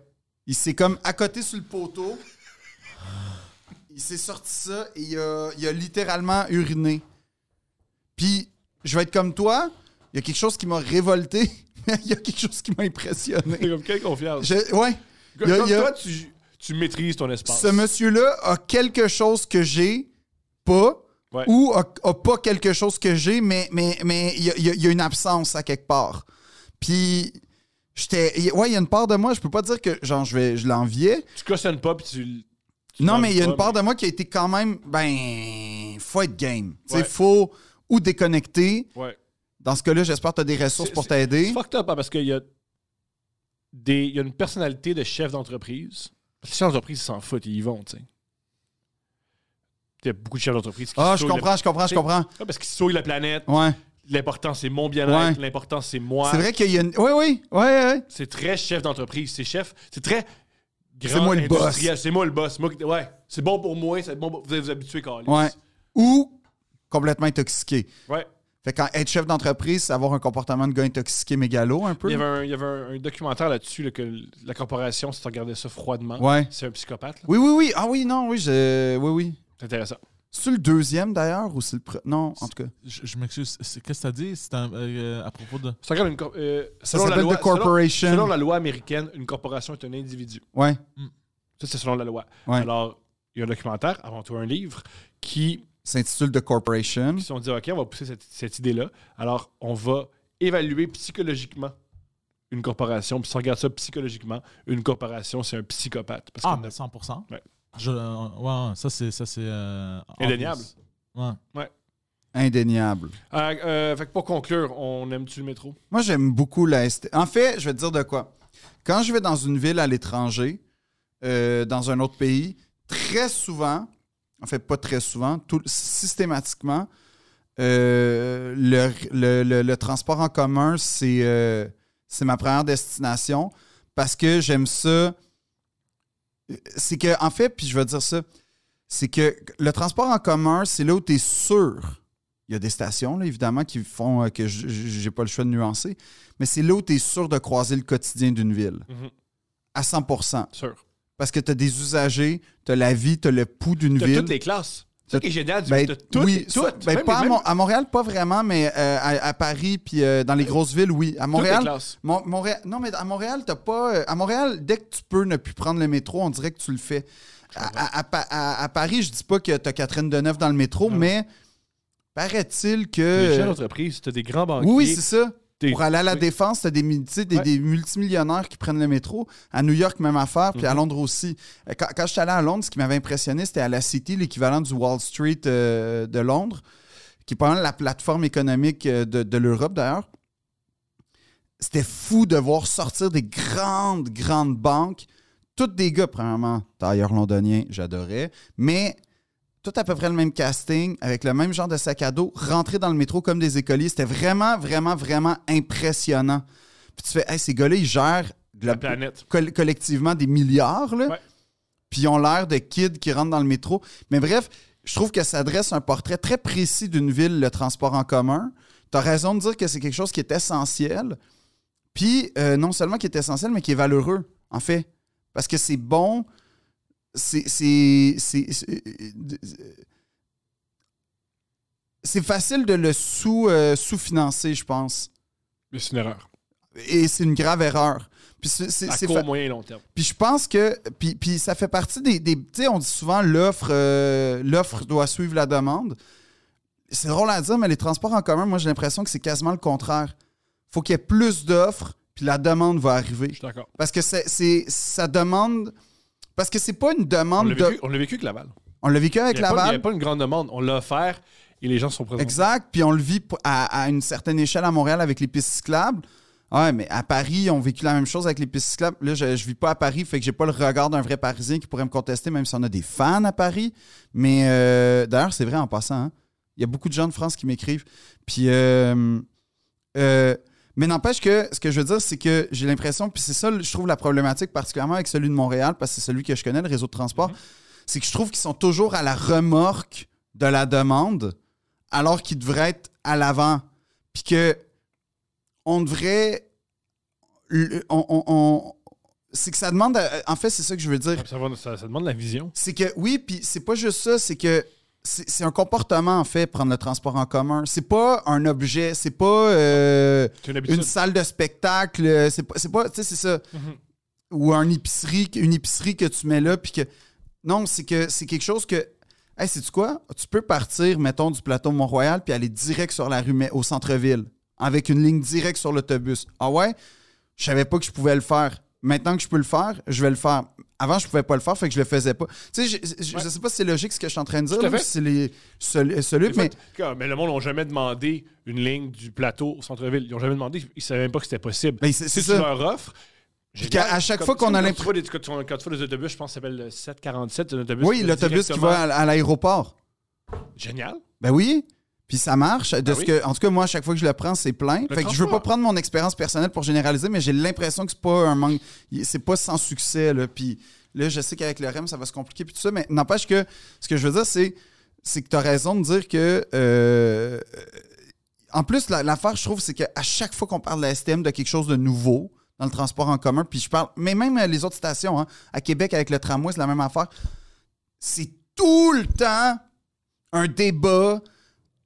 Speaker 1: Il s'est comme accoté sur le poteau. Il s'est sorti ça et il a, il a littéralement uriné. Puis, je vais être comme toi, il y a quelque chose qui m'a révolté, mais il y a quelque chose qui m'a impressionné.
Speaker 2: C'est comme quelle confiance.
Speaker 1: Je- ouais.
Speaker 2: Comme
Speaker 1: y a-
Speaker 2: comme
Speaker 1: y a-
Speaker 2: toi, tu, tu maîtrises ton espace.
Speaker 1: Ce monsieur-là a quelque chose que j'ai pas
Speaker 2: Ouais.
Speaker 1: ou a, a pas quelque chose que j'ai, mais mais mais il y, a- il y a- il y a une absence à quelque part. Puis j'étais il- ouais, il y a une part de moi, je peux pas dire que genre je vais je l'enviais.
Speaker 2: Tu cautionnes pas, puis tu... l- tu
Speaker 1: Non,
Speaker 2: l'aimes
Speaker 1: mais il y a
Speaker 2: pas,
Speaker 1: une part de moi qui a été quand même ben faut être game. Tu sais,
Speaker 2: Ouais.
Speaker 1: faut ou déconnecter.
Speaker 2: Ouais.
Speaker 1: Dans ce cas-là, j'espère que tu as des ressources
Speaker 2: C'est-
Speaker 1: pour
Speaker 2: C'est
Speaker 1: t'aider.
Speaker 2: fucked up, hein, parce qu'il y a, des, il y a une personnalité de chef d'entreprise. Parce que Les chefs d'entreprise, ils s'en foutent, ils y vont, tu sais. Il y a beaucoup de chefs d'entreprise qui
Speaker 1: Ah, je
Speaker 2: souillent la-
Speaker 1: comprends, je comprends, je comprends.
Speaker 2: Ah, parce qu'ils souillent la planète.
Speaker 1: Ouais.
Speaker 2: L'important, c'est mon bien-être.
Speaker 1: Ouais.
Speaker 2: L'important, c'est moi.
Speaker 1: C'est vrai qu'il y a une Oui, oui. Ouais, ouais.
Speaker 2: C'est très chef d'entreprise. C'est chef. C'est très grand
Speaker 1: C'est moi le boss.
Speaker 2: industriel. C'est moi le boss. Moi, qui- ouais, c'est bon pour moi. C'est bon pour- vous allez vous habituer, Carlis.
Speaker 1: Ouais. Ou complètement intoxiqué.
Speaker 2: Ouais.
Speaker 1: Fait quand être chef d'entreprise, c'est avoir un comportement de gars intoxiqué mégalo un peu.
Speaker 2: Il y avait un, il y avait un- un documentaire là-dessus là, que la corporation, si tu regardais ça froidement,
Speaker 1: Ouais.
Speaker 2: c'est un psychopathe. là.
Speaker 1: Oui, oui, oui. Ah oui, non, oui, je... oui, oui.
Speaker 2: C'est intéressant.
Speaker 1: C'est le deuxième d'ailleurs ou c'est le pre- Non, en tout cas.
Speaker 3: Je, je m'excuse. c'est- Qu'est-ce que t'as dit C'est un- euh, à propos de.
Speaker 2: C'est encore une cor- euh,
Speaker 1: Ça
Speaker 2: selon la
Speaker 1: s'appelle
Speaker 2: loi,
Speaker 1: The Corporation.
Speaker 2: Selon, selon la loi américaine, une corporation est un individu.
Speaker 1: Ouais.
Speaker 2: Ça, c'est selon la loi.
Speaker 1: Ouais.
Speaker 2: Alors, il y a un documentaire, avant tout un livre, qui
Speaker 1: S'intitule The Corporation.
Speaker 2: qui se sont dit OK, on va pousser cette, cette idée-là. Alors, on va évaluer psychologiquement une corporation. Puis si on regarde ça psychologiquement, une corporation, c'est un psychopathe. Parce
Speaker 3: Ah,
Speaker 2: qu'on
Speaker 3: mais 100%.
Speaker 2: Ouais.
Speaker 3: Je, euh, ouais, ouais, ça c'est. ça c'est euh,
Speaker 2: Indéniable.
Speaker 3: obvious. Ouais.
Speaker 1: Indéniable.
Speaker 2: a- Euh, euh, fait que pour conclure, on aime-tu le métro?
Speaker 1: Moi, j'aime beaucoup la ST. En fait, je vais te dire de quoi. Quand je vais dans une ville à l'étranger, euh, dans un autre pays, très souvent, en fait, pas très souvent, tout, systématiquement, euh, le, le- le- le transport en commun, c'est euh, c'est ma première destination parce que j'aime ça. C'est que, en fait, puis je vais te dire ça, c'est que le transport en commun, c'est là où tu es sûr il y a des stations, là, évidemment, qui font euh, que j- j- j'ai pas le choix de nuancer, mais c'est là où tu es sûr de croiser le quotidien d'une ville.
Speaker 2: Mhm.
Speaker 1: À 100
Speaker 2: Sûr.
Speaker 1: Parce que tu as des usagers, tu as la vie, tu as le pouls d'une
Speaker 2: T'as
Speaker 1: ville.
Speaker 2: toutes les classes. C'est
Speaker 1: T'as-
Speaker 2: ça qui est génial. du-
Speaker 1: Ben,
Speaker 2: t'as toutes,
Speaker 1: oui,
Speaker 2: toutes,
Speaker 1: ça- ben,
Speaker 2: même
Speaker 1: pas
Speaker 2: les
Speaker 1: à,
Speaker 2: mêmes-
Speaker 1: Mon- à Montréal, pas vraiment, mais euh, à, à Paris, puis euh, dans les grosses villes, oui. À
Speaker 2: toutes les
Speaker 1: Montréal,
Speaker 2: classes.
Speaker 1: Mon- Montréal- non, mais à Montréal, t'as pas. euh, à Montréal, dès que tu peux ne plus prendre le métro, on dirait que tu le fais. À, à- à Pa- à- à Paris, je dis pas que t'as Catherine Deneuve dans le métro, mais paraît-il
Speaker 2: Les
Speaker 1: que.
Speaker 2: chefs d'entreprise, t'as des grands banquiers.
Speaker 1: Euh, Oui, oui, c'est ça.
Speaker 2: t'es-
Speaker 1: Pour aller à la
Speaker 2: oui.
Speaker 1: défense, t'as des, mil- tu sais, des,
Speaker 2: Ouais.
Speaker 1: des multimillionnaires qui prennent le métro. À New York, même affaire,
Speaker 2: Mm-hmm.
Speaker 1: puis à Londres aussi. Euh, Quand, quand j'étais allé à Londres, ce qui m'avait impressionné, c'était à la City, l'équivalent du Wall Street euh, de Londres, qui est pas mal la plateforme économique euh, de, de l'Europe d'ailleurs. C'était fou de voir sortir des grandes, grandes banques. Toutes des gars, premièrement, tailleurs londoniens, j'adorais, mais tout à peu près le même casting, avec le même genre de sac à dos, rentrer dans le métro comme des écoliers. C'était vraiment, vraiment, vraiment impressionnant. Puis tu fais, hey, ces gars-là, ils gèrent
Speaker 2: La
Speaker 1: glo-
Speaker 2: planète.
Speaker 1: coll- collectivement des milliards, là.
Speaker 2: Ouais.
Speaker 1: Puis ils ont l'air de kids qui rentrent dans le métro. Mais bref, je trouve que ça dresse un portrait très précis d'une ville, le transport en commun. Tu as raison de dire que c'est quelque chose qui est essentiel. Puis euh, non seulement qui est essentiel, mais qui est valeureux, en fait. Parce que c'est bon. C'est. C'est c'est- c'est- c'est facile de le sous, euh, sous-financer, je pense.
Speaker 2: Mais c'est une erreur.
Speaker 1: Et c'est une grave erreur. Puis c'est- c'est-
Speaker 2: à
Speaker 1: c'est
Speaker 2: court,
Speaker 1: fa-
Speaker 2: moyen et long terme.
Speaker 1: puis je pense que. Puis, puis ça fait partie des. des- tu sais, on dit souvent l'offre euh, l'offre doit suivre la demande. C'est drôle à dire, mais les transports en commun, moi, j'ai l'impression que c'est quasiment le contraire. faut qu'il y ait plus d'offres, puis la demande va
Speaker 2: Je
Speaker 1: arriver.
Speaker 2: suis d'accord.
Speaker 1: Parce que c'est, c'est- ça demande. Parce que c'est pas une
Speaker 2: On
Speaker 1: demande.
Speaker 2: l'a
Speaker 1: de-
Speaker 2: vécu, on l'a vécu avec Laval.
Speaker 1: on l'a vécu
Speaker 2: Il
Speaker 1: avec
Speaker 2: n'y avait
Speaker 1: Laval.
Speaker 2: pas une grande demande. On l'a offert et les gens se sont présents.
Speaker 1: Exact. Puis on le vit p- à, à une certaine échelle à Montréal avec les pistes cyclables. Ouais, mais à Paris, on vécu la même chose avec les pistes cyclables. Là, je, je vis pas à Paris, fait que j'ai pas le regard d'un vrai Parisien qui pourrait me contester, même si on a des fans à Paris. Mais euh, d'ailleurs, c'est vrai en passant. hein. Il y a beaucoup de gens de France qui m'écrivent. Puis, euh, euh, mais n'empêche que ce que je veux dire, c'est que j'ai l'impression, puis c'est ça, je trouve la problématique particulièrement avec celui de Montréal, parce que c'est celui que je connais, le réseau de transport, c'est que je trouve qu'ils sont toujours à la remorque de la demande, alors qu'ils devraient être à l'avant. Puis que on devrait. le- on- on- on- c'est que ça demande. à- en fait, c'est ça que je veux dire.
Speaker 2: Ça, va- ça- ça demande la vision.
Speaker 1: C'est que oui, puis c'est pas juste ça, c'est que c'est c'est un comportement en fait prendre le transport en commun. C'est pas un objet, c'est pas euh,
Speaker 2: C'est une habitude.
Speaker 1: une salle de spectacle, euh, c'est pas c'est pas tu sais c'est ça
Speaker 2: Mhm.
Speaker 1: ou un épicerie une épicerie que tu mets là puis que non, c'est que c'est quelque chose que hey, c'est tu quoi Tu peux partir mettons du plateau Mont-Royal puis aller direct sur la rue mais au centre-ville avec une ligne directe sur l'autobus. Ah ouais je savais pas que je pouvais le faire. Maintenant que je peux le faire, je vais le faire. Avant, je pouvais pas le faire, fait que je le faisais pas. Tu sais, je, je- je sais pas si c'est logique ce que je suis en train de dire,
Speaker 2: Tout à
Speaker 1: là,
Speaker 2: fait.
Speaker 1: ou si c'est les sol-
Speaker 2: Des
Speaker 1: solide,
Speaker 2: fois,
Speaker 1: mais
Speaker 2: t'es- mais le monde n'a jamais demandé une ligne du plateau au centre-ville. Ils n'ont jamais demandé. Ils ne savaient même pas que c'était possible.
Speaker 1: mais ben, c'est
Speaker 2: si
Speaker 1: c'est ça.
Speaker 2: tu leur offres.
Speaker 1: Puis qu'à- à chaque fois qu'on a l'impression-
Speaker 2: Quand tu vois les autobus, je pense que ça s'appelle le 747, un autobus.
Speaker 1: Oui,
Speaker 2: qui va
Speaker 1: l'autobus qui
Speaker 2: directement-
Speaker 1: va à, à l'aéroport.
Speaker 2: Génial.
Speaker 1: Ben oui. Puis ça marche. De
Speaker 2: Ah
Speaker 1: ce
Speaker 2: oui.
Speaker 1: que, en tout cas, moi, à chaque fois que je le prends, c'est plein.
Speaker 2: Le
Speaker 1: fait que je veux pas
Speaker 2: transport.
Speaker 1: prendre mon expérience personnelle pour généraliser, mais j'ai l'impression que c'est pas un manque. C'est pas sans succès. Là. Puis là, je sais qu'avec le REM, ça va se compliquer. Puis tout ça, mais n'empêche que ce que je veux dire, c'est, c'est que tu as raison de dire que. euh, en plus, la- l'affaire, je trouve, c'est qu'à chaque fois qu'on parle de la STM de quelque chose de nouveau dans le transport en commun, puis je parle, mais même euh, les autres stations, hein, à Québec avec le tramway, c'est la même affaire. C'est tout le temps un débat,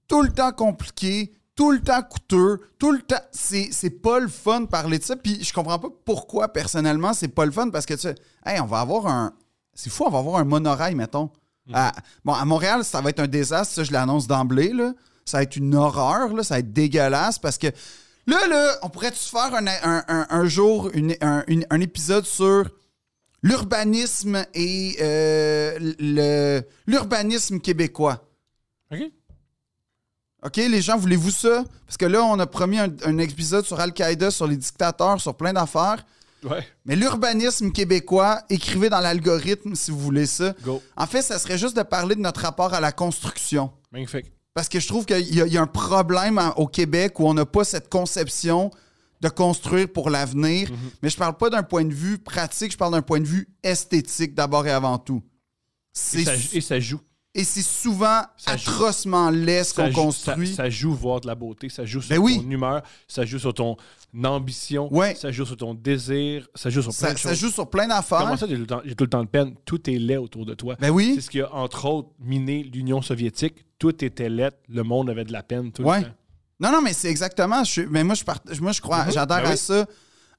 Speaker 1: tout le temps compliqué, tout le temps coûteux, tout le temps. C'est c'est pas le fun de parler de ça. Puis je comprends pas pourquoi, personnellement, c'est pas le fun parce que tu sais, hey, on va avoir un. C'est fou, on va avoir un monorail, mettons. À- bon, à Montréal, ça va être un désastre, ça, je l'annonce d'emblée, là. Ça va être une horreur, là. Ça va être dégueulasse parce que. Là, là, on pourrait-tu se faire un, un- un- un jour une- un, une- un épisode sur l'urbanisme et euh, le- l'urbanisme québécois?
Speaker 2: OK.
Speaker 1: OK, les gens, voulez-vous ça? Parce que là, on a promis un, un épisode sur Al-Qaïda, sur les dictateurs, sur plein d'affaires.
Speaker 2: Ouais.
Speaker 1: Mais l'urbanisme québécois, écrivez dans l'algorithme si vous voulez ça.
Speaker 2: Go.
Speaker 1: En fait, ça serait juste de parler de notre rapport à la construction.
Speaker 2: Magnifique.
Speaker 1: Parce que je trouve qu'il y, a- il y a un problème en- au Québec où on n'a pas cette conception de construire pour l'avenir.
Speaker 2: Mhm.
Speaker 1: Mais je parle pas d'un point de vue pratique, je parle d'un point de vue esthétique d'abord et avant tout.
Speaker 2: Et
Speaker 1: C'est-
Speaker 2: ça, et ça joue.
Speaker 1: Et c'est souvent
Speaker 2: Ça joue.
Speaker 1: atrocement laid ce
Speaker 2: Ça
Speaker 1: qu'on
Speaker 2: joue-
Speaker 1: construit.
Speaker 2: Ça, ça joue voir de la beauté, ça joue sur
Speaker 1: Ben
Speaker 2: ton
Speaker 1: oui.
Speaker 2: humeur, ça joue sur ton ambition,
Speaker 1: Ouais.
Speaker 2: ça joue sur ton désir, ça joue sur plein
Speaker 1: Ça,
Speaker 2: de
Speaker 1: ça
Speaker 2: choses.
Speaker 1: joue sur plein
Speaker 2: Comment
Speaker 1: d'affaires.
Speaker 2: ça, j'ai tout, le temps- j'ai tout le temps de peine? Tout est laid autour de toi.
Speaker 1: Ben oui.
Speaker 2: C'est ce qui a, entre autres, miné l'Union soviétique. Tout était laid, le monde avait de la peine tout
Speaker 1: Ouais.
Speaker 2: le temps.
Speaker 1: Non, non, mais c'est exactement. Je, suis- mais moi, je, part- moi, je crois, j'adhère
Speaker 2: Ben
Speaker 1: à
Speaker 2: oui.
Speaker 1: ça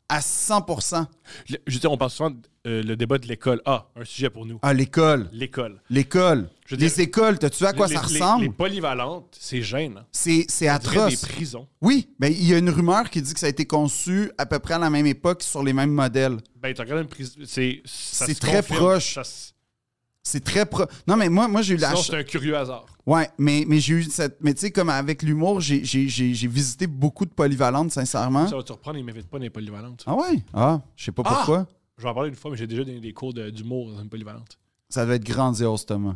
Speaker 1: à 100
Speaker 2: Je, je veux dire, on parle souvent de euh, le débat de l'école. Ah, un sujet pour nous.
Speaker 1: Ah, l'école.
Speaker 2: L'école.
Speaker 1: L'école.
Speaker 2: Je veux
Speaker 1: les
Speaker 2: dire-
Speaker 1: écoles, t'as-tu à quoi
Speaker 2: Les-
Speaker 1: ça
Speaker 2: les-
Speaker 1: ressemble?
Speaker 2: Les, polyvalentes, c'est gênant.
Speaker 1: C'est- c'est
Speaker 2: On dirait
Speaker 1: atroce.
Speaker 2: des prisons.
Speaker 1: Oui, ben, il y a une rumeur qui dit que ça a été conçu à peu près à la même époque sur les mêmes modèles.
Speaker 2: Ben, t'as quand même pris- C'est ça
Speaker 1: C'est
Speaker 2: se
Speaker 1: très
Speaker 2: confirme.
Speaker 1: proche.
Speaker 2: Ça se-
Speaker 1: C'est très pro. Non, mais moi, moi j'ai eu la
Speaker 2: Sinon,
Speaker 1: ch-
Speaker 2: c'est un curieux hasard.
Speaker 1: Ouais, mais, mais j'ai eu cette. Mais tu sais, comme avec l'humour, j'ai- j'ai j'ai- j'ai visité beaucoup de polyvalentes, sincèrement.
Speaker 2: Ça va te reprendre, il m'invite pas dans les polyvalentes.
Speaker 1: Ah ouais? Ah, je sais pas
Speaker 2: Ah!
Speaker 1: pourquoi.
Speaker 2: Je vais en parler une fois, mais j'ai déjà donné des cours de- d'humour dans une polyvalente.
Speaker 1: Ça devait être grandiose, Thomas.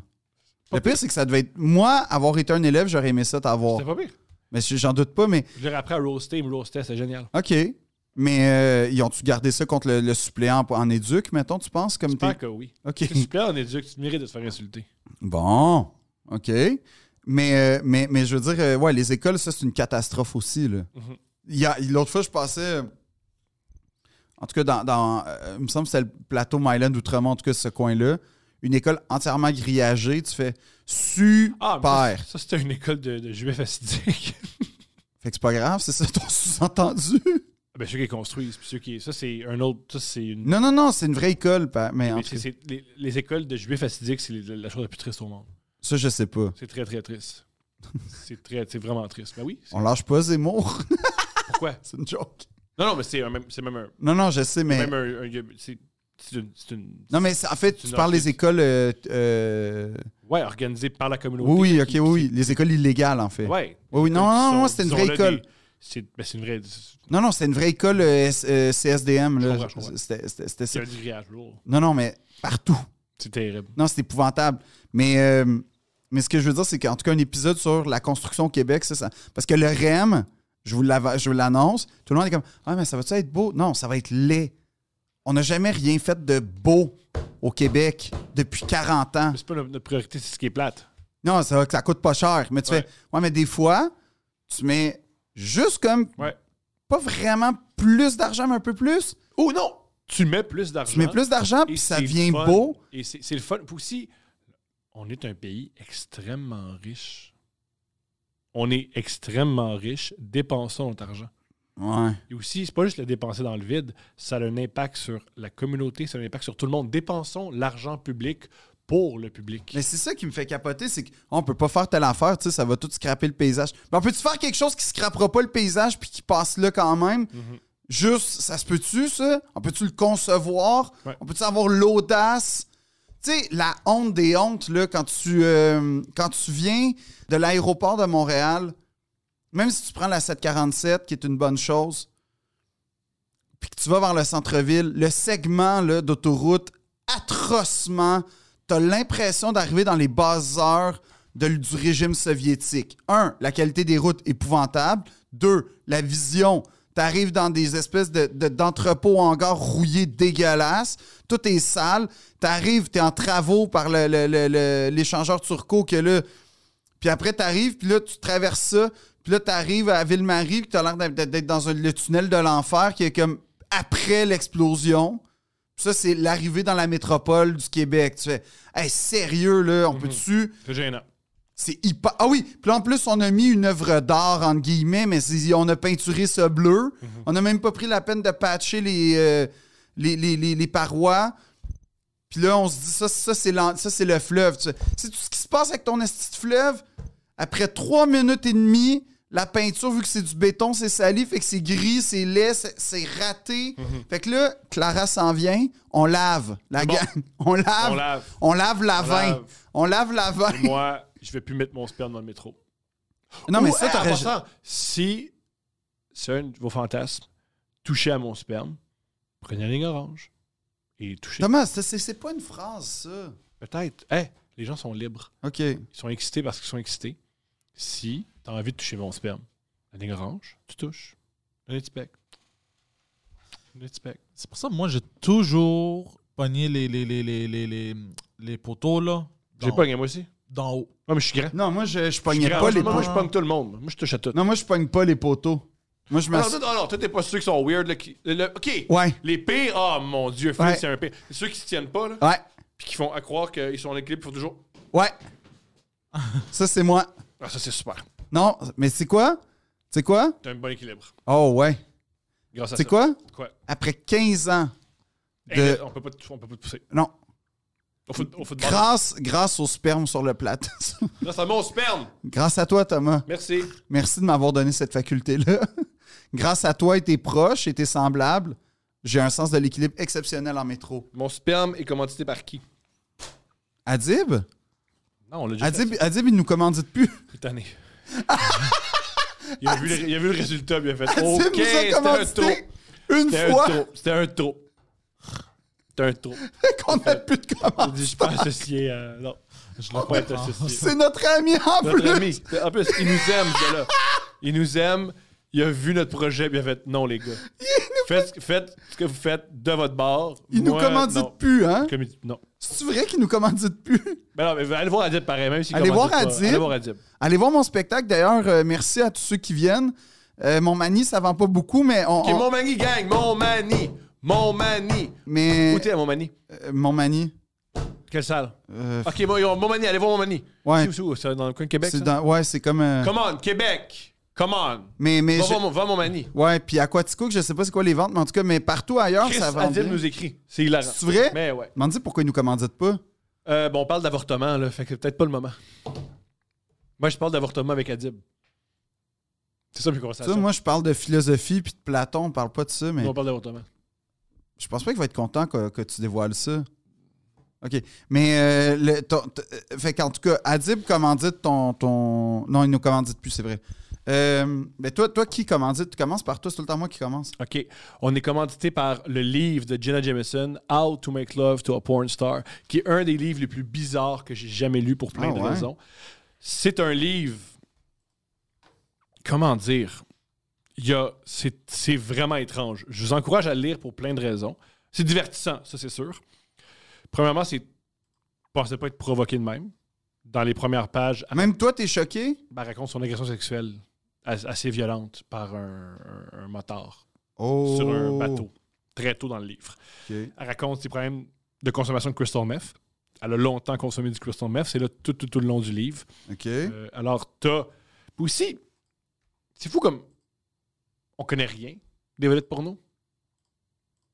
Speaker 1: Le pire, c'est que ça devait être. Moi, avoir été un élève, j'aurais aimé ça t'avoir.
Speaker 2: C'était pas pire.
Speaker 1: Mais j'en doute pas, mais.
Speaker 2: Je leur ai appris à roaster, ils me roastaient, c'est génial.
Speaker 1: OK. Mais euh, ils ont-tu gardé ça contre le, le suppléant en, en éduc, mettons, tu penses? Comme
Speaker 2: J'espère
Speaker 1: t'es...
Speaker 2: que oui.
Speaker 1: OK.
Speaker 2: Si tu plais en éduc, tu mérites de te faire insulter.
Speaker 1: Bon, OK. Mais, euh, mais, mais je veux dire, euh, ouais, les écoles, ça, c'est une catastrophe aussi. Là.
Speaker 2: Mhm.
Speaker 1: Il y a- L'autre fois, je passais. euh, En tout cas, dans, dans, euh, il me semble que c'était le plateau Myland Outremont, en tout cas, ce coin-là. Une école entièrement grillagée. Tu fais super.
Speaker 2: Ah, mais ça, ça, c'était une école de, de juifs acidiques.
Speaker 1: Fait que c'est pas grave, c'est ça ton sous-entendu.
Speaker 2: Ben, ceux qui construisent, puis ceux qui. Ça, c'est un autre. Ça, c'est une.
Speaker 1: Non, non, non, c'est une vraie école. pa- Mais en
Speaker 2: Mais
Speaker 1: tout
Speaker 2: c'est-
Speaker 1: cas,
Speaker 2: c'est- les, les écoles de juifs assidiques, c'est les- la chose la plus triste au monde.
Speaker 1: ça, je sais pas.
Speaker 2: C'est très, très triste. c'est très, c'est vraiment triste. Mais oui, c'est-
Speaker 1: On lâche pas Zemmour.
Speaker 2: pourquoi?
Speaker 1: c'est une joke.
Speaker 2: Non, non, mais c'est un même, c'est même un.
Speaker 1: Non, non, je sais, mais.
Speaker 2: Même un, un- c'est, c'est une, c'est une-
Speaker 1: Non, mais c'est- en fait, tu
Speaker 2: C'est
Speaker 1: parles
Speaker 2: leur-
Speaker 1: des écoles. euh, euh,
Speaker 2: Ouais, organisée par la communauté.
Speaker 1: Oui, oui, ok,
Speaker 2: qui-
Speaker 1: oui, oui. Les écoles illégales, en fait.
Speaker 2: qui-
Speaker 1: Oui,
Speaker 2: Ouais.
Speaker 1: oui, non, non, non,
Speaker 2: Disons-
Speaker 1: c'est une vraie
Speaker 2: disons-le,
Speaker 1: école.
Speaker 2: des- C'est, ben, c'est une vraie.
Speaker 1: Non, non, c'est une vraie école euh, S- euh, CSDM.
Speaker 2: Je
Speaker 1: là.
Speaker 2: comprends, je comprends.
Speaker 1: C'était- C'était c'était
Speaker 2: C'est
Speaker 1: ça.
Speaker 2: un du grillage lourd.
Speaker 1: Non, non, mais partout.
Speaker 2: C'est terrible.
Speaker 1: Non, c'est épouvantable. Mais, euh, mais ce que je veux dire, c'est qu'en tout cas, un épisode sur la construction au Québec, c'est ça. Parce que le REM, je vous l'ava- je vous l'annonce, tout le monde est comme Ah, mais ça va-tu être beau? Non, ça va être laid. On n'a jamais rien fait de beau au Québec depuis 40 ans.
Speaker 2: Mais c'est pas notre, notre priorité, c'est ce qui est plate.
Speaker 1: Non, ça, ça coûte pas cher. Mais tu
Speaker 2: Ouais.
Speaker 1: fais Ouais, mais des fois, tu mets juste comme
Speaker 2: Ouais.
Speaker 1: pas vraiment plus d'argent, mais un peu plus.
Speaker 2: Oh non! Tu mets plus d'argent.
Speaker 1: Tu mets plus d'argent,
Speaker 2: et
Speaker 1: puis ça
Speaker 2: c'est
Speaker 1: devient
Speaker 2: fun.
Speaker 1: beau.
Speaker 2: Et c'est, c'est le fun. Puis aussi, on est un pays extrêmement riche. On est extrêmement riche. Dépensons notre argent.
Speaker 1: Ouais.
Speaker 2: Et aussi, c'est pas juste le dépenser dans le vide, ça a un impact sur la communauté, ça a un impact sur tout le monde. Dépensons l'argent public pour le public.
Speaker 1: Mais c'est ça qui me fait capoter, c'est qu'on peut pas faire telle affaire, tu sais, ça va tout scraper le paysage. Mais on peut-tu faire quelque chose qui scrapera pas le paysage puis qui passe là quand même?
Speaker 2: Mhm.
Speaker 1: Juste, ça se peut-tu, ça? On peut-tu le concevoir?
Speaker 2: Ouais.
Speaker 1: On peut-tu avoir l'audace? Tu sais, la honte des hontes, là, quand tu, euh, quand tu viens de l'aéroport de Montréal, même si tu prends la 747, qui est une bonne chose, puis que tu vas vers le centre-ville, le segment là, d'autoroute, atrocement, t'as l'impression d'arriver dans les basses heures de, du régime soviétique. Un, la qualité des routes épouvantable. Deux, la vision. T'arrives dans des espèces de, de- d'entrepôts hangars rouillés dégueulasses. Tout est sale. T'arrives, t'es en travaux par le, le- le- le- l'échangeur turco que là... Puis après, t'arrives, puis là, tu traverses ça. Puis là, t'arrives à Ville-Marie, puis t'as l'air d'être- d'être dans un- le tunnel de l'enfer qui est comme après l'explosion. Ça, c'est l'arrivée dans la métropole du Québec. Tu fais, hey, sérieux, là, on
Speaker 2: Mhm.
Speaker 1: peut-tu.
Speaker 2: C'est gênant.
Speaker 1: C'est hyper. Ah oui, puis là, en plus, on a mis une œuvre d'art, entre guillemets, mais c'est- on a peinturé ce bleu.
Speaker 2: Mhm.
Speaker 1: On n'a même pas pris la peine de patcher les, euh, les, les- les- les parois. Puis là, on se dit, ça, ça c'est l'en- ça, c'est le fleuve. tu sais. C'est tout ce qui se passe avec ton esti de fleuve. Après trois minutes et demie, la peinture, vu que c'est du béton, c'est sali, fait que c'est gris, c'est laid, c'est- c'est raté. Fait que là, Clara s'en vient, on lave. La
Speaker 2: Mhm. C'est bon.
Speaker 1: gang. On lave.
Speaker 2: On lave.
Speaker 1: On lave la
Speaker 2: On
Speaker 1: vin.
Speaker 2: lave.
Speaker 1: On lave la vin.
Speaker 2: Et moi, je vais plus mettre mon sperme dans le métro.
Speaker 1: Non, mais
Speaker 2: Ou,
Speaker 1: ça,
Speaker 2: hey, en
Speaker 1: t'aurais.
Speaker 2: passant, Si c'est un de vos fantasmes, touchez à mon sperme, prenez la ligne orange et touchez.
Speaker 1: Thomas, ça, c'est c'est pas une phrase, ça.
Speaker 2: Peut-être. Hey, les gens sont libres.
Speaker 1: OK.
Speaker 2: Ils sont excités parce qu'ils sont excités. Si t'as envie de toucher mon sperme, la ligne orange, tu touches. Un petit pec. Un petit pec.
Speaker 3: C'est pour ça que moi, j'ai toujours pogné les, les, les, les, les, les, les poteaux, là.
Speaker 2: J'ai
Speaker 3: d'en-
Speaker 2: pas gagné moi aussi.
Speaker 3: D'en haut.
Speaker 2: Ouais, mais je suis grand.
Speaker 1: Non, moi, je, je
Speaker 2: Je suis
Speaker 1: pognais
Speaker 2: grand.
Speaker 1: pas
Speaker 2: Moi,
Speaker 1: les
Speaker 2: moi,
Speaker 1: poteaux.
Speaker 2: je pogne tout le monde. Moi, je touche à tout.
Speaker 1: Non, moi, je pogne pas les poteaux. Moi, je
Speaker 2: Alors,
Speaker 1: m'assure.
Speaker 2: non, non, toi, t'es pas ceux qui sont weird. là, qui- le- le- OK.
Speaker 1: Ouais.
Speaker 2: Les pires, oh mon Dieu, Phil,
Speaker 1: Ouais. Ah.
Speaker 2: c'est un pire. C'est Ceux qui se tiennent pas, là,
Speaker 1: Ouais.
Speaker 2: puis qui font à croire qu'ils sont en équilibre pour toujours.
Speaker 1: Ouais. ça, c'est moi.
Speaker 2: Ah, ça, c'est super.
Speaker 1: Non, mais c'est quoi? C'est quoi?
Speaker 2: T'as un bon équilibre.
Speaker 1: Oh, ouais.
Speaker 2: Grâce à ça.
Speaker 1: C'est quoi?
Speaker 2: Quoi?
Speaker 1: Après 15 ans
Speaker 2: Hey,
Speaker 1: de.
Speaker 2: là, on, peut pas te, on peut pas te pousser.
Speaker 1: Non.
Speaker 2: Au, foot- au football.
Speaker 1: Grâce, grâce au sperme sur le plateau.
Speaker 2: Grâce à mon sperme.
Speaker 1: grâce à toi, Thomas.
Speaker 2: Merci.
Speaker 1: Merci de m'avoir donné cette faculté-là. grâce à toi et tes proches et tes semblables, j'ai un sens de l'équilibre exceptionnel en métro.
Speaker 2: Mon sperme est commandité par qui?
Speaker 1: Adib?
Speaker 2: Non, on l'a déjà
Speaker 1: Adib, Adib, il nous commandite plus.
Speaker 2: Cette année. il, a vu le, il a vu le résultat, puis il a fait
Speaker 1: Adib
Speaker 2: OK, c'était
Speaker 1: nous a
Speaker 2: un trop.
Speaker 1: commandité une
Speaker 2: C'était un
Speaker 1: fois
Speaker 2: trop. C'était un trop. C'était un trop.
Speaker 1: qu'on n'a plus de
Speaker 2: Il
Speaker 1: commande.
Speaker 2: dit, Je suis pas associé. euh, non, je ne veux pas être associé.
Speaker 1: Ah, C'est notre ami en plus.
Speaker 2: Notre ami. En plus, il nous aime, ce gars-là. Il nous aime. Il a vu notre projet, puis il a fait non, les gars. Faites, ce que- faites ce que vous faites de votre bord.
Speaker 1: Il nous
Speaker 2: Moi,
Speaker 1: commandite
Speaker 2: non.
Speaker 1: plus, hein?
Speaker 2: Comme il dit, non.
Speaker 1: C'est vrai qu'il nous commandite plus?
Speaker 2: Mais non, mais allez voir Adib pareil, même si
Speaker 1: Allez voir Adib.
Speaker 2: Allez voir Adib.
Speaker 1: Allez voir mon spectacle. D'ailleurs, euh, merci à tous ceux qui viennent. Euh, mon mani, ça vend pas beaucoup, mais on.
Speaker 2: Ok,
Speaker 1: on-
Speaker 2: mon mani, gang, mon mani, mon mani.
Speaker 1: Mais.
Speaker 2: Où t'es, mon mani?
Speaker 1: euh, mon mani.
Speaker 2: Quelle salle?
Speaker 1: euh,
Speaker 2: Ok, mon, mon mani, allez voir mon mani.
Speaker 1: ouais.
Speaker 2: C'est où, c'est où? C'est dans le coin de Québec?
Speaker 1: C'est
Speaker 2: ça?
Speaker 1: dans- ouais, c'est comme. euh,
Speaker 2: Come on, Québec! Come on!
Speaker 1: Mais, mais
Speaker 2: Va,
Speaker 1: je-
Speaker 2: voir mon- va mon mani.
Speaker 1: ouais, puis Aquaticook, je sais pas c'est quoi les ventes, mais en tout cas, mais partout ailleurs,
Speaker 2: Chris
Speaker 1: Ah, ça vend.
Speaker 2: Adil
Speaker 1: bien.
Speaker 2: nous écrit. C'est hilarant.
Speaker 1: C'est vrai?
Speaker 2: Mais ouais.
Speaker 1: Demande-y pourquoi ils nous commanditent pas.
Speaker 2: Euh, bon, on parle d'avortement, là. Fait que c'est peut-être pas le moment. Moi, je parle d'avortement avec Adib. C'est ça mes
Speaker 1: Tu sais,
Speaker 2: conversations.
Speaker 1: moi, je parle de philosophie puis de Platon, on parle pas de ça, mais
Speaker 2: Nous, on parle d'avortement.
Speaker 1: je pense pas qu'il va être content que, que tu dévoiles ça. OK. Mais, euh, le, ton- t- euh, fait qu'en tout cas, Adib commandite ton, ton. Non, il nous commandite plus, c'est vrai. Euh, mais toi, toi qui commandite, tu commences par toi, c'est tout le temps moi qui commence.
Speaker 2: OK. On est commandité par le livre de Jenna Jameson, How to Make Love to a Porn Star, qui est un des livres les plus bizarres que j'ai jamais lu pour plein
Speaker 1: Ah
Speaker 2: de
Speaker 1: ouais?
Speaker 2: raisons. C'est un livre. Comment dire? Il y a- C'est c'est vraiment étrange. Je vous encourage à le lire pour plein de raisons. C'est divertissant, ça, c'est sûr. Premièrement, c'est. Pensez pas être provoqué de même. Dans les premières pages,
Speaker 1: Même toi, t'es choqué?
Speaker 2: elle raconte son agression sexuelle as- assez violente par un- un- un motard
Speaker 1: Oh.
Speaker 2: sur un bateau, très tôt dans le livre.
Speaker 1: OK.
Speaker 2: Elle raconte ses problèmes de consommation de crystal meth. Elle a longtemps consommé du crystal meth, c'est là tout, tout, tout le long du livre.
Speaker 1: OK.
Speaker 2: Euh, alors, t'as. Puis aussi, c'est fou comme. On connaît rien des vedettes porno.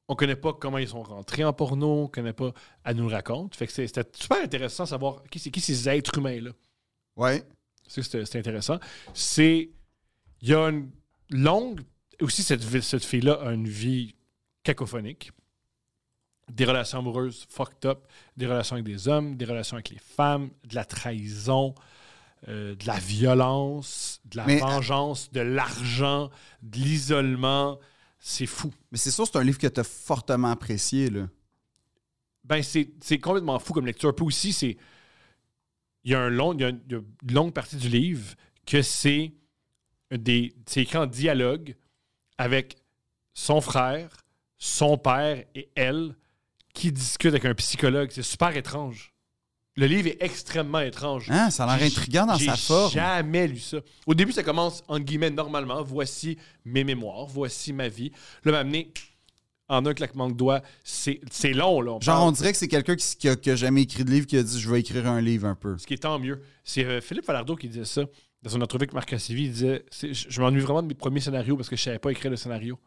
Speaker 2: On connaît pas comment ils sont rentrés en porno, on connaît pas. Elle nous le raconte. Fait que c'est- c'était super intéressant de savoir qui c'est qui ces êtres humains-là.
Speaker 1: Ouais.
Speaker 2: C'est que c'était- c'était intéressant. C'est. Il y a une longue. Aussi, cette, vi- cette fille-là a une vie cacophonique. Des relations amoureuses fucked up, des relations avec des hommes, des relations avec les femmes, de la trahison, euh, de la violence, de la
Speaker 1: Mais-
Speaker 2: vengeance, de l'argent, de l'isolement. C'est fou.
Speaker 1: Mais c'est sûr, c'est un livre que t'as fortement apprécié, là.
Speaker 2: Ben, c'est c'est complètement fou comme lecture. Puis aussi, c'est. Il y a un long, il y a une, il y a une longue partie du livre que c'est des. C'est écrit en dialogue avec son frère, son père et elle qui discutent avec un psychologue. C'est super étrange. Le livre est extrêmement étrange.
Speaker 1: Hein, ça a l'air
Speaker 2: J'ai-
Speaker 1: intriguant dans
Speaker 2: j'ai
Speaker 1: sa forme.
Speaker 2: jamais lu ça. Au début, ça commence en guillemets normalement. Voici mes mémoires, voici ma vie. Là, m'amener en un claquement de doigts, c'est c'est long. Là, on
Speaker 1: Genre,
Speaker 2: parle.
Speaker 1: on dirait que c'est quelqu'un qui, qui, a, qui a jamais écrit de livre qui a dit Je vais écrire un livre un peu.
Speaker 2: Ce qui est tant mieux. C'est euh, Philippe Falardeau qui disait ça dans son entrevue avec Marc Cassivi. Il disait c'est- Je je m'ennuie vraiment de mes premiers scénarios parce que je savais pas écrire le scénario.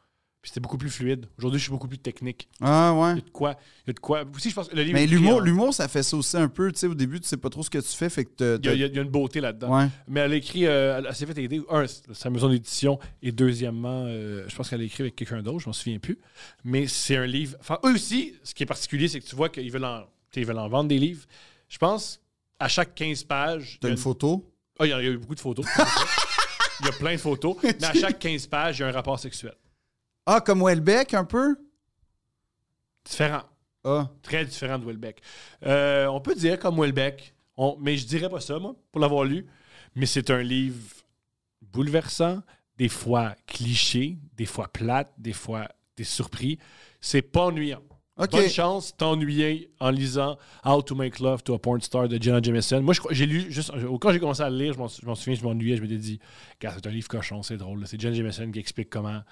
Speaker 2: Puis c'était beaucoup plus fluide. Aujourd'hui, je suis beaucoup plus technique.
Speaker 1: Ah,
Speaker 2: Il y
Speaker 1: ouais.
Speaker 2: a de quoi. Il y a de quoi. Aussi, je pense que le livre est
Speaker 1: Mais
Speaker 2: écrit
Speaker 1: l'humour,
Speaker 2: en-
Speaker 1: l'humour, ça fait ça aussi un peu. Tu sais, au début, tu sais pas trop ce que tu fais, fait que t'as-
Speaker 2: Il y, a-
Speaker 1: t'as-
Speaker 2: il y a- il y a une beauté là-dedans.
Speaker 1: Ouais.
Speaker 2: Mais elle a écrit, euh, elle, elle s'est fait aider, un, c'est sa maison d'édition, et deuxièmement, euh, je pense qu'elle a écrit avec quelqu'un d'autre, je m'en souviens plus. Mais c'est un livre. Enfin, eux aussi, ce qui est particulier, c'est que tu vois qu'ils veulent, en- tu sais, ils veulent en vendre des livres. Je pense, à chaque 15 pages. il
Speaker 1: T'as
Speaker 2: y a
Speaker 1: une
Speaker 2: une-
Speaker 1: photo.
Speaker 2: Ah, il y, en- il y a eu beaucoup de photos. il y a plein de photos. Mais à chaque 15 pages, il y a un rapport sexuel.
Speaker 1: Ah, comme Welbeck, un peu
Speaker 2: Différent.
Speaker 1: Ah.
Speaker 2: Très différent de Welbeck. Euh, on peut dire comme Welbeck, on- mais je dirais pas ça, moi, pour l'avoir lu. Mais c'est un livre bouleversant, des fois cliché, des fois plate, des fois des surpris. C'est pas ennuyant.
Speaker 1: Ok.
Speaker 2: Bonne chance, t'ennuyer en lisant How to Make Love to a Porn Star de Jenna Jameson. Moi, je crois- j'ai lu, juste, quand j'ai commencé à le lire, je m'en sou- je m'en souviens, je m'ennuyais, je m'étais dit, car c'est un livre cochon, c'est drôle. là. C'est Jenna Jameson qui explique comment,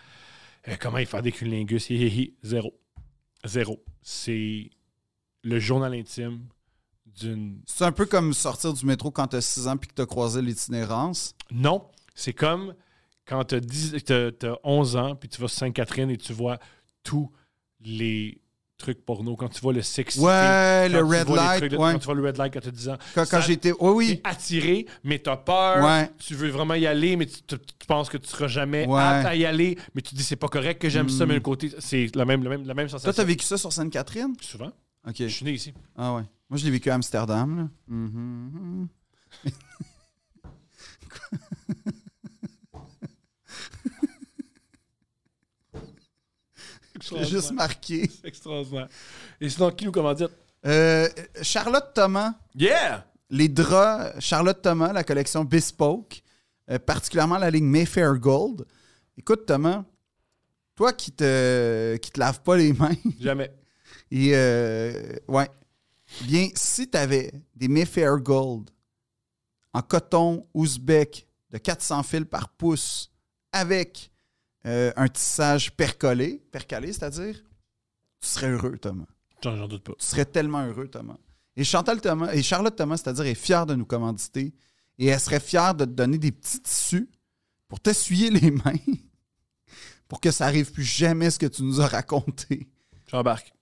Speaker 2: euh, comment il fait des cunnilingus. Hi, hi, hi. Zéro. Zéro. C'est le journal intime d'une.
Speaker 1: C'est un peu comme sortir du métro quand t'as 6 ans puis que t'as croisé l'itinérance.
Speaker 2: Non, c'est comme quand t'as dix- t'as t'as 11 ans, puis tu vas sur Sainte-Catherine et tu vois tous les trucs porno. Quand tu vois le sex
Speaker 1: Ouais,
Speaker 2: Quand
Speaker 1: le
Speaker 2: tu
Speaker 1: red
Speaker 2: vois les
Speaker 1: light.
Speaker 2: trucs de-
Speaker 1: ouais.
Speaker 2: Quand tu vois le red light quand tu as 10 ans.
Speaker 1: Quand,
Speaker 2: ça-
Speaker 1: quand j'étais. Oui,
Speaker 2: T'es
Speaker 1: oui.
Speaker 2: attiré, mais t'as peur.
Speaker 1: Ouais.
Speaker 2: Tu veux vraiment y aller, mais tu, tu- tu penses que tu seras jamais
Speaker 1: Ouais. Hmm.
Speaker 2: apte à y aller. Mais tu te dis, c'est pas correct que j'aime ça, mais le côté, c'est la même, la même, la même sensation.
Speaker 1: Toi, t'as vécu ça sur Sainte-Catherine
Speaker 2: Souvent.
Speaker 1: Ok.
Speaker 2: Je suis né ici.
Speaker 1: Ah, ouais. Moi, je l'ai vécu à Amsterdam, là. Mhm. J'ai juste marqué.
Speaker 2: C'est extraordinaire. Et sinon, qui nous commandite?
Speaker 1: Euh, Charlotte Thomas.
Speaker 2: Yeah!
Speaker 1: les draps Charlotte Thomas, la collection Bespoke, euh, particulièrement la ligne Mayfair Gold. Écoute, Thomas, toi qui te, qui te laves pas les mains,
Speaker 2: Jamais.
Speaker 1: et euh, ouais, bien, si tu avais des Mayfair Gold en coton ouzbek de 400 fils par pouce avec euh, un tissage percolé, percalé, c'est-à-dire, tu serais heureux, Thomas.
Speaker 2: J'en j'en doute pas.
Speaker 1: Tu serais tellement heureux, Thomas. Et Chantal Thomas, et Charlotte Thomas, c'est-à-dire, est fière de nous commanditer et elle serait fière de te donner des petits tissus pour t'essuyer les mains, pour que ça arrive plus jamais ce que tu nous as raconté.
Speaker 2: J'embarque.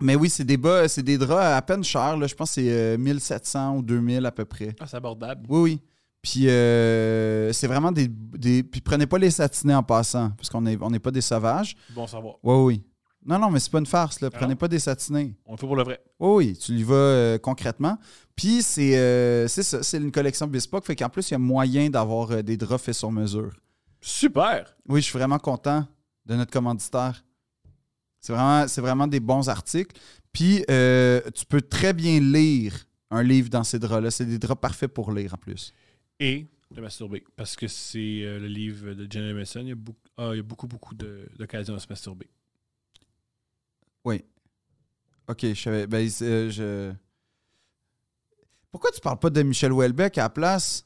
Speaker 1: Mais oui, c'est des bas, c'est des draps à peine chers. Là. Je pense que c'est euh, 1700 ou 2000 à peu près.
Speaker 2: Ah, c'est abordable.
Speaker 1: Oui, oui. Puis euh, c'est vraiment des, des- Puis prenez pas les satinés en passant, parce qu'on n'est on n'est pas des sauvages.
Speaker 2: Bon savoir.
Speaker 1: Oui, oui. Non, non, mais c'est pas une farce. Là.
Speaker 2: Ah
Speaker 1: Prenez
Speaker 2: non?
Speaker 1: pas des satinés.
Speaker 2: On le fait pour le vrai.
Speaker 1: Oui, Oh oui, tu y vas euh, concrètement. Puis c'est euh, c'est ça, c'est une collection Bespoke. Fait qu'en plus, il y a moyen d'avoir euh, des draps faits sur mesure.
Speaker 2: Super!
Speaker 1: Oui, je suis vraiment content de notre commanditaire. C'est vraiment, c'est vraiment des bons articles. Puis, euh, tu peux très bien lire un livre dans ces draps-là. C'est des draps parfaits pour lire en plus.
Speaker 2: Et de masturber. Parce que c'est euh, le livre de Jenna Mason. Il y a beaucoup, ah, il y a beaucoup, beaucoup de- d'occasions à se masturber.
Speaker 1: OK, je savais. ben, c'est, euh, je- Pourquoi tu parles pas de Michel Houellebecq à la place?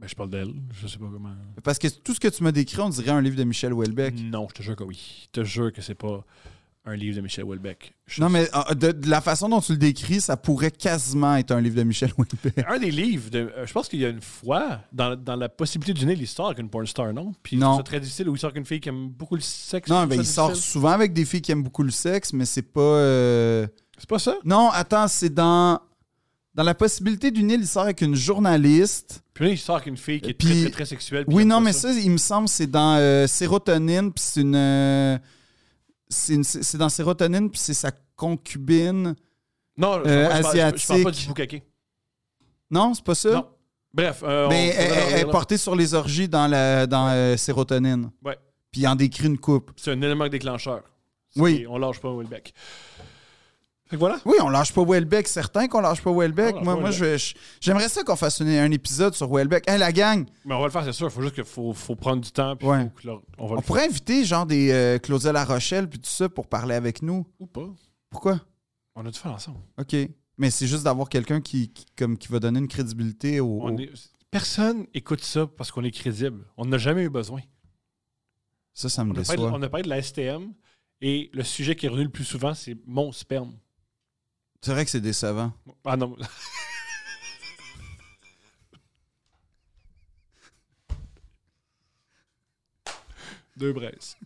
Speaker 2: Ben, je parle d'elle. Je sais pas comment.
Speaker 1: Parce que tout ce que tu m'as décrit, on dirait un livre de Michel Houellebecq.
Speaker 2: Non, je te jure que oui. Je te jure que c'est pas un livre de Michel Houellebecq. Je-
Speaker 1: Non, mais euh, de, de la façon dont tu le décris, ça pourrait quasiment être un livre de Michel Houellebecq.
Speaker 2: Un des livres, de, euh, je pense qu'il y a une fois, dans, dans la possibilité d'une l'histoire avec une porn star, non? Puis
Speaker 1: Non.
Speaker 2: c'est très difficile où il sort avec une fille qui aime beaucoup le sexe.
Speaker 1: Non,
Speaker 2: je trouve
Speaker 1: ben, il
Speaker 2: ça
Speaker 1: sort
Speaker 2: difficile.
Speaker 1: souvent avec des filles qui aiment beaucoup le sexe, mais c'est pas. euh,
Speaker 2: C'est pas ça?
Speaker 1: Non, attends, c'est dans. Dans la possibilité d'une île, il sort avec une journaliste.
Speaker 2: Puis là, il sort avec une fille qui est
Speaker 1: Puis-
Speaker 2: très, très, très sexuelle. puis
Speaker 1: Oui,
Speaker 2: il aime
Speaker 1: non,
Speaker 2: pas
Speaker 1: mais ça, il me semble, c'est dans euh, Sérotonine, puis c'est une. euh, c'est une- c'est c'est dans Sérotonine, puis c'est sa concubine.
Speaker 2: Non, je,
Speaker 1: Euh,
Speaker 2: parle- je parle, je parle pas
Speaker 1: asiatique.
Speaker 2: du bukake.
Speaker 1: Non, c'est pas ça?
Speaker 2: Non. Bref. euh,
Speaker 1: Mais Ben,
Speaker 2: on- on
Speaker 1: elle,
Speaker 2: va
Speaker 1: elle-
Speaker 2: leur
Speaker 1: elle
Speaker 2: dire,
Speaker 1: est
Speaker 2: là.
Speaker 1: portée sur les orgies dans, la, dans euh, Sérotonine.
Speaker 2: Ouais.
Speaker 1: Puis il en décrit une coupe.
Speaker 2: C'est un élément déclencheur. C'est-
Speaker 1: Oui.
Speaker 2: On lâche pas Houellebecq. Fait que voilà.
Speaker 1: Oui, on lâche pas Welbeck, certain qu'on lâche pas Welbeck.
Speaker 2: On lâche
Speaker 1: Moi,
Speaker 2: pas
Speaker 1: moi je- je- j'aimerais ça qu'on fasse une- un épisode sur Welbeck. Hey, la gang,
Speaker 2: Mais on va le faire, c'est sûr. Faut juste qu'il faut, faut prendre du temps. Puis
Speaker 1: Ouais.
Speaker 2: faut que leur- on
Speaker 1: on
Speaker 2: va le faire.
Speaker 1: pourrait inviter genre des euh, Claudia La Rochelle puis tout ça pour parler avec nous.
Speaker 2: Ou pas.
Speaker 1: Pourquoi?
Speaker 2: On a dû faire ensemble.
Speaker 1: OK. Mais c'est juste d'avoir quelqu'un qui, qui- comme, qui va donner une crédibilité au.
Speaker 2: On
Speaker 1: au-
Speaker 2: est- Personne écoute ça parce qu'on est crédible. On n'a jamais eu besoin.
Speaker 1: Ça, ça me
Speaker 2: On a, parlé, de-
Speaker 1: déçoit.
Speaker 2: on a parlé de la STM et le sujet qui est revenu le plus souvent, c'est mon sperme.
Speaker 1: C'est vrai que c'est décevant.
Speaker 2: Ah non. Deux braises.